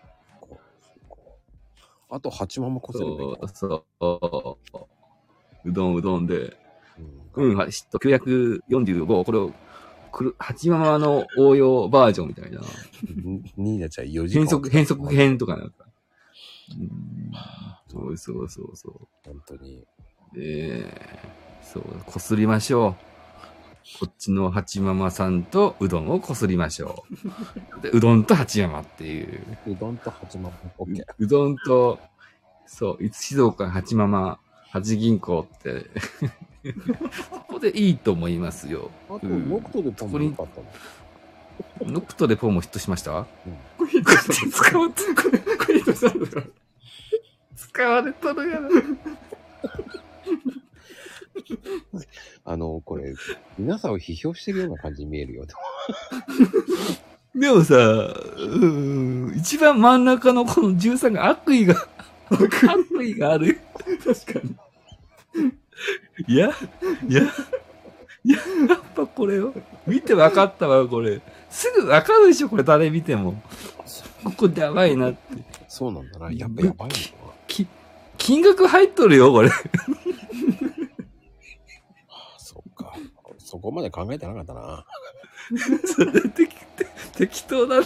Speaker 1: あと8万もこすればいい
Speaker 12: そう、そう。うどん、うどんで。うん、はしと945、これを、くる、八ママの応用バージョンみた いな。
Speaker 1: ニーナちゃん4時間。
Speaker 12: 変則、変則編とかなんか。うん、そうそうそうそう。
Speaker 1: 本当に。
Speaker 12: ええそう、こすりましょう。こっちの八ママさんとうどんをこすりましょう。でうどんと八ママっていう。
Speaker 1: うどんと八ママ、オッケー。
Speaker 12: うどんと、そう、いつ静岡八ママ、八銀行って、そこでいいと思いますよ。
Speaker 1: あと、ノクトでポンもよかったの。
Speaker 12: ノクトでポーもヒットしました、
Speaker 11: 使わこれ、これ、したんですか
Speaker 12: 使われとるやろ。
Speaker 1: あの、こ れ、皆さんを批評してるような感じに見えるよ。
Speaker 12: でもさ、うーん、一番真ん中のこの13が悪意が、悪意がある。確かに。いや、いや、いや、やっぱこれを、見て分かったわ、これ。すぐ分かるでしょ、これ誰見ても。ここやばいなって。
Speaker 1: そうなんだな、やっぱやばいの
Speaker 12: き、金額入っとるよ、これ。
Speaker 1: そこまで考えてなかった な。
Speaker 12: 適当だね。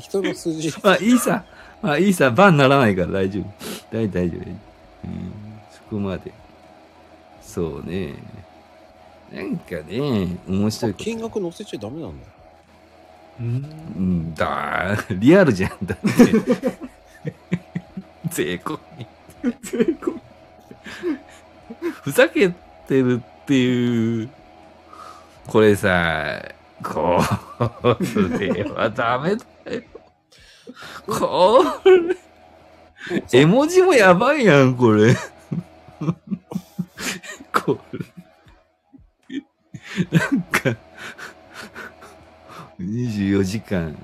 Speaker 1: 人の 数字。
Speaker 12: まあいいさ。まあいいさ。バンならないから大丈夫。大大丈夫。うん。そこまで。そうね。なんかね、面白いこと。
Speaker 1: 金額載せちゃダメなんだよ。
Speaker 12: うん、だーリアルじゃん。だって。 税込み。ふざけてるっていう。これさ、これはダメだよ。こ れ。絵文字もやばいやん、これ。これ。なんか、24時間。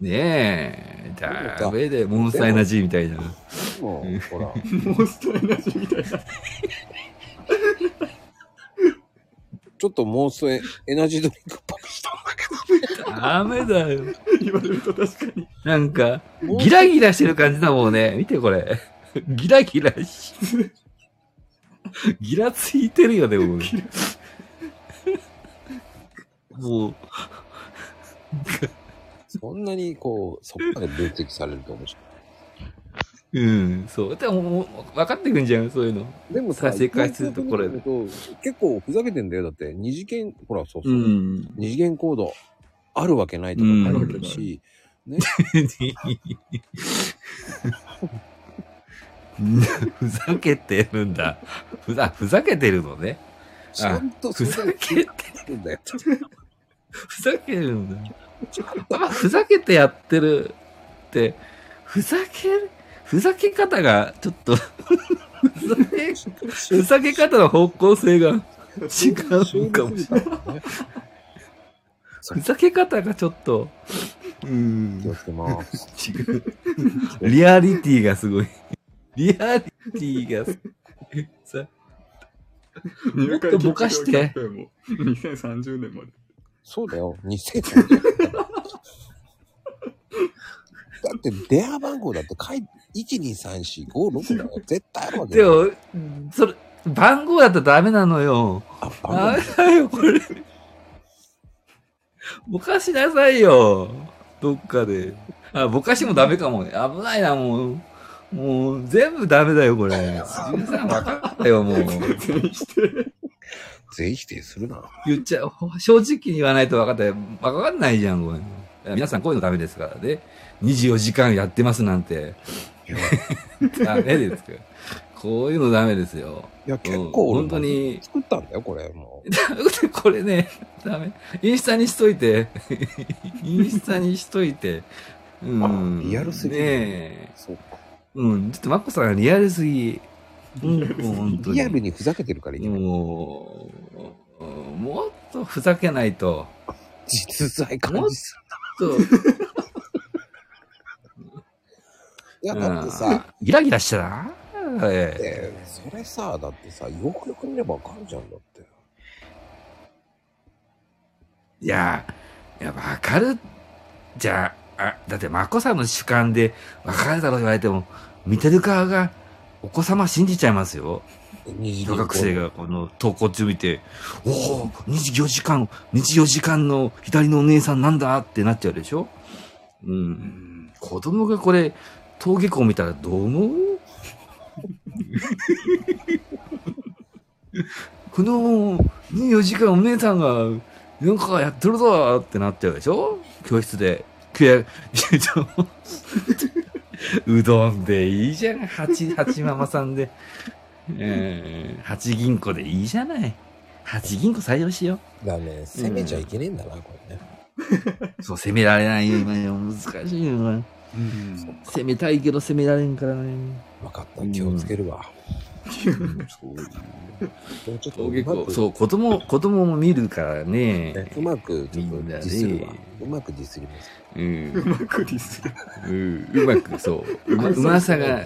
Speaker 12: ねえ、ダメだよ。モンスターエナジーみたいな。
Speaker 1: もう、ほら。
Speaker 11: モンスターエナジーみたいな。
Speaker 1: ちょっとモンストエエナジードリンクっぽくしたんだけどね。
Speaker 12: ダメだよ。言われると確かに。なんか、ギラギラしてる感じだもんね。見てこれ。ギラギラし。ギラついてるよね、もう。もう、
Speaker 1: そんなにこう、そこまで分析されると面白
Speaker 12: うん、そう。でも、もう分かってくんじゃん、そういうの。
Speaker 1: い。でもさ、
Speaker 12: 再生回数とこれ
Speaker 1: よくよく見てみると結構ふざけてんだよ。だって、二次元、ほら、そうそうう。
Speaker 12: ん
Speaker 1: 二次元コード、あるわけないとか書いてるし、ね。
Speaker 12: ふざけてるんだ。ふざ、ふざけてるのね。
Speaker 1: ちゃんと
Speaker 12: ふざけて
Speaker 1: るんだよ。
Speaker 12: ふざけるんだよ。あふざけてやってるって、ふざける、ふざけ方が、ちょっとふざけ、ふざけ方の方向性が違うかもしれない。ふざけ方がちょっと、うん。
Speaker 1: 気をつけます。
Speaker 12: 違う。リアリティがすごい。リアリティがすごい。さもっとぼかして。
Speaker 11: もう2030年まで。
Speaker 1: そうだよ、2030年。だって、電話番号だって書いて、12345だよ。絶対あるわけ
Speaker 12: で
Speaker 1: だよ
Speaker 12: も、それ、番号だったらダメなのよ。ダメだよ、これ。ぼかしなさいよ。どっかで。あ、ぼかしもダメかもね。危ないな、もう。もう、全部ダメだよ、これ。13わかったよ、もう。
Speaker 1: 全否定するな。
Speaker 12: 言っちゃう。正直に言わないと分かったよ。分かんないじゃん、これ。皆さんこういうのダメですからね。24時間やってますなんて。ダメですから。こういうのダメですよ。
Speaker 1: いや、結構
Speaker 12: うん
Speaker 1: 俺
Speaker 12: 本当に。
Speaker 1: 作ったんだよ、これ。もう。
Speaker 12: これね、ダメ。インスタにしといて。 インスタにしといて。うん。リアルすぎねえ。
Speaker 1: そうか。
Speaker 12: うん。ちょっとマコさんがリアルすぎ。うん、もう本当に。
Speaker 1: リアルにふざけてるからいけ
Speaker 12: ない。もう、もっとふざけないと。
Speaker 1: 実在
Speaker 12: 感じ
Speaker 1: す
Speaker 12: るな。
Speaker 1: いや、だってさ、
Speaker 12: うんギラギラしてな。
Speaker 1: ええそれさ、だってさ、よくよく見ればわかるじゃんだって。
Speaker 12: いや、いや、わかる。じゃあ、あだって、まこさんの主観で、わかるだろう言われても、見てる側が、お子様信じちゃいますよ。小学生が、この、投稿中見て、おお、24時間、24時間の左のお姉さんなんだってなっちゃうでしょうん。子供がこれ、登下校見たらどう思うこの24時間お姉さんがなんかやってるぞってなっちゃうでしょ教室で。くや、 うどんでいいじゃん。八、八ママさんで。えー、八銀行でいいじゃない。八銀行採用しよう。
Speaker 1: だね、攻めちゃいけねえんだな、これね。
Speaker 12: そう、攻められないよ、今よ。難しいよな。攻めたいけど攻められんからね。
Speaker 1: 分かった、気をつけるわ。 もうちょっとう
Speaker 12: 結
Speaker 1: ま
Speaker 12: 構、
Speaker 1: く
Speaker 12: そう、子供、子供も見るからね。
Speaker 1: うまく、ちょっとディスるわ
Speaker 12: みんなね。
Speaker 1: うまくディスります。
Speaker 12: うん。
Speaker 1: うまくディスる。
Speaker 12: うんうまく、そう。うまうまさが、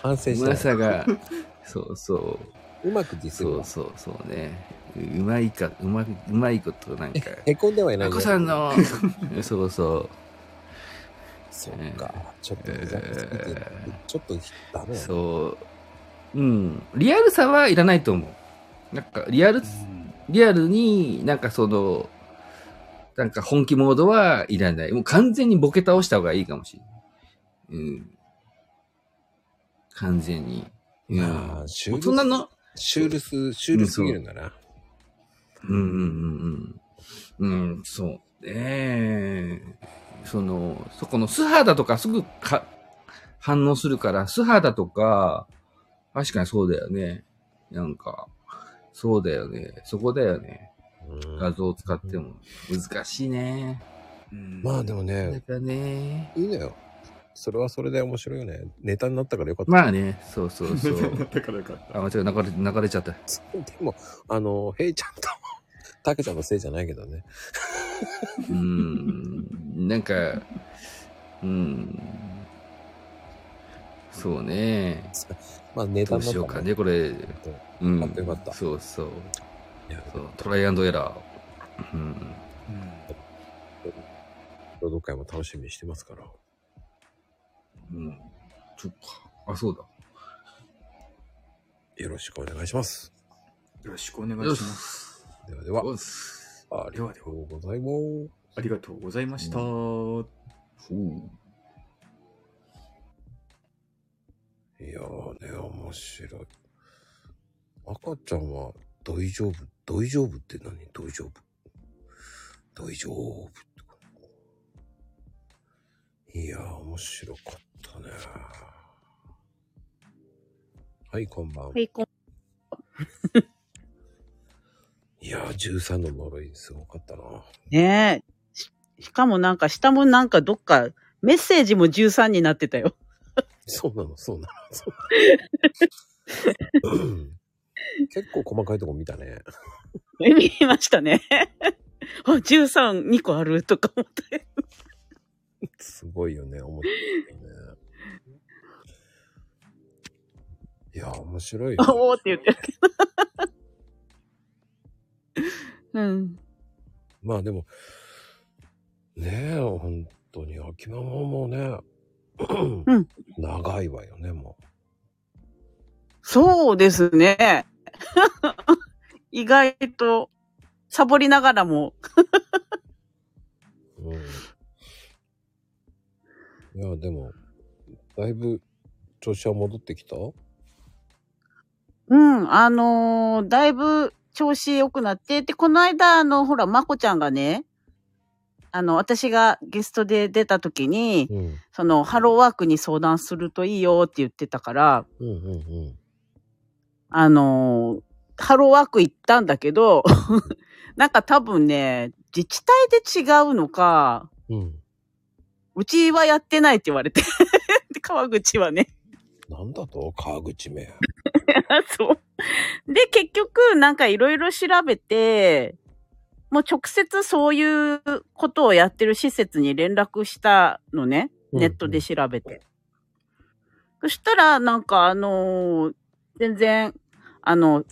Speaker 1: 反省して
Speaker 12: う
Speaker 1: ない
Speaker 12: まさが、そうそう。
Speaker 1: うまくディスる
Speaker 12: そうそうそうね。ううまいか、うまく、うまいことなんか。
Speaker 1: へこんではいない
Speaker 12: あ
Speaker 1: ね
Speaker 12: こさんの、 そうそう。
Speaker 1: そっか、ちょっとふざけすぎてちょっとダメだね
Speaker 12: そう。うん。リアルさはいらないと思う。なんか、リアル、リアルになんかその、なんか本気モードはいらない。もう完全にボケ倒した方がいいかもしれない。うん。完全に。いやー
Speaker 1: シュール
Speaker 12: 大人の、
Speaker 1: シュールス、シュールすぎるんだな。
Speaker 12: うんうんうんうん。うん、そう。ねえその、そこの素肌とかすぐか反応するから、素肌とか、確かにそうだよね。なんか、そうだよね。そこだよね。画像を使っても難しいね。
Speaker 1: まあでもね、
Speaker 12: ね
Speaker 1: いいのよ。それはそれで面白いよね。ネタになったからよかった。。
Speaker 12: まあね、そうそうそう
Speaker 1: だからよかっ
Speaker 12: あ、間違えた流れ、流れちゃった。
Speaker 1: た。でも、あの、ヘイちゃんと、タケちゃんのせいじゃないけどね。
Speaker 12: うーんなんか、うーん。そうね。
Speaker 1: まあ、ネタ
Speaker 12: ど
Speaker 1: になっ
Speaker 12: う
Speaker 1: たね
Speaker 12: しようかね、これ。うん。よかった。そうそう。そうトライアンドエラー。うん。
Speaker 1: 朗読会も楽しみにしてますから。
Speaker 12: うん。そっか。あ、そうだ。
Speaker 1: よろしくお願いします。
Speaker 11: よろしくお願いします。
Speaker 1: ではでは。
Speaker 11: ありがとうございます。ありがとうございました。
Speaker 1: いやーね、面白い。赤ちゃんは大丈夫、大丈夫って何大丈夫。大丈夫ってかいやー、面白かったね。はい、こんばんは。
Speaker 13: はい、こん
Speaker 1: いやー、13の呪いすごかったな。
Speaker 13: ねえ。ししかもなんか下もなんかどっか、メッセージも13になってたよ。
Speaker 1: そうなの、そうなの、そう なの。結構細かいとこ見たね。
Speaker 13: 見ましたね。あ、13、2個あるとか思って。
Speaker 1: すごいよね、思ったよね。 いやー、面白いよ。
Speaker 13: おーって言ってるけど。うん。
Speaker 1: まあでも、ねえ、本当に、沖縄もね、 長いわよね、も
Speaker 13: そうですね。 意外と、サボりながらも。
Speaker 1: う。いや、でも、だいぶ調子は戻ってきた
Speaker 13: うん、あのーだいぶ調子良くなって、で、この間、あの、ほら、まこちゃんがね、あの、私がゲストで出た時に、その、ハローワークに相談するといいよって言ってたから、
Speaker 1: うんうんうん。
Speaker 13: あのーハローワーク行ったんだけど、 なんか多分ね、自治体で違うのか、
Speaker 1: うん。
Speaker 13: うちはやってないって言われて、 で川口はね。
Speaker 1: なんだと川口め。
Speaker 13: そう。で、結局、なんかいろいろ調べて、もう直接そういうことをやってる施設に連絡したのね。
Speaker 14: うん
Speaker 13: ネットで調べて。そしたら、なんかあのー全然、あの、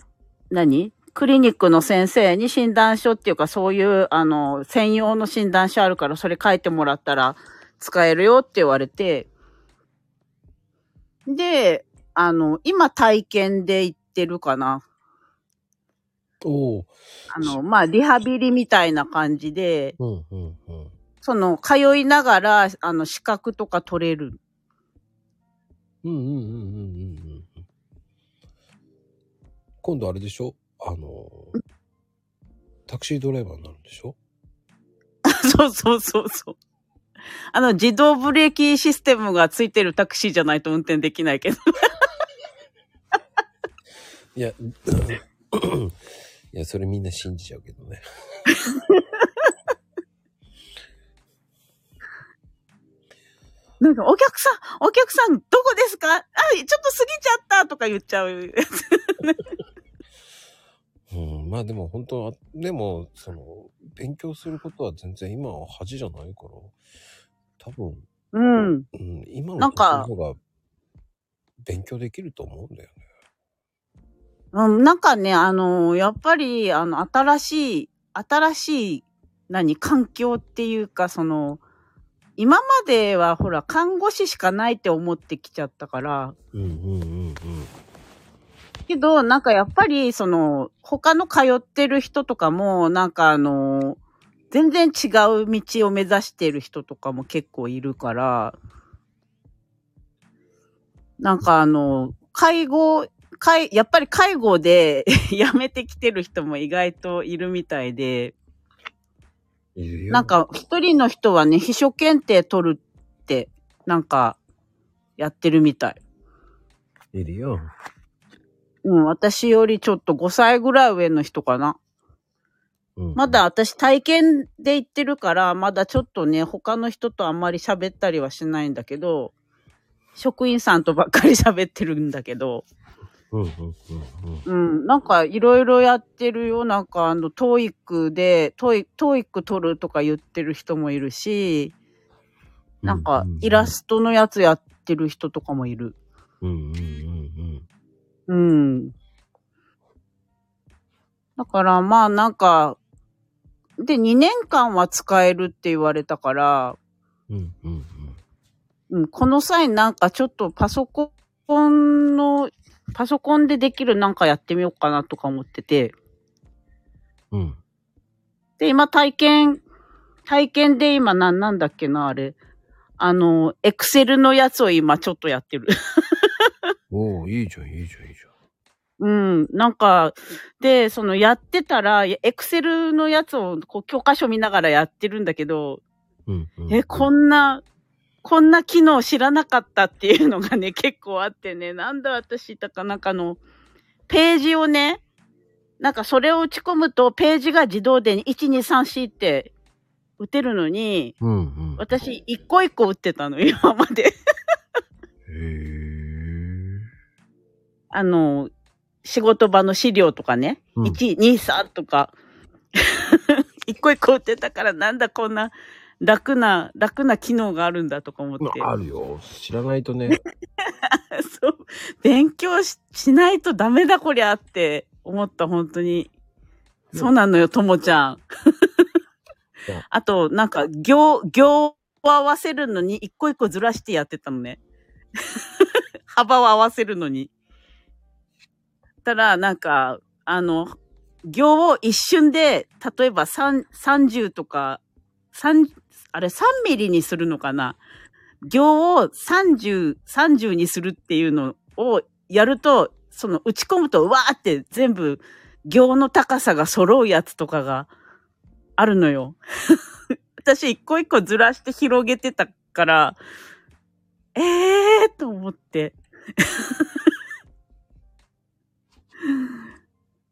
Speaker 13: 何クリニックの先生に診断書っていうか、そういう、あの、専用の診断書あるから、それ書いてもらったら使えるよって言われて、で、あの、今体験で行ってるかな。
Speaker 1: お
Speaker 13: あの、まあ、リハビリみたいな感じで、
Speaker 1: うんうんうん。
Speaker 13: その、通いながら、あの、資格とか取れる。
Speaker 1: うんうんうんうんうんうん。今度あれでしょあの、タクシードライバーになるんでしょ
Speaker 13: そうそうそうそう。あの、自動ブレーキシステムがついてるタクシーじゃないと運転できないけど。
Speaker 1: いや、いや、それみんな信じちゃうけど ね。
Speaker 13: なんか、お客さん、お客さん、どこですかあ、ちょっと過ぎちゃったとか言っちゃうやつ。
Speaker 1: うん、まあでも本当は、でも、その、勉強することは全然今は恥じゃないから、多分、
Speaker 13: うん。
Speaker 1: うん、今
Speaker 13: な
Speaker 1: の
Speaker 13: んか
Speaker 1: 方が勉強できると思うんだよね。
Speaker 13: うん、なんかね、あのやっぱり、あの、新しい、新しい、何、環境っていうか、その、今まではほら、看護師しかないって思ってきちゃったから、
Speaker 1: うんうんうん
Speaker 13: けど、なんかやっぱり、その、他の通ってる人とかも、なんかあの全然違う道を目指してる人とかも結構いるから、なんかあの、介護、介、やっぱり介護で 辞めてきてる人も意外といるみたいで、なんか一人の人はね、秘書検定取るって、なんか、やってるみたい。
Speaker 1: うん。いるよ。
Speaker 13: うん、私よりちょっと5歳ぐらい上の人かな。まだ私体験で行ってるから、まだちょっとね、他の人とあんまり喋ったりはしないんだけど、職員さんとばっかり喋ってるんだけど、
Speaker 1: うんうん
Speaker 13: うん、なんかいろいろやってるよ。なんかあの、トーイックで、トーイトーイック取るとか言ってる人もいるし、なんかイラストのやつやってる人とかもいる。
Speaker 1: うんうん
Speaker 13: うん。だからまあなんか、で、2年間は使えるって言われたから、うん、この際なんかちょっとパソコンのパソコンでできるなんかやってみようかなとか思ってて。
Speaker 1: うん。
Speaker 13: で、今体験、体験で今何なんだっけな、あれ。あの、エクセルのやつを今ちょっとやってる。
Speaker 1: おおいいじゃん、いいじゃん、いいじゃん。
Speaker 13: うん。なんか、で、そのやってたら、エクセルのやつをこう教科書見ながらやってるんだけど、え、こんな、こんな機能知らなかったっていうのがね、 結構あってね、なんだ私、だからなんかあの、ページをね、なんかそれを打ち込むと、ページが自動で1、2、3、4って打てるのに、私、一個一個打ってたの、今まで。あの、仕事場の資料とかね、
Speaker 1: うん
Speaker 13: 1、2、3とか、 一個一個打ってたから、なんだこんな楽な、楽な機能があるんだとか思って。
Speaker 1: あるよ。知らないとね。
Speaker 13: 勉強ししないとダメだこりゃって思った、本当に。そうなのよ、ともちゃん。あと、なんか、行、行を合わせるのに、一個一個ずらしてやってたのね。 幅を合わせるのに。たら、なんか、あの、行を一瞬で、例えば3、30とか、三あれ、3ミリにするのかな行を30、30にするっていうのをやると、その打ち込むと、わーって全部行の高さが揃うやつとかがあるのよ。私一個一個ずらして広げてたから、えーと思って。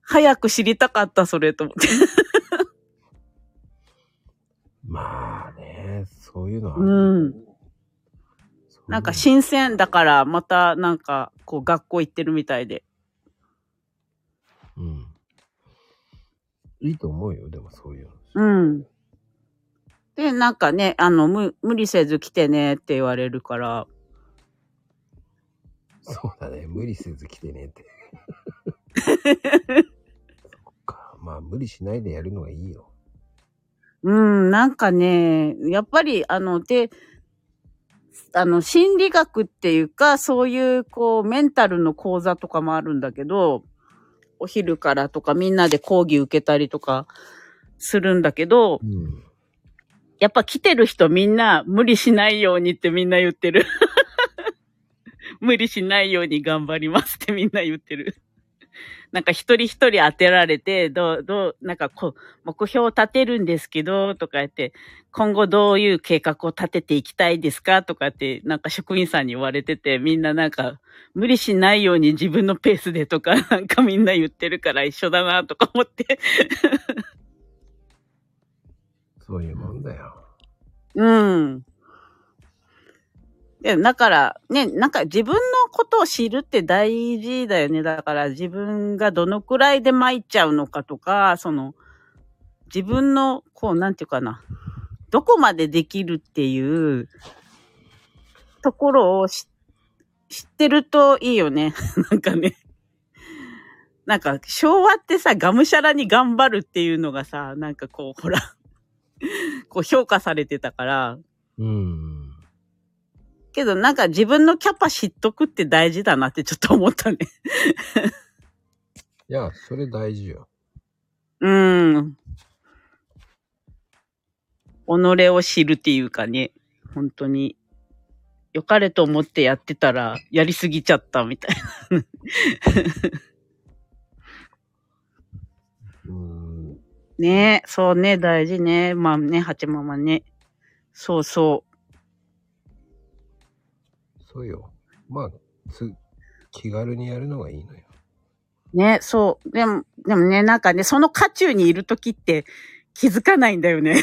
Speaker 13: 早く知りたかった、それと思って。
Speaker 1: まあね、そういうのはある。
Speaker 13: うん。なんか新鮮だから、またなんか、こう学校行ってるみたいで。
Speaker 1: いいと思うよ、でもそういうの。
Speaker 13: うん。で、なんかね、あの、無無理せず来てねって言われるから、
Speaker 1: そうだね、無理せず来て ねって。そっか、まあ無理しないでやるのがいいよ。
Speaker 13: うん、なんかね、やっぱり、あの、で、あの、心理学っていうか、そういう、こう、メンタルの講座とかもあるんだけど、お昼からとかみんなで講義受けたりとかするんだけど、やっぱ来てる人みんな無理しないようにってみんな言ってる。無理しないように頑張りますってみんな言ってる。なんか一人一人当てられて、どう、どう、なんかこう、目標を立てるんですけど、とか言って、今後どういう計画を立てていきたいですかとかって、なんか職員さんに言われてて、みんななんか、無理しないように自分のペースでとか、なんかみんな言ってるから一緒だな、とか思って。
Speaker 1: そういうもんだよ。
Speaker 13: うん。でだから、ね、なんか自分のことを知るって大事だよね。だから自分がどのくらいで参っちゃうのかとか、その、自分の、こう、なんていうかな、どこまでできるっていう、ところをし知ってるといいよね。 なんかね。なんか、昭和ってさ、がむしゃらに頑張るっていうのがさ、なんかこう、ほら、こう評価されてたから。けどなんか自分のキャパ知っとくって大事だなってちょっと思ったね。
Speaker 1: いや、それ大事よ。
Speaker 13: うん。己を知るっていうかね、本当に、良かれと思ってやってたら、やりすぎちゃったみたいな。ねえ、そうね、大事ね。まあね、八ママね。そうそ
Speaker 1: そうよ。まあ、つ、気軽にやるのがいいのよ。
Speaker 13: う。ね、そう。でも、でもね、なんかね、その渦中にいるときって気づかないんだよね。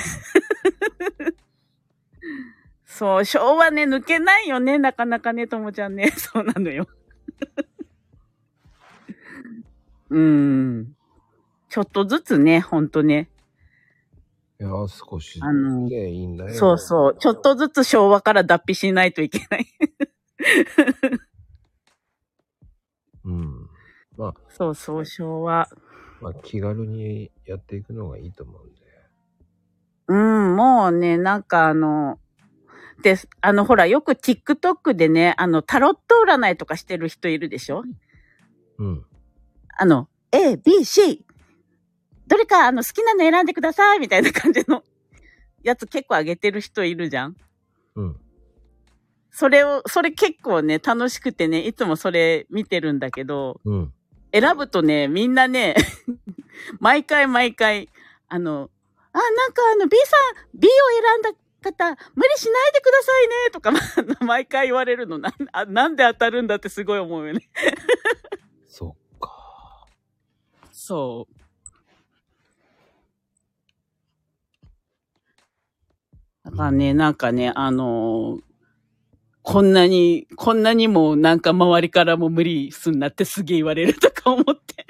Speaker 13: そう、昭和ね、抜けないよね、なかなかね、ともちゃんね。 そうなのよ。うん。ちょっとずつね、ほんとね。
Speaker 1: いや、少し
Speaker 13: あの
Speaker 1: でいいんだよ。
Speaker 13: そうそう。ちょっとずつ昭和から脱皮しないといけない。
Speaker 1: うん。まあ、
Speaker 13: そうそう、昭和。
Speaker 1: まあ、気軽にやっていくのがいいと思うんで。
Speaker 13: うん、もうね、なんかあの、で、あの、ほら、よく TikTok でね、あの、タロット占いとかしてる人いるでしょ
Speaker 1: うん。
Speaker 13: あの、A、B、C、どれか、あの、好きなの選んでください、みたいな感じの やつ結構あげてる人いるじゃん。
Speaker 1: うん。
Speaker 13: それを、それ結構ね、楽しくてね、いつもそれ見てるんだけど、
Speaker 1: うん。
Speaker 13: 選ぶとね、みんなね、 毎回毎回、あの、あ、なんかあの、B さん、B を選んだ方、無理しないでくださいね、とかま あ、毎回言われるの。なんあなんで当たるんだってすごい思うよね。
Speaker 1: そ
Speaker 13: っか。そう。だからね、なんかね、あのーこんなに、こんなにもなんか周りからも無理すんなってすげえ言われるとか思って。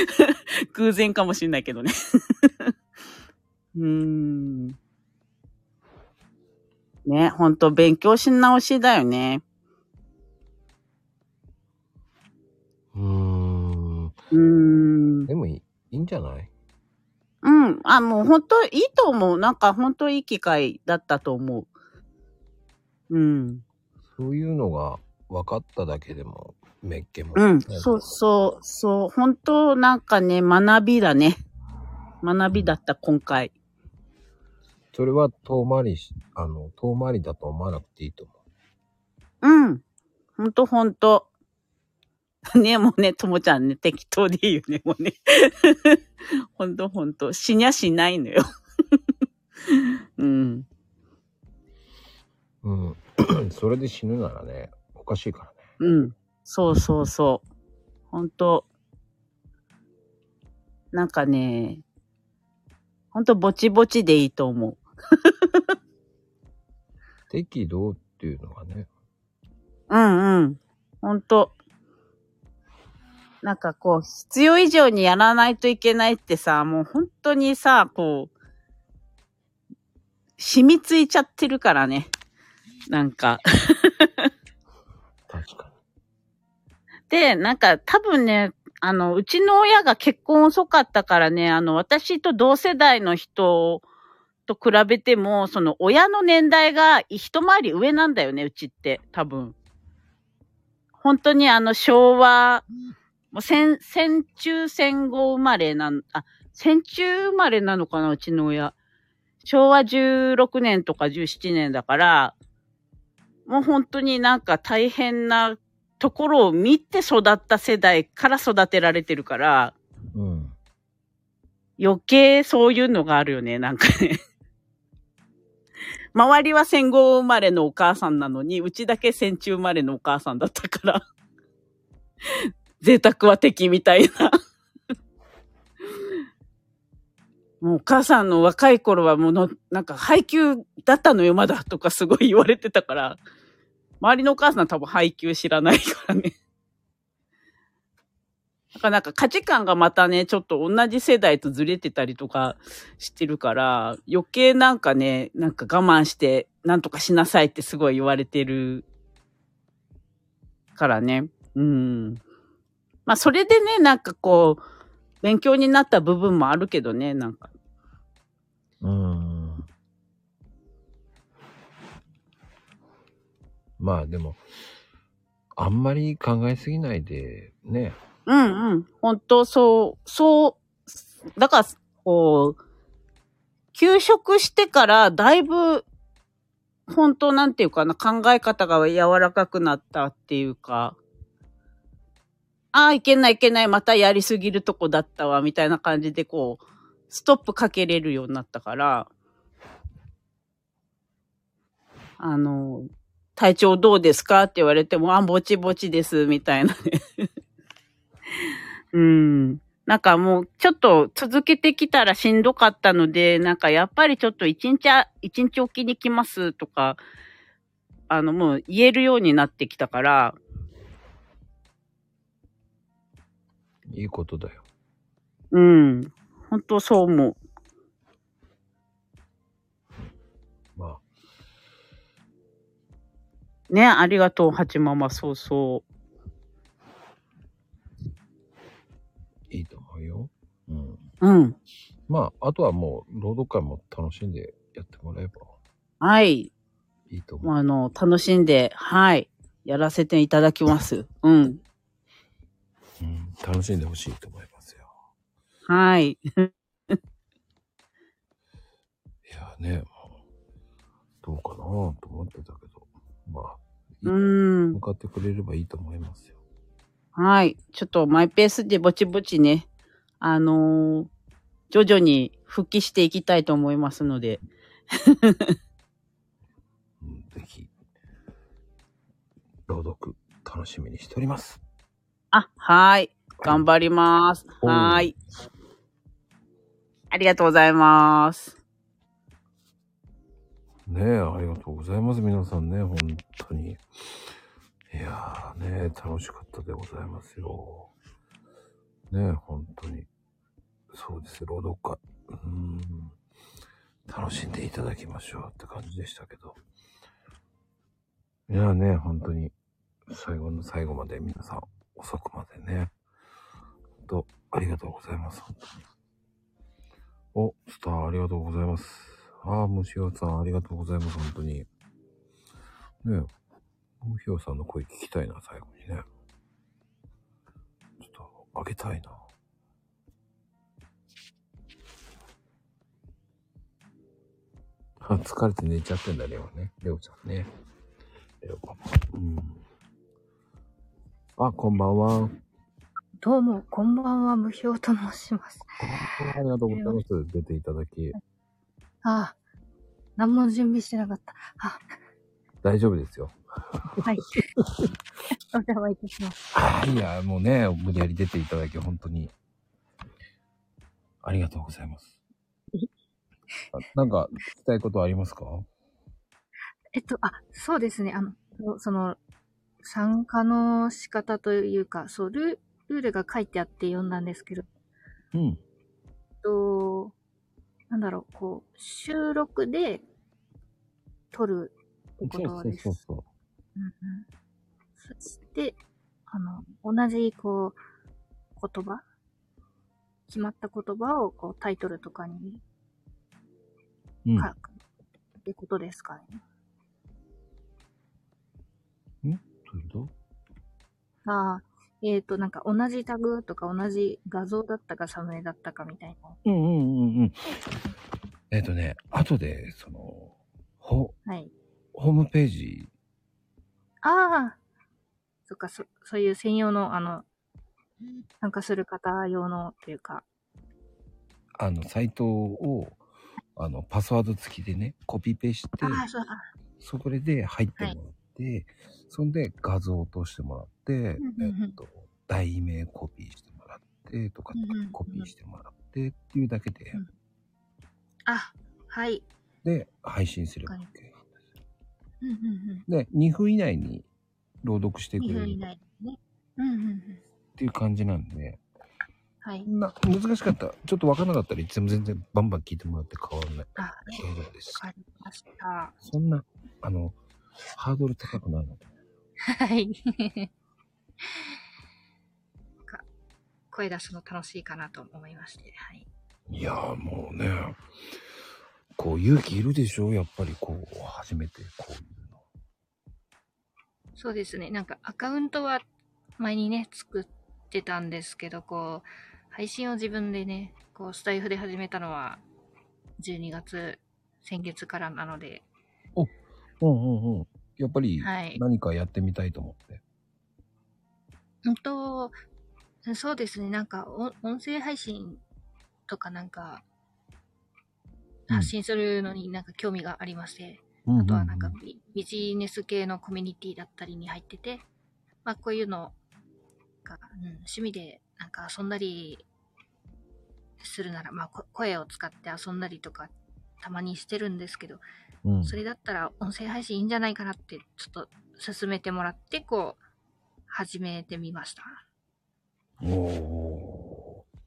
Speaker 13: 偶然かもしんないけどね。 うーん。ね、ほんと勉強し直しだよね。うん。
Speaker 1: でもいい、いいんじゃない
Speaker 13: うん。あ、もう本当いいと思う。なんか本当いい機会だったと思う。うん。
Speaker 1: そういうのが分かっただけでも、めっけも。
Speaker 13: うん。そうそう、そう。本当なんかね、学びだね。学びだった、今回。
Speaker 1: それは遠回りし、あの、遠回りだと思わなくていいと思
Speaker 13: うん。ほんとほんと。 ねもうね、ともちゃんね、適当でいいよね、もうね。 ほんとほんと。死にゃしないのよ。うん。
Speaker 1: う。うん。 それで死ぬならね、おかしいからね。
Speaker 13: うん。そうそうそう。ほんと。なんかね、ほんとぼちぼちでいいと思う。
Speaker 1: 適度っていうのがね。
Speaker 13: うんうん。ほんと。なんかこう、必要以上にやらないといけないってさ、もう本当にさ、こう、染みついちゃってるからね。なんか。で、なんか多分ね、あの、うちの親が結婚遅かったからね、あの、私と同世代の人と比べても、その親の年代が一回り上なんだよね、うちって、多分。本当にあの昭和、もう戦、戦中戦後生まれなん、あ、戦中生まれなのかな、うちの親。昭和16年とか17年だから、もう本当になんか大変なところを見て育った世代から育てられてるから、余計そういうのがあるよね、なんかね。 周りは戦後生まれのお母さんなのに、うちだけ戦中生まれのお母さんだったから、 贅沢は敵みたいな。 もうお母さんの若い頃はもうの、なんか配給だったのよ、まだとかすごい言われてたから、周りのお母さんは多分配給知らないからね。 だからなんか価値観がまたね、ちょっと同じ世代とずれてたりとかしてるから、余計なんかね、なんか我慢して、なんとかしなさいってすごい言われてるからね。うん。まあそれでね、なんかこう、勉強になった部分もあるけどね、なんか。
Speaker 1: まあでも、あんまり考えすぎないで、ね。
Speaker 13: うんうん。本当そう、そう、だから、こう、休職してから、だいぶ、本当なんていうかな、考え方が柔らかくなったっていうか、ああ、いけないいけない、またやりすぎるとこだったわ、みたいな感じで、こう、ストップかけれるようになったから、あの、体調どうですかって言われても、あ、ぼちぼちです、みたいなね。うん。なんかもう、ちょっと続けてきたらしんどかったので、なんかやっぱりちょっと一日あ、一日おきに来ますとか、あの、もう言えるようになってきたから、
Speaker 1: いいことだよ。
Speaker 13: うん。本当そう思う。
Speaker 1: ま
Speaker 13: ね、ありがとう、はちママ、そうそう。
Speaker 1: いいと思うよ。うん。
Speaker 13: うん。
Speaker 1: まあ、あとはもう、朗読会も楽しんでやってもらえば。
Speaker 13: はい。
Speaker 1: いいと
Speaker 13: 思う。あの、楽しんで、はい。やらせていただきます。うん。
Speaker 1: うん楽しんでほしいと思いますよ。
Speaker 13: はい。
Speaker 1: いやね、どうかなと思ってたけど、まあ、
Speaker 13: うん。
Speaker 1: 向かってくれればいいと思いますよ。
Speaker 13: はい。ちょっとマイペースでぼちぼちね、あのー徐々に復帰していきたいと思いますので。
Speaker 1: 朗読、楽しみにしております。
Speaker 13: あ、はい。頑張ります。
Speaker 1: おう
Speaker 13: はい。ありがとうございます。
Speaker 1: ねえ、ありがとうございます、皆さんね、本当に。いやーね、楽しかったでございますよ。ねえ、本当に。そうです、朗読会。うーん。楽しんでいただきましょうって感じでしたけど。いやーね、本当に、最後の最後まで皆さん、遅くまでね。本当、ありがとうございます、本当に。お、スターありがとうございます。ああ、もうしおさんありがとうございます、本当に。ねえ、もうひおさんの声聞きたいな、最後にね。ちょっと、あげたいな。あ疲れて寝ちゃってんだ、レオね。レオちゃんね。レオパパ。うん。あ、こんばんは。
Speaker 14: どうも、こんばんは、無表と申します。
Speaker 1: ありがとうございます。出ていただき。
Speaker 14: ああ、何も準備してなかった。あ
Speaker 1: 大丈夫ですよ。
Speaker 14: はい。 お邪魔いたします。
Speaker 1: いや、もうね、無理やり出ていただき、本当に。ありがとうござい ます。あなんか、聞きたいことありますか
Speaker 14: えっと、あ、そうですね、あの、その、参加の仕方というか、そう、ルルールが書いてあって読んだんですけど、
Speaker 1: うん。
Speaker 14: えっと、なんだろう、こう、収録で撮るお
Speaker 1: そう
Speaker 14: 言葉です。
Speaker 1: そうそう。
Speaker 14: うんうんそして、あの、同じ、こう、言葉決まった言葉を、こう、タイトルとかに
Speaker 1: うん。
Speaker 14: 書くってことですかね。
Speaker 1: そういうこ
Speaker 14: ああ、えっ、と、なんか、同じタグとか、同じ画像だったか、サムネだったかみたいな。
Speaker 1: とうんうんうんうん。えっ、とね、後で、その、ほ、
Speaker 14: はい。
Speaker 1: ホームページ、
Speaker 14: ああ、そっか、そ、そういう専用の、あの、参加する方用の、というか、
Speaker 1: あの、サイトを、あの、パスワード付きでね、コピペして、
Speaker 14: ああ、そう、あ
Speaker 1: そこで入ってもらって、そんで画像を落としてもらって、
Speaker 14: うんうんうん
Speaker 1: えっと、題名コピーしてもらってとか、コピーしてもらってっていうだけで、
Speaker 14: あ、はい。
Speaker 1: で、配信すれば
Speaker 14: わ
Speaker 1: OK
Speaker 14: か。うんうんうん。
Speaker 1: で、2分以内に朗読してく
Speaker 14: 2
Speaker 1: れ
Speaker 14: 分
Speaker 1: る
Speaker 14: 以
Speaker 1: っ
Speaker 14: 内ですね。うんうんうん。
Speaker 1: ていう感じなんで、
Speaker 14: はい。
Speaker 1: な難しかった。ちょっとわからなかったらいつも全然バンバン聞いてもらって変わらない。
Speaker 14: あ、
Speaker 1: 大丈夫です。
Speaker 14: わかりました。
Speaker 1: そんな、あの、ハードル高くないので。
Speaker 14: はい。か声出すの楽しいかなと思いまして、はい。
Speaker 1: いやーもうね、こう勇気いるでしょやっぱりこう、初めてこう。
Speaker 14: そうですね。なんかアカウントは前にね、作ってたんですけど、こう、配信を自分でね、こう、スタイフで始めたのは、12月、先月からなので、
Speaker 1: うんうんうん。やっぱり
Speaker 14: はい
Speaker 1: 何かやってみたいと思って。
Speaker 14: うんと、そうですね、なんか、お音声配信とかなんか、発信するのになんか興味がありまして、
Speaker 1: うん
Speaker 14: あとはなんかビビジネス系のコミュニティだったりに入ってて、まあこういうのが、うん、趣味でなんか遊んだりするなら、まあこ声を使って遊んだりとかたまにしてるんですけど、
Speaker 1: うん
Speaker 14: それだったら音声配信いいんじゃないかなってちょっと勧めてもらって、こう、始めてみました。
Speaker 1: おおー。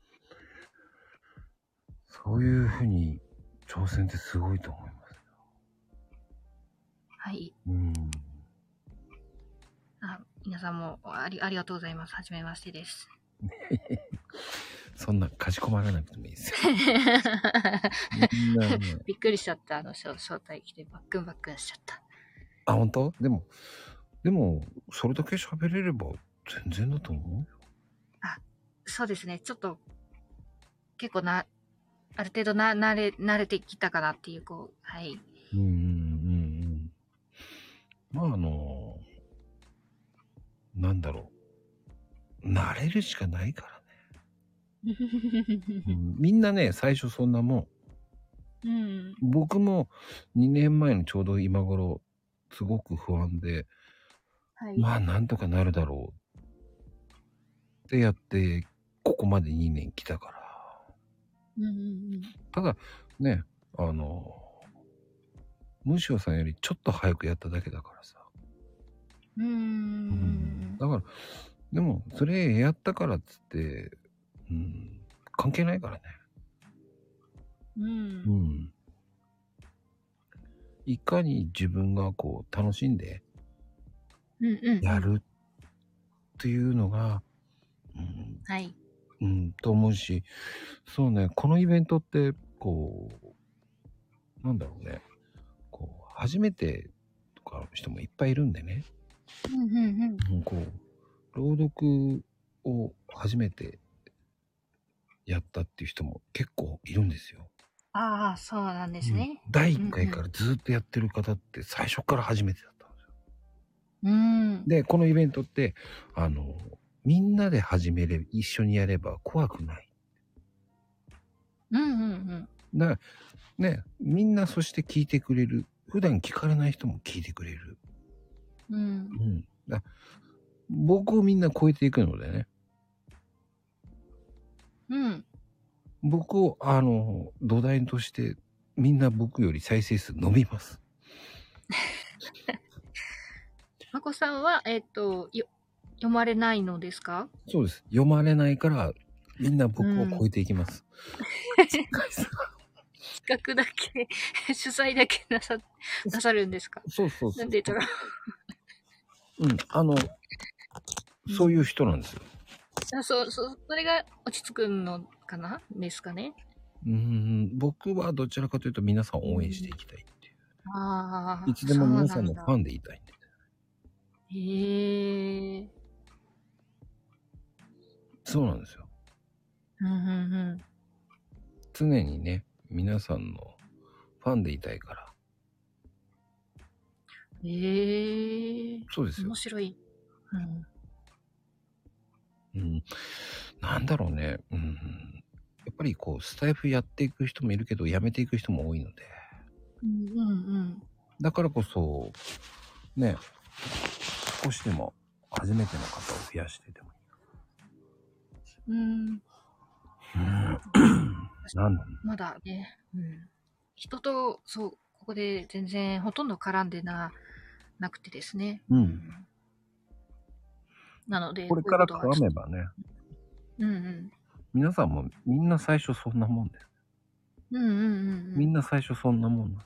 Speaker 1: そういうふうに挑戦ってすごいと思います。
Speaker 14: はい。
Speaker 1: うん。
Speaker 14: あ皆さんもありありがとうございます。はじめましてです。
Speaker 1: そんなかしこまらなくてもいいですよ。んなね
Speaker 14: びっくりしちゃった。あの、招招待来てバックンバックンしちゃった。
Speaker 1: あ、本当？でも、でも、それだけ喋れれば全然だと思うよ。
Speaker 14: あ、そうですね、ちょっと、結構な、ある程度な、慣れ、慣れてきたかなっていう、こう、はい。
Speaker 1: うんうんうんうん。まああの、なんだろう。慣れるしかないからね。うんみんなね、最初そんなも
Speaker 14: うん。
Speaker 1: ん。僕も2年前のちょうど今頃、すごく不安で、
Speaker 14: はい。
Speaker 1: まあなんとかなるだろう。ってやって、ここまで2年来たから。
Speaker 14: うんうんうん。
Speaker 1: ただねあのむしおさんよりちょっと早くやっただけだからさ
Speaker 14: うーん。
Speaker 1: だからでもそれやったからっつって、うん、関係ないからね
Speaker 14: うん。
Speaker 1: うんいかに自分がこう楽しんで
Speaker 14: うんうん。
Speaker 1: やるっていうのが、うん
Speaker 14: はい。
Speaker 1: うん、と思うし、そうね、このイベントって、こう、なんだろうね、こう、初めてとかの人もいっぱいいるんでね、
Speaker 14: うんうんうん。
Speaker 1: うんこう、朗読を初めてやったっていう人も結構いるんですよ。
Speaker 14: ああ、そうなんですね。
Speaker 1: 第1回からずっとやってる方って最初から初めてだった。
Speaker 14: うん。
Speaker 1: で、このイベントって、あの、みんなで始めれ、一緒にやれば怖くない。
Speaker 14: うんうん
Speaker 1: だからねみんなそして聞いてくれる普段聞かれない人も聞いてくれる、
Speaker 14: うん。うん。
Speaker 1: うん、だ僕をみんな超えていくのでね
Speaker 14: うん。
Speaker 1: 僕をあの土台としてみんな僕より再生数伸びます
Speaker 14: まこさんは、えっ、と、よ、読まれないのです か
Speaker 1: そうです読まれないからみんな僕を超えていきます、
Speaker 14: 企画だけ、 主催だけなさ、なさるんですか
Speaker 1: そうそうそう
Speaker 14: なんて言ったら、
Speaker 1: うんあのそういう人なんですよ
Speaker 14: あそう、そう、それが落ち着くのかなですかね
Speaker 1: うん僕はどちらかというと皆さんを応援していきたい、
Speaker 14: ああ。
Speaker 1: いつでも皆さんのファン
Speaker 14: で。
Speaker 1: でいたい
Speaker 14: へえ。
Speaker 1: そうなんですよ
Speaker 14: うんうん
Speaker 1: 常にね皆さんのファンでいたいから
Speaker 14: うん。へえ。
Speaker 1: そうですよ
Speaker 14: 面白い。うん。
Speaker 1: うん、なんだろうね、うん、やっぱりこうスタイフやっていく人もいるけど辞めていく人も多いので
Speaker 14: うんうん
Speaker 1: だからこそね少しでも初めての方を増やしてでも
Speaker 14: うん。うん。
Speaker 1: なんだ
Speaker 14: まだね、うん。人と、そう、ここで全然ほとんど絡んでな、なくてですね。
Speaker 1: うん
Speaker 14: なので、
Speaker 1: これから
Speaker 14: ういうこと
Speaker 1: 絡め
Speaker 14: は
Speaker 1: ばね
Speaker 14: うんうん。
Speaker 1: 皆さんもみんな最初そんなもんで
Speaker 14: うんうんうんうん。
Speaker 1: みんな最初そんなもんなんで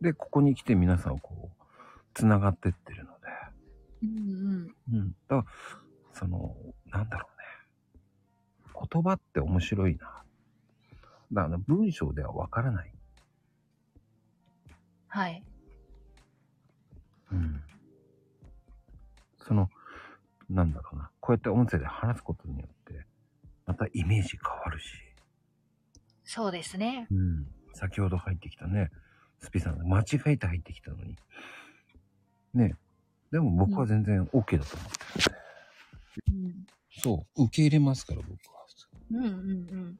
Speaker 1: でここに来て皆さんこうつながってってるので
Speaker 14: うんうん。
Speaker 1: うん。だから、その、なんだろうね。言葉って面白いな。だから文章ではわからない。
Speaker 14: はい。
Speaker 1: うん。その、なんだろうな。こうやって音声で話すことによって、またイメージ変わるし。
Speaker 14: そうですね。
Speaker 1: うん。先ほど入ってきたね、スピさん、間違えて入ってきたのに。ね。でも僕は全然 OK だと思う。そう。受け入れますから、僕は。
Speaker 14: うんうんうん。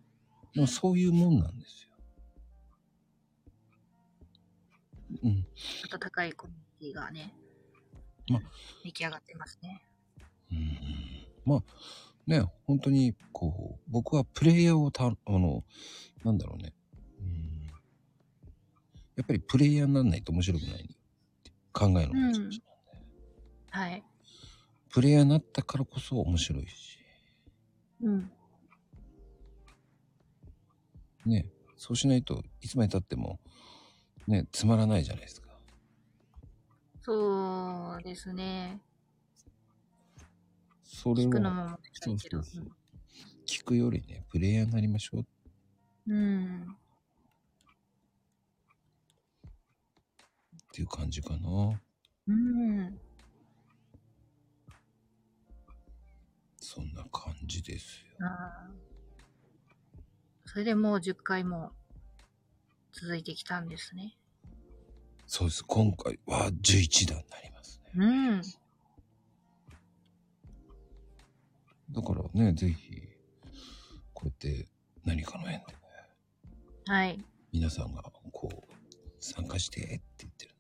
Speaker 1: でもそういうもんなんですよ。うん。
Speaker 14: 温かいコミュニティがね、
Speaker 1: まあ、
Speaker 14: 出来上がってますね。
Speaker 1: まあ、ね、本当に、こう、僕はプレイヤーをた、あの、なんだろうね。うんやっぱりプレイヤーにならないと面白くない、考えの。
Speaker 14: うん。はい。
Speaker 1: プレイヤーになったからこそ面白いし、
Speaker 14: うん。
Speaker 1: ね。そうしないといつまで経っても、ね、つまらないじゃないですか。
Speaker 14: そうですね。
Speaker 1: それを
Speaker 14: 聞くのも面
Speaker 1: そうそうそう聞くよりね、プレイヤーになりましょう。
Speaker 14: うん。
Speaker 1: っていう感じか
Speaker 7: 嗯
Speaker 1: な。
Speaker 14: うん。
Speaker 1: そんな感じですよ。
Speaker 14: あーそれでもう10回も続いてきたんですね。
Speaker 1: そうです。今回は11弾になります。
Speaker 14: うん。
Speaker 1: だからね、ぜひ、こうやって何かの縁で
Speaker 14: はい。
Speaker 1: 皆さんがこう、参加してって言ってる。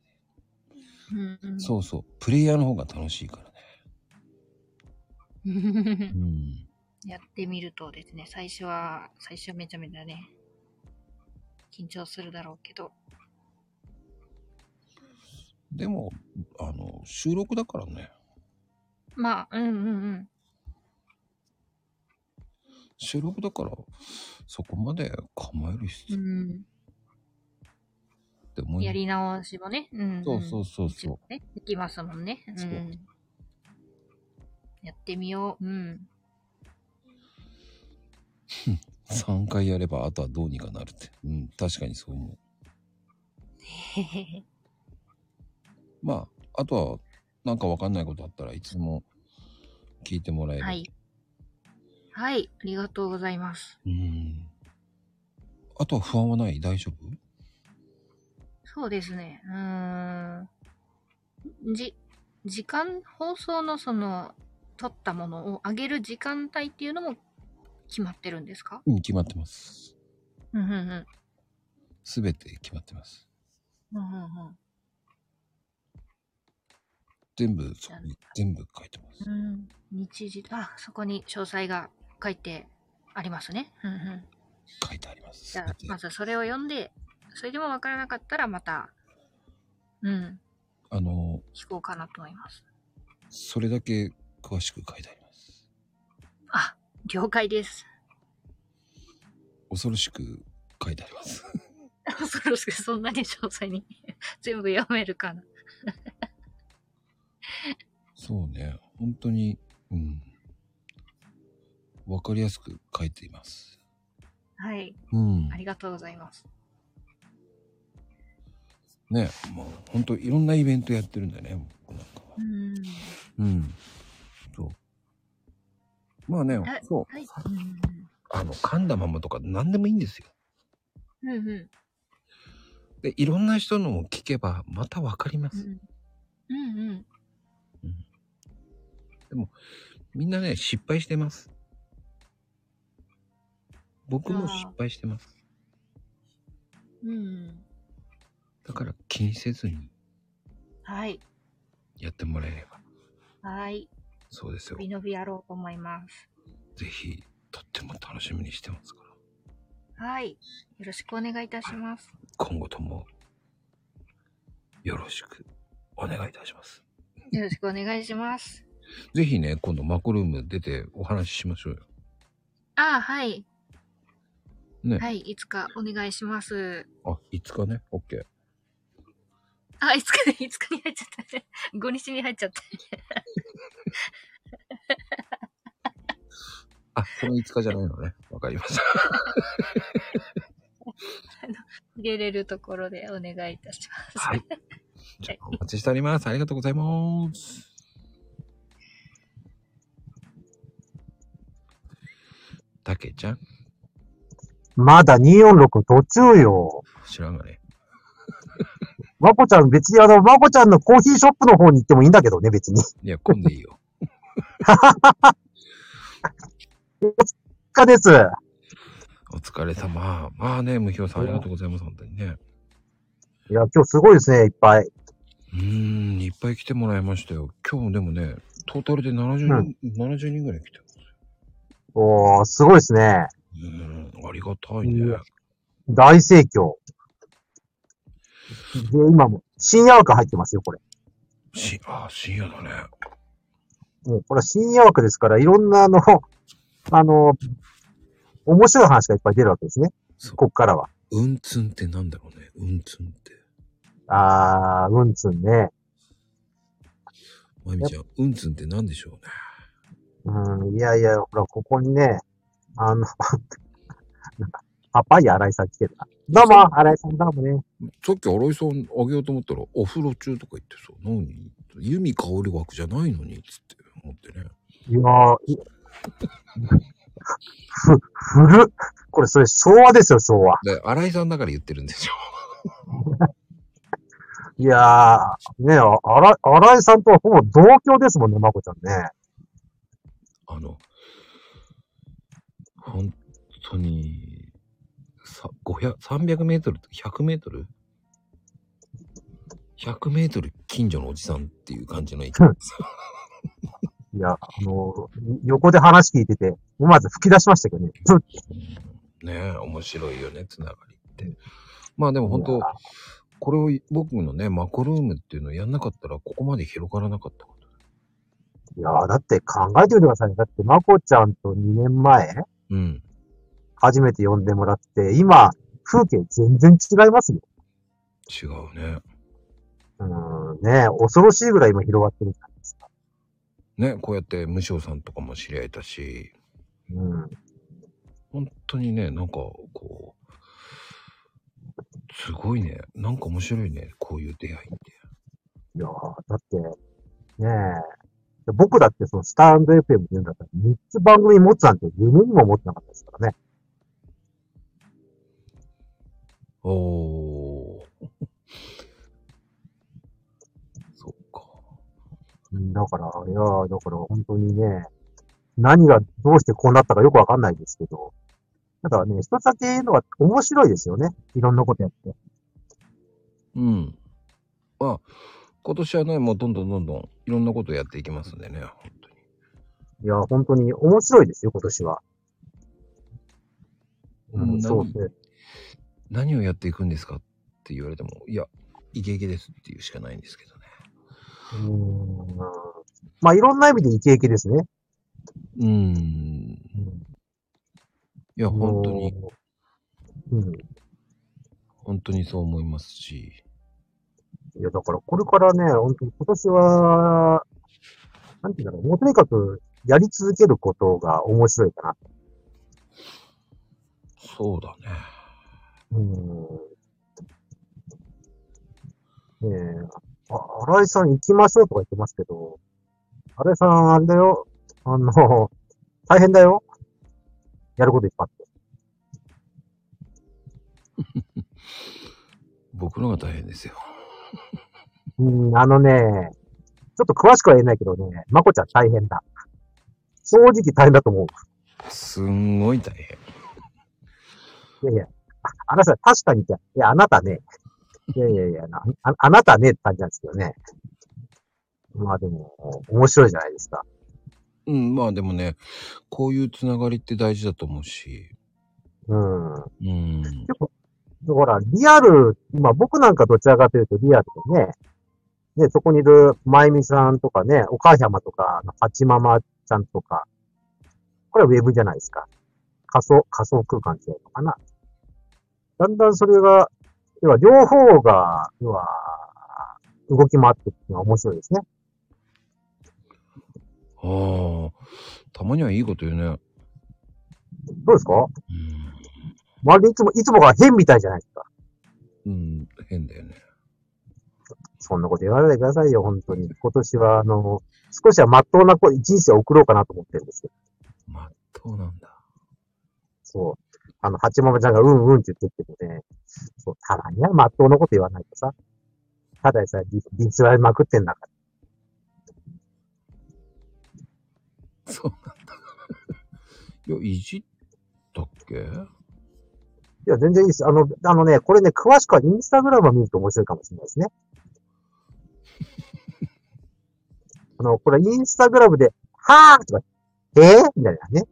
Speaker 14: うんうん、
Speaker 1: そうそう。プレイヤーの方が楽しいからね。うん。
Speaker 14: やってみるとですね、最初は、最初はめちゃめちゃね、緊張するだろうけど。
Speaker 1: でも、あの、収録だからね。
Speaker 14: まあ、うんうんうん。
Speaker 1: 収録だから、そこまで構える必要って思い
Speaker 14: やり直しもね、うん、うん。
Speaker 1: そうそうそうそう。
Speaker 14: ね、できますもんね。う。
Speaker 1: そうん
Speaker 14: やってみよう。うん。
Speaker 1: 3回やればあとはどうにかなるって。うん、確かにそう思う。まあ、あとは、なんかわかんないことあったらいつでも聞いてもらえる。
Speaker 14: はい。はい、ありがとうございます。
Speaker 1: うん。あとは不安はない大丈夫
Speaker 14: そうですね。うーん。じ、時間、放送のその、撮ったものを上げる時間帯っていうのも決まってるんですか
Speaker 1: うん、決まってます。
Speaker 14: うんうんうん。
Speaker 1: すべて決まってます。
Speaker 14: うんうんうん
Speaker 1: 全部、そこに全部書いてます。
Speaker 14: うん、日時、あ、そこに詳細が書いてありますね。うんうん。
Speaker 1: 書いてあります。
Speaker 14: じゃあ、まずそれを読んで、それでもわからなかったらまた、うん、
Speaker 1: あの、
Speaker 14: 聞こうかなと思います。
Speaker 1: それだけ詳しく書いてあります。
Speaker 14: あ、了解です。
Speaker 1: 恐ろしく書いてあります。
Speaker 14: 恐ろしくそんなに詳細に 全部読めるかな。
Speaker 1: そうね、本当に、うん。わかりやすく書いています。
Speaker 14: はい。
Speaker 1: うん
Speaker 14: ありがとうございます。
Speaker 1: ね、もう本当いろんなイベントやってるんだよね、僕なんかは。
Speaker 14: うん。
Speaker 1: うん。そう。まあね、そう。
Speaker 14: はい。うん
Speaker 1: あの、噛んだままとか何でもいいんですよ。
Speaker 14: うんうん。
Speaker 1: で、いろんな人のを聞けばまたわかります。
Speaker 14: うんうん。
Speaker 1: でも、みんなね、失敗してます。僕も失敗してます。
Speaker 14: うん。
Speaker 1: だから気にせずに
Speaker 14: はい。
Speaker 1: やってもらえれば。
Speaker 14: はい。
Speaker 1: そうですよ
Speaker 14: 伸。び伸びやろうと思います。
Speaker 1: ぜひ、とっても楽しみにしてますから。
Speaker 14: はい。よろしくお願いいたします。
Speaker 1: 今後とも、よろしくお願いいたします。
Speaker 14: よろしくお願いします。
Speaker 1: ぜひね、今度マコルーム出てお話ししましょうよ。
Speaker 14: ああ、はい。
Speaker 1: ね。
Speaker 14: はい。いつかお願いします。
Speaker 1: あ、5日ね。OK。
Speaker 14: あ、いつかね、いつかに入っちゃったね。5日 に入っちゃった ね。
Speaker 1: あ、この5日じゃないのね。わかりま した。
Speaker 14: あの入れれるところでお願いいたします。
Speaker 1: はい。お待ちしております。ありがとうございます。たけちゃん
Speaker 15: まだ246途中よ。
Speaker 1: 知らんがね。
Speaker 15: まこちゃん、別にあの、まこちゃんのコーヒーショップの方に行ってもいいんだけどね、別に。
Speaker 1: いや、混んでいいよ。
Speaker 15: お疲れです。
Speaker 1: お疲れ様。まあね、無表さんありがとうございます。本当にね。
Speaker 15: いや、今日すごいですね、いっぱい。
Speaker 1: うーん、いっぱい来てもらいましたよ。今日でもね、トータルで70人、70人ぐらい来て
Speaker 15: おー、すごいですね。
Speaker 1: うん、ありがたいね。
Speaker 15: 大盛況。で、今も、深夜枠入ってますよ、これ。
Speaker 1: し、あ、深夜だね。
Speaker 15: もう、これは深夜枠ですから、いろんなあの、あの、面白い話がいっぱい出るわけですね。こっからは。
Speaker 1: うんつんってなんだろうね。うんつんって。
Speaker 15: あー、うんつんね。
Speaker 1: まゆみちゃん、うんつんってなんでしょうね。
Speaker 15: うん、いやいや、ほら、ここにね、あの、 パパイヤ新井さん来てるな。どうも、新井さんどうもね。
Speaker 1: さっき新井さんあげようと思ったら、お風呂中とか言ってさ、何由美香り枠じゃないのに、つって思ってね。
Speaker 15: いやー、いふ、古っ。これ、それ昭和ですよ、昭和。
Speaker 1: で、新井さんだから言ってるんでしょ。
Speaker 15: いやー、ねえ、ああら、新井さんとはほぼ同居ですもんね、まこちゃんね。
Speaker 1: あの、本当に、さ、500、300メートル、100メートル ?100 メートル近所のおじさんっていう感じの勢いです。
Speaker 15: いや、あのー横で話聞いてて、思わず吹き出しましたけどね。 ふっ
Speaker 1: ねえ、面白いよね、つながりって。まあでも本当、これを僕のね、マコルームっていうのをやんなかったら、ここまで広がらなかった。
Speaker 15: いやー、だって考えてみてくださいね。だって、まこちゃんと2年前、
Speaker 1: うん。
Speaker 15: 初めて呼んでもらって、今、風景全然違いますよ。
Speaker 1: 違うね。
Speaker 15: うーん、ねえ恐ろしいぐらい今広がってる。
Speaker 1: ね、こうやって無償さんとかも知り合えたし、
Speaker 15: うん。
Speaker 1: 本当にね、なんかこう、すごいね、なんか面白いね、こういう出会いって。
Speaker 15: いやー、だって、ねえ、僕だってそのスタンド FM で言うんだったら、3つ番組持つなんて夢にも思ってなかったですからね。
Speaker 1: おー。 そっ
Speaker 15: か。だから、いやー、だから本当にね、何がどうしてこうなったかよくわかんないですけど、ただね、人だけ言うのは面白いですよね。いろんなことやって。
Speaker 1: うん。まあ、今年はね、もうどんどんどんどんいろんなことやっていきますんでね。
Speaker 15: いやー、本当に面白いですよ、今年は。うん、そうですね。
Speaker 1: 何をやっていくんですかって言われても、いや、イケイケですっていうしかないんですけどね。
Speaker 15: うーんまあ、いろんな意味でイケイケですね。
Speaker 1: うーん。いや、本当に、
Speaker 15: うん。
Speaker 1: 本当にそう思いますし。
Speaker 15: いや、だからこれからね、本当に今年は、なんていうんだろう、もうとにかくやり続けることが面白いかな。
Speaker 1: そうだね。
Speaker 15: うん。ねえ、あ、荒井さん行きましょうとか言ってますけど、荒井さん、あれだよ、あの、大変だよ。やることいっぱいあって。
Speaker 1: 僕のが大変ですよ。
Speaker 15: うん、あのね、ちょっと詳しくは言えないけどね、まこちゃん大変だ。正直大変だと思う。
Speaker 1: すんごい大変。
Speaker 15: いやいや、ああなた、確かにじゃ、いや、あなたね、いやいやいや、なああなたねって感じなんですけどね。まあでも、面白いじゃないですか。
Speaker 1: うん、まあでもね、こういうつながりって大事だと思うし。
Speaker 15: うん。
Speaker 1: うん。
Speaker 15: だから、リアル、今僕なんかどちらかというとリアルでね、ね、そこにいるまゆみさんとかね、お母様とか、あのはちママちゃんとか、これはウェブじゃないですか。仮想、仮想空間っていうのかな。だんだんそれが、要は両方が、要は、動き回ってっていうのは面白いですね。
Speaker 1: ああ、たまにはいいこと言うね。
Speaker 15: どうですかまるでいつも、いつもが変みたいじゃないですか。
Speaker 1: うん、変だよね。
Speaker 15: そんなこと言わないでくださいよ、本当に。今年は、あの、少しは真っ当なこ人生を送ろうかなと思ってるんですよ。
Speaker 1: そうなんだ。
Speaker 15: そう。あの、八ママちゃんがうんうんって言ってきてもね、そう、たまには真っ当なこと言わないとさ、ただでさえ、り立はまくってんだか
Speaker 1: そうなんだ。いや、いじったっけ
Speaker 15: ら。いや、全然いいです。あの、あのね、これね、詳しくはインスタグラムを見ると面白いかもしれないで すね。あの、これインスタグラムで、はーとか、えー、みたいなね。い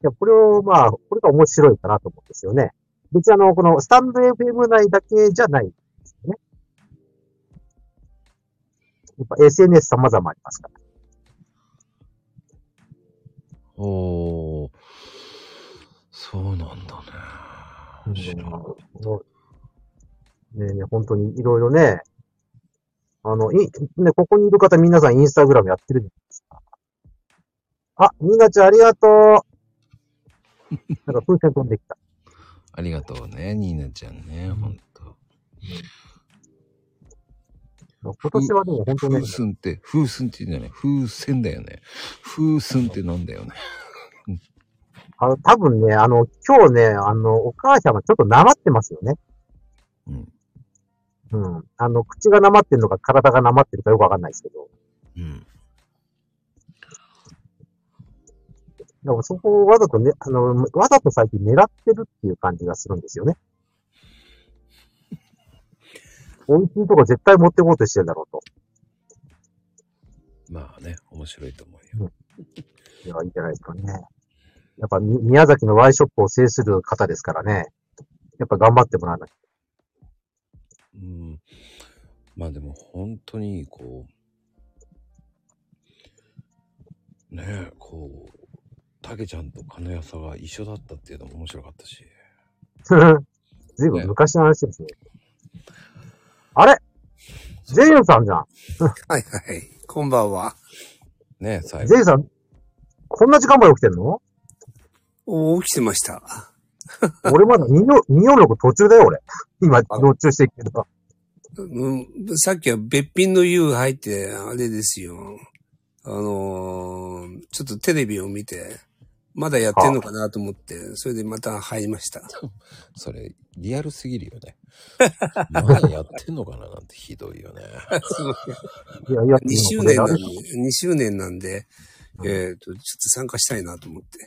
Speaker 15: や、これを、まあ、これが面白いかなと思うんですよね。別にあの、このスタンド FM 内だけじゃないんですよね。やっぱ SNS 様々ありますから。
Speaker 1: おー。そうなんだね。知らなかった
Speaker 15: ねえねえ本当にいろいろね、あの、い、ね、ここにいる方皆さんインスタグラムやってるじゃないですか。あ、みなちゃんありがとう。なんか風船飛んできた。
Speaker 1: ありがとうね、ニーナちゃんね、ほんと。
Speaker 15: 今年はでも本当ね
Speaker 1: 風、船って、風船って言うんだよね。風船だよね。風船ってなんだよね。
Speaker 15: あの多分ね、あの、今日ね、あの、お母様ちょっとなまってますよね。うん。うん。あの、口がなまってるのか体がなまってるかよくわかんないですけど。
Speaker 1: うん。
Speaker 15: だからそこをわざとね、あの、わざと最近狙ってるっていう感じがするんですよね。美味しいとこ絶対持ってこうとしてるだろうと。
Speaker 1: まあね、面白いと思うよ。
Speaker 15: いや、いいじゃないですかね。やっぱみ、宮崎のワイショップを制する方ですからね。やっぱ頑張ってもらわない。
Speaker 1: うん。まあでも本当に、こう、ねえ、こう、たけちゃんと金谷さんが一緒だったっていうのも面白かったし。
Speaker 15: ずいぶん昔の話ですね。あれジェイユンさんじゃん。
Speaker 16: はいはい。こんばんは。
Speaker 1: ねえ、最
Speaker 15: ジェイさん、こんな時間まで起きてんの
Speaker 16: お起きてました。
Speaker 15: 俺まだ246 途中だよ、俺。今、常駐してるけど。
Speaker 16: うんさっきはべっぴんの湯入って、あれですよ。あのーちょっとテレビを見て、まだやってんのかなと思って、それでまた入りました。
Speaker 1: それ、リアルすぎるよね。 まだやってんのかななんてひどいよ ね。
Speaker 15: いやいや
Speaker 16: 2周年なんで、2周年なんで、えっ、と、ちょっと参加したいなと思って。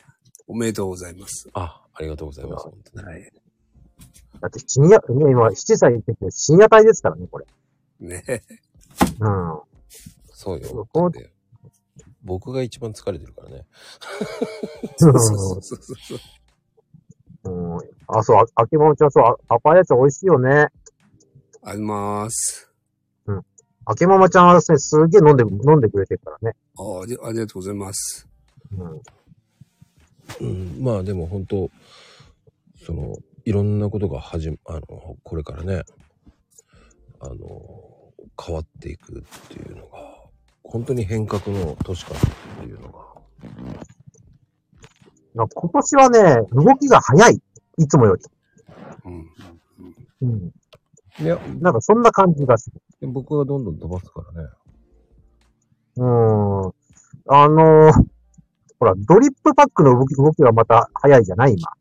Speaker 16: おめでとうございます。
Speaker 1: あ、ありがとうございます。本当
Speaker 16: に。はい。
Speaker 15: だって深夜、ね、今7歳にってきて深夜帯ですからね、これ。
Speaker 16: ね
Speaker 15: うん。
Speaker 1: そうよ。だって僕が一番疲れてるからね。
Speaker 15: そうそう
Speaker 16: そうそう。
Speaker 15: うん。あ、そう、あ秋葉ちゃん、そう、あパパイヤちゃん美味しいよね。
Speaker 16: あります。
Speaker 15: うん。秋ママちゃんはね、すげえ飲んで、飲んでくれてるからね。
Speaker 16: あありありがとうございます。
Speaker 1: うん、まあでも本当、その、いろんなことが始ま、あの、これからね、あの、変わっていくっていうのが、本当に変革の年かなっていうのが。
Speaker 15: なんか今年はね、動きが早い。いつもより。
Speaker 16: うん。
Speaker 15: うん。
Speaker 1: いや、
Speaker 15: なんかそんな感じがする。
Speaker 1: で僕はどんどん飛ばすからね。
Speaker 15: うーん。あのーほら、ドリップパックの動き、動きがまた早いじゃない今。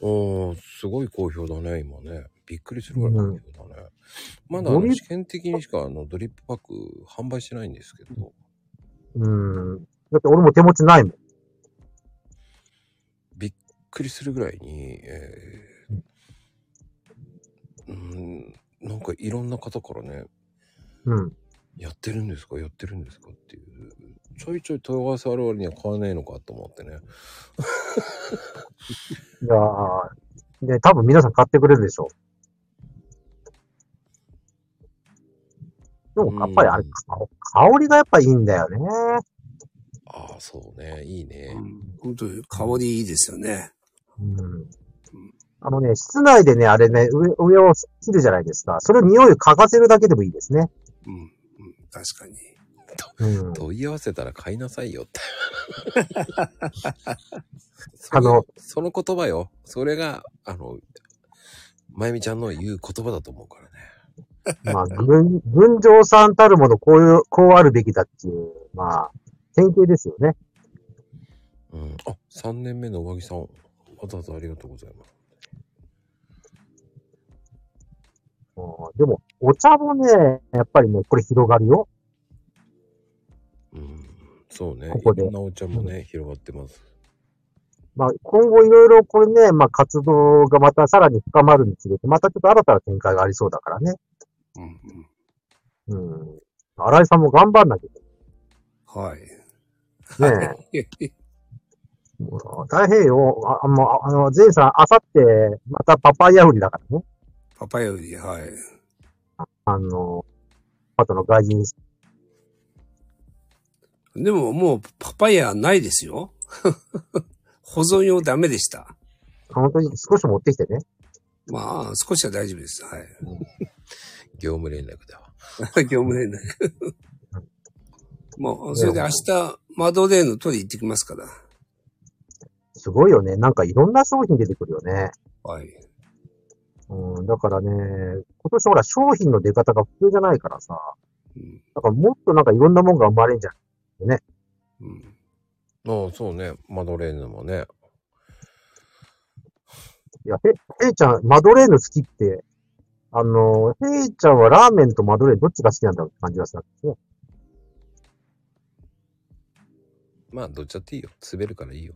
Speaker 1: おー、すごい好評だね、今ね。びっくりするぐらい好評だね。まだあ
Speaker 15: ド
Speaker 1: の
Speaker 15: リ
Speaker 1: 試験的にしかあのドリップパック販売してないんですけど、
Speaker 15: うーん。だって俺も手持ちないもん。
Speaker 1: びっくりするぐらいに、えー、うん、なんかいろんな方からね、
Speaker 15: うん。
Speaker 1: やってるんですかやってるんですかっていう。ちょいちょい問い合わせある割には買わないのかと思ってね。
Speaker 15: いやー、ね、多分皆さん買ってくれるでしょう。でも、やっぱりあれ、香香りがやっぱいいんだよね。
Speaker 1: ああ、そうね。いいね。
Speaker 16: 本当に香りいいですよね。
Speaker 15: うん。あのね、室内でね、あれね、上、上を切るじゃないですか。それを匂いを嗅がせるだけでもいいですね。
Speaker 16: 確かに。
Speaker 1: 問い合わせたら買いなさいよ って。
Speaker 15: あの、
Speaker 1: その言葉よ。それが、あの、まゆみちゃんの言う言葉だと思うからね。
Speaker 15: まあ、群、群青さんたるもの、こういう、こうあるべきだっていう、まあ、典型ですよね。
Speaker 1: うん。あ、3年目の上着さん、わざわざありがとうございます。
Speaker 15: うんでも、お茶もね、やっぱりね、これ広がるよ。
Speaker 1: そうね。
Speaker 15: ここで
Speaker 1: いろんなお茶もね、広がってます。
Speaker 15: まあ、今後いろいろこれね、まあ、活動がまたさらに深まるにつれて、またちょっと新たな展開がありそうだからね。うん。うん。新井さんも頑張んなきゃい
Speaker 16: はい。
Speaker 15: けない。ねえ。もう太平洋、あ、あもう、ああの、ゼイさん、あさって、またパパイヤ売りだからね。
Speaker 16: パパより、はい。
Speaker 15: あの、あとの外人、
Speaker 16: でももうパパイヤないですよ。 保存用ダメでした。
Speaker 15: 本当に少し持ってきてね。
Speaker 16: まあ、少しは大丈夫です。はい。
Speaker 1: 業務連絡だわ。
Speaker 16: 業務連絡。もう、それで明日、マドレーヌ取り行ってきますから。
Speaker 15: すごいよね。なんかいろんな商品出てくるよね。
Speaker 16: はい。
Speaker 15: うん、だからね、今年ほら商品の出方が普通じゃないからさ、だからもっとなんかいろんなもんが生まれんじゃん。ね。
Speaker 1: ああ、そうね。マドレーヌもね。
Speaker 15: いや、へ、へいちゃん、マドレーヌ好きって、あの、へいちゃんはラーメンとマドレーヌどっちが好きなんだろうって感じがしたんですね。
Speaker 1: まあ、どっちだっていいよ。滑るからいい よ。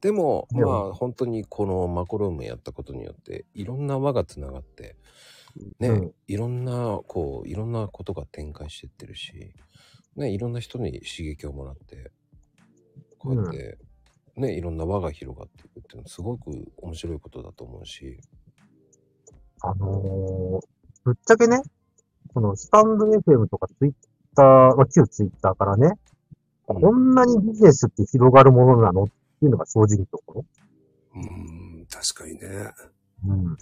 Speaker 1: でも、まあ、本当にこのマコロームやったことによって、いろんな輪がつながって、ね、
Speaker 15: うん
Speaker 1: いろんな、こう、いろんなことが展開してってるし、ね、いろんな人に刺激をもらって、こうやって、ね、いろんな輪が広がっていくっていうのは、すごく面白いことだと思うし、
Speaker 15: あのーぶっちゃけね、このスタンド FM とかツイッター、まあ、旧ツイッターからね、こんなにビジネスって広がるものなのっていうのが正直なところ。
Speaker 16: うん、確かにね。
Speaker 15: うん。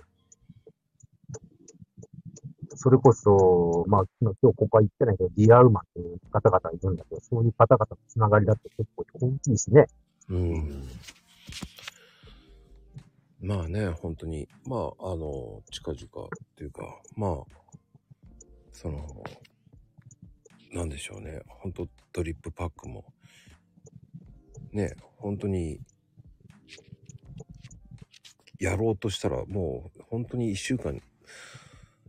Speaker 15: それこそ、まあ、今今日ここは言ってないけど、リアウマンっていう方々がいるんだけど、そういう方々のつながりだって結構大きいしね。
Speaker 1: うん。まあね、本当に、まあ、あの、近々っていうか、まあ、その、なんでしょうね、本当ドリップパックも、ね、本当に、やろうとしたら、もう、本当に一週間、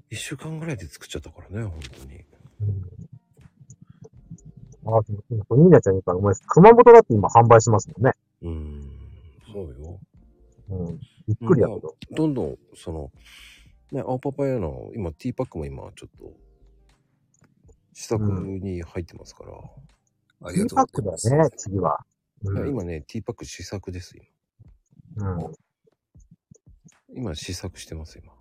Speaker 1: 一週間ぐらいで作っちゃったからね、本当に。
Speaker 15: ああ、今、ニーナちゃん言うから、お前、熊本だって今販売しますもんね。
Speaker 1: そうよ。
Speaker 15: うん。びっくりやけ
Speaker 1: ど。どんどん、その、ね、青パパイヤの、今、ティーパックも今、ちょっと、試作に入ってますから。
Speaker 16: あ
Speaker 15: りがとうございますティーパックだよね、次は。うん
Speaker 1: 今ね、ティーパック試作です、今。
Speaker 15: うん。
Speaker 1: 今、試作してます、今。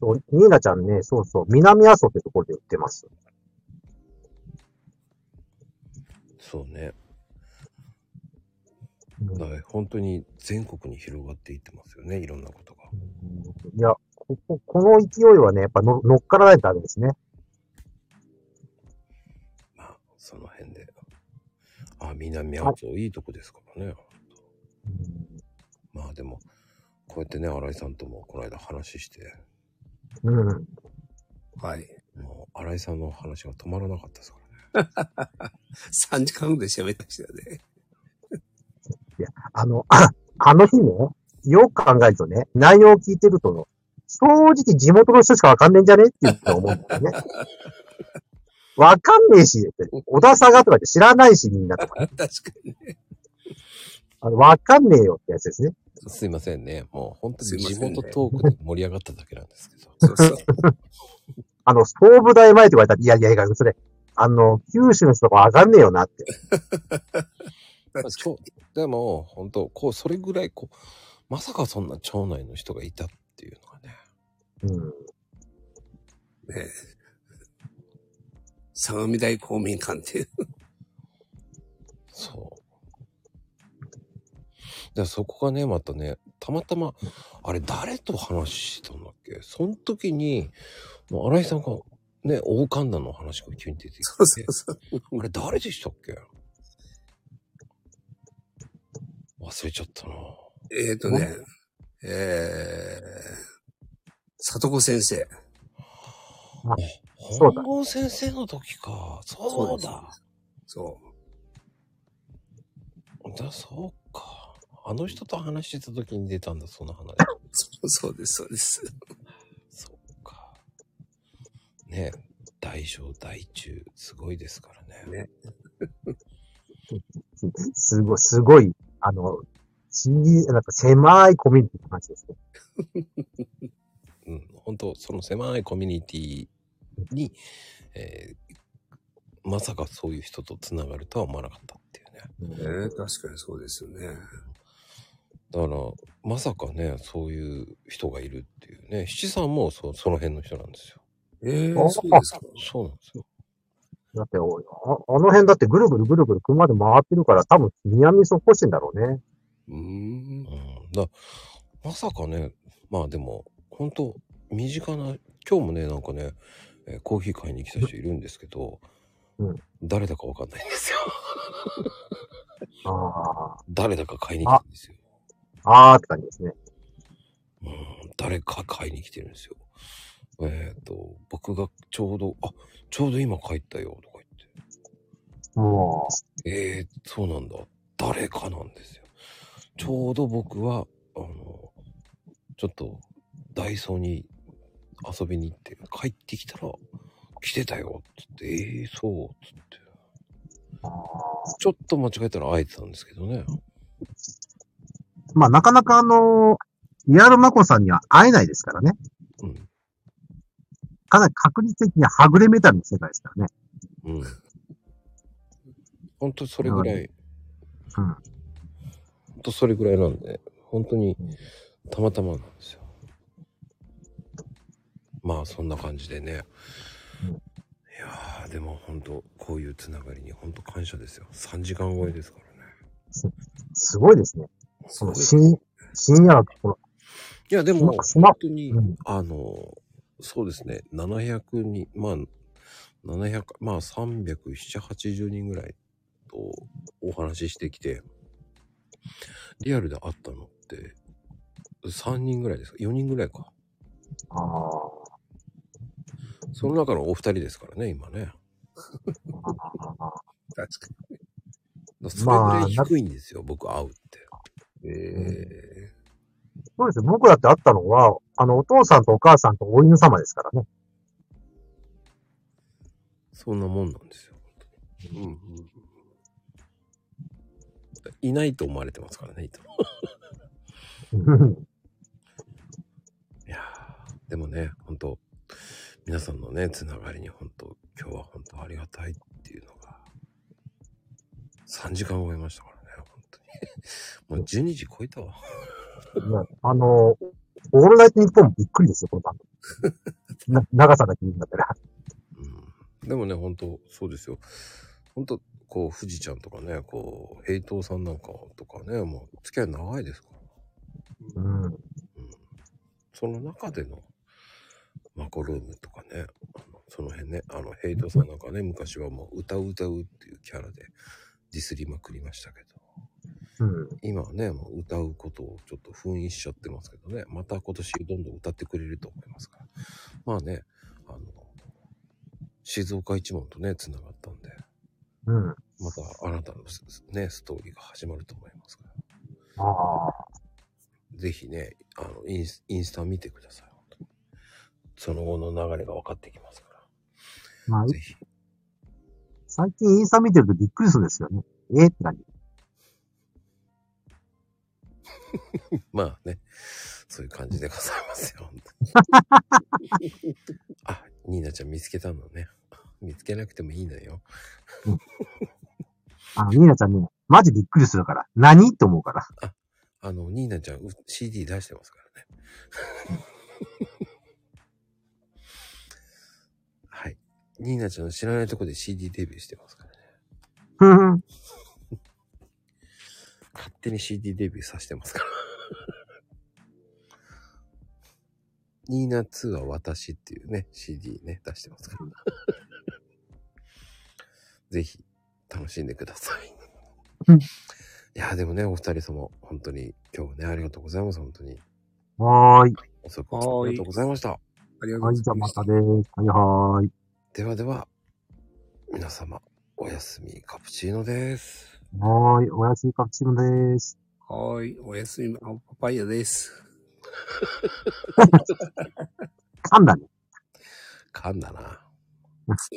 Speaker 15: そう、ニーナちゃんね、そうそう、南阿蘇ってところで売ってます。
Speaker 1: そうね。だから本当に全国に広がっていってますよね、いろんなことが。
Speaker 15: いや、ここ、この勢いはね、やっぱの乗っからないとダメですね。
Speaker 1: その辺で。あ、南青津、いいとこですからね。まあでも、こうやってね、新井さんともこの間話して、
Speaker 15: うん。
Speaker 16: はい。
Speaker 1: もう新井さんの話が止まらなかったですから
Speaker 16: 3時間ぐらい喋ってましたよね。
Speaker 15: いや、あの、 ああの日ね、よく考えるとね、内容を聞いてると、正直地元の人しかわかんねえんじゃねって言って思うんだ よね。わかんねえし、小田佐賀とかって知らないし、みんなとか。
Speaker 16: 確かにね。
Speaker 15: あのわかんねえよってやつですね。
Speaker 1: すいませんね。もう本当
Speaker 15: すい
Speaker 1: に
Speaker 15: ませ
Speaker 1: 地
Speaker 15: んね
Speaker 1: 元トークで盛り上がっただけなんで すけど。
Speaker 15: あの、ストーブ台前って言われたら、いやいやいや、それ、あの、九州の人とかわかんねえよなって。
Speaker 1: まあちょでも、本当こう、それぐらい、こう、まさかそんな町内の人がいたっていう
Speaker 15: のがね。
Speaker 16: ねえ相模大公民館っていう。
Speaker 1: そう。で、そこがね、またね、たまたま、あれ、誰と話してたんだっけその時に、もう、新井さんが、ね、大神田の話が急に出てきて。そう。
Speaker 16: そうそう
Speaker 1: あれ、誰でしたっけ忘れちゃったな。
Speaker 16: えっ、とね、えー、里子先生。
Speaker 1: そうだ。本郷先生の時か。
Speaker 16: そ
Speaker 1: そうう
Speaker 16: です
Speaker 1: だ。
Speaker 16: そ
Speaker 1: だ、そうか。あの人と話してた時に出たんだ、その 話。
Speaker 16: う。そうです、そうです。
Speaker 1: ね大小大中、すごいですからね。
Speaker 15: すごい、すごい、あの、ちなんか狭いコミュニティって感じですね。
Speaker 1: うん、本当その狭いコミュニティに、えーまさかそういう人とつながるとは思わなかった。
Speaker 16: ねえ確かにそうですよね。
Speaker 1: だから、まさかね、そういう人がいるっていうね。七さんもそその辺の人なんですよ。
Speaker 16: え
Speaker 15: ーそうですか
Speaker 1: そうなんですよ。
Speaker 15: だっておいあ、あの辺だってぐるぐるぐるぐる車で回ってるから、多分南そこしてんだろうね。
Speaker 16: うん。
Speaker 1: だまさかね、まあでも、本当身近な、今日もね、なんかね、えーコーヒー買いに来た人いるんですけど、誰だかわかんないんですよ。
Speaker 15: ああ。
Speaker 1: 誰だか買いに来たんですよ。
Speaker 15: あーって感じですね。
Speaker 1: 誰か買いに来てるんですよ。えっ、と、僕がちょうど、あ、ちょうど今帰ったよ、とか
Speaker 15: も
Speaker 1: 言って。ええー、そうなんだ。誰かなんですよ。ちょうど僕は、あの、ちょっと、ダイソーに遊びに行って、帰ってきたら、来てたよ、つって、ええー、そう、つって。ちょっと間違えたら会えてたんですけどね。
Speaker 15: う、まあなかなかあの、リアルマコさんには会えないですからね。かなり確率的にはぐれメタルの世界ですからね。
Speaker 1: うん。本当それぐらい、
Speaker 15: うん。
Speaker 1: 本当それぐらいなんで、本当にたまたまなんですよ。まあそんな感じでね。いやーでも本当こういうつながりに本当感謝ですよ。3時間超えですから。
Speaker 15: すごいですね。その深、深夜枠、この、
Speaker 1: いやでも
Speaker 15: なんか
Speaker 1: 本当に、あの、そうですね、700人、まあ、700、まあ300、7 80人ぐらいとお話ししてきて、リアルで会ったのって、3人ぐらいですか ?4 人ぐらいか。
Speaker 15: ああ。
Speaker 1: その中のお二人ですからね、今ね。
Speaker 16: 確か
Speaker 1: に。それぐらい低いんですよ、僕会うって。え
Speaker 15: そうですよ。僕だって会ったのは、あの、お父さんとお母さんとお犬様ですからね。
Speaker 1: そんなもんなんですよ。うんうん、いないと思われてますからね、いつも。 でもね、本当皆さんのね、つながりに本当今日は本当ありがたいっていうのが、3時間超えましたからね、本当に。もう12時超えたわ。
Speaker 15: いやあの、オールナイトニッポンもびっくりですよ、この番組。な長さだけ言うんだったら。
Speaker 1: でもね、本当そうですよ。本当こう、富士ちゃんとかね、こう、平等さんなんかとかね、もう、付き合い長いですから。
Speaker 15: うん。
Speaker 1: その中での、マコルームとかね、あのその辺ね、あの、平等さんなんかね、昔はもう、歌う歌うっていうキャラで、ディスりまくりましたけど、
Speaker 15: うん。
Speaker 1: 今はね、もう歌うことをちょっと封印しちゃってますけどね、また今年どんどん歌ってくれると思いますから。まあね、あの、静岡一門とね、繋がったんで、
Speaker 15: うん。
Speaker 1: また新たなスね、ストーリーが始まると思いますから。ぜひね、あのインス、インスタ見てください。本当にその後の流れが分かってきますから。
Speaker 15: まあ、最近インスタ見てるとびっくりするんですよね。えーって感じ。
Speaker 1: まあね、そういう感じでございますよ。本当にあ、ニーナちゃん見つけたのね。見つけなくてもいいのよ。
Speaker 15: あの、ニーナちゃんね、マジびっくりするから。何って思うから。
Speaker 1: あの、ニーナちゃんう CD 出してますからね。はい。ニーナちゃんの知らないとこで CD デビューしてますからね。
Speaker 15: うん。
Speaker 1: 勝手に CD デビューさせてますから。 ニーナ2は私っていうね、CD ね、出してますから。 ぜひ、楽しんでください。いやー、でもね、お二人様、本当に今日はね、ありがとうございます、本当に。
Speaker 15: はーい。
Speaker 1: 遅く来てありがとうございました。ありがとう
Speaker 15: はい、じゃあまたでーす。はい、はーい。
Speaker 1: ではでは、皆様、おやすみ、カプチーノです。
Speaker 15: はーい、おやすみカプチーノでーす。
Speaker 16: はーい、おやすみ、あパパイヤです。
Speaker 15: 噛んだね。
Speaker 1: 噛んだな。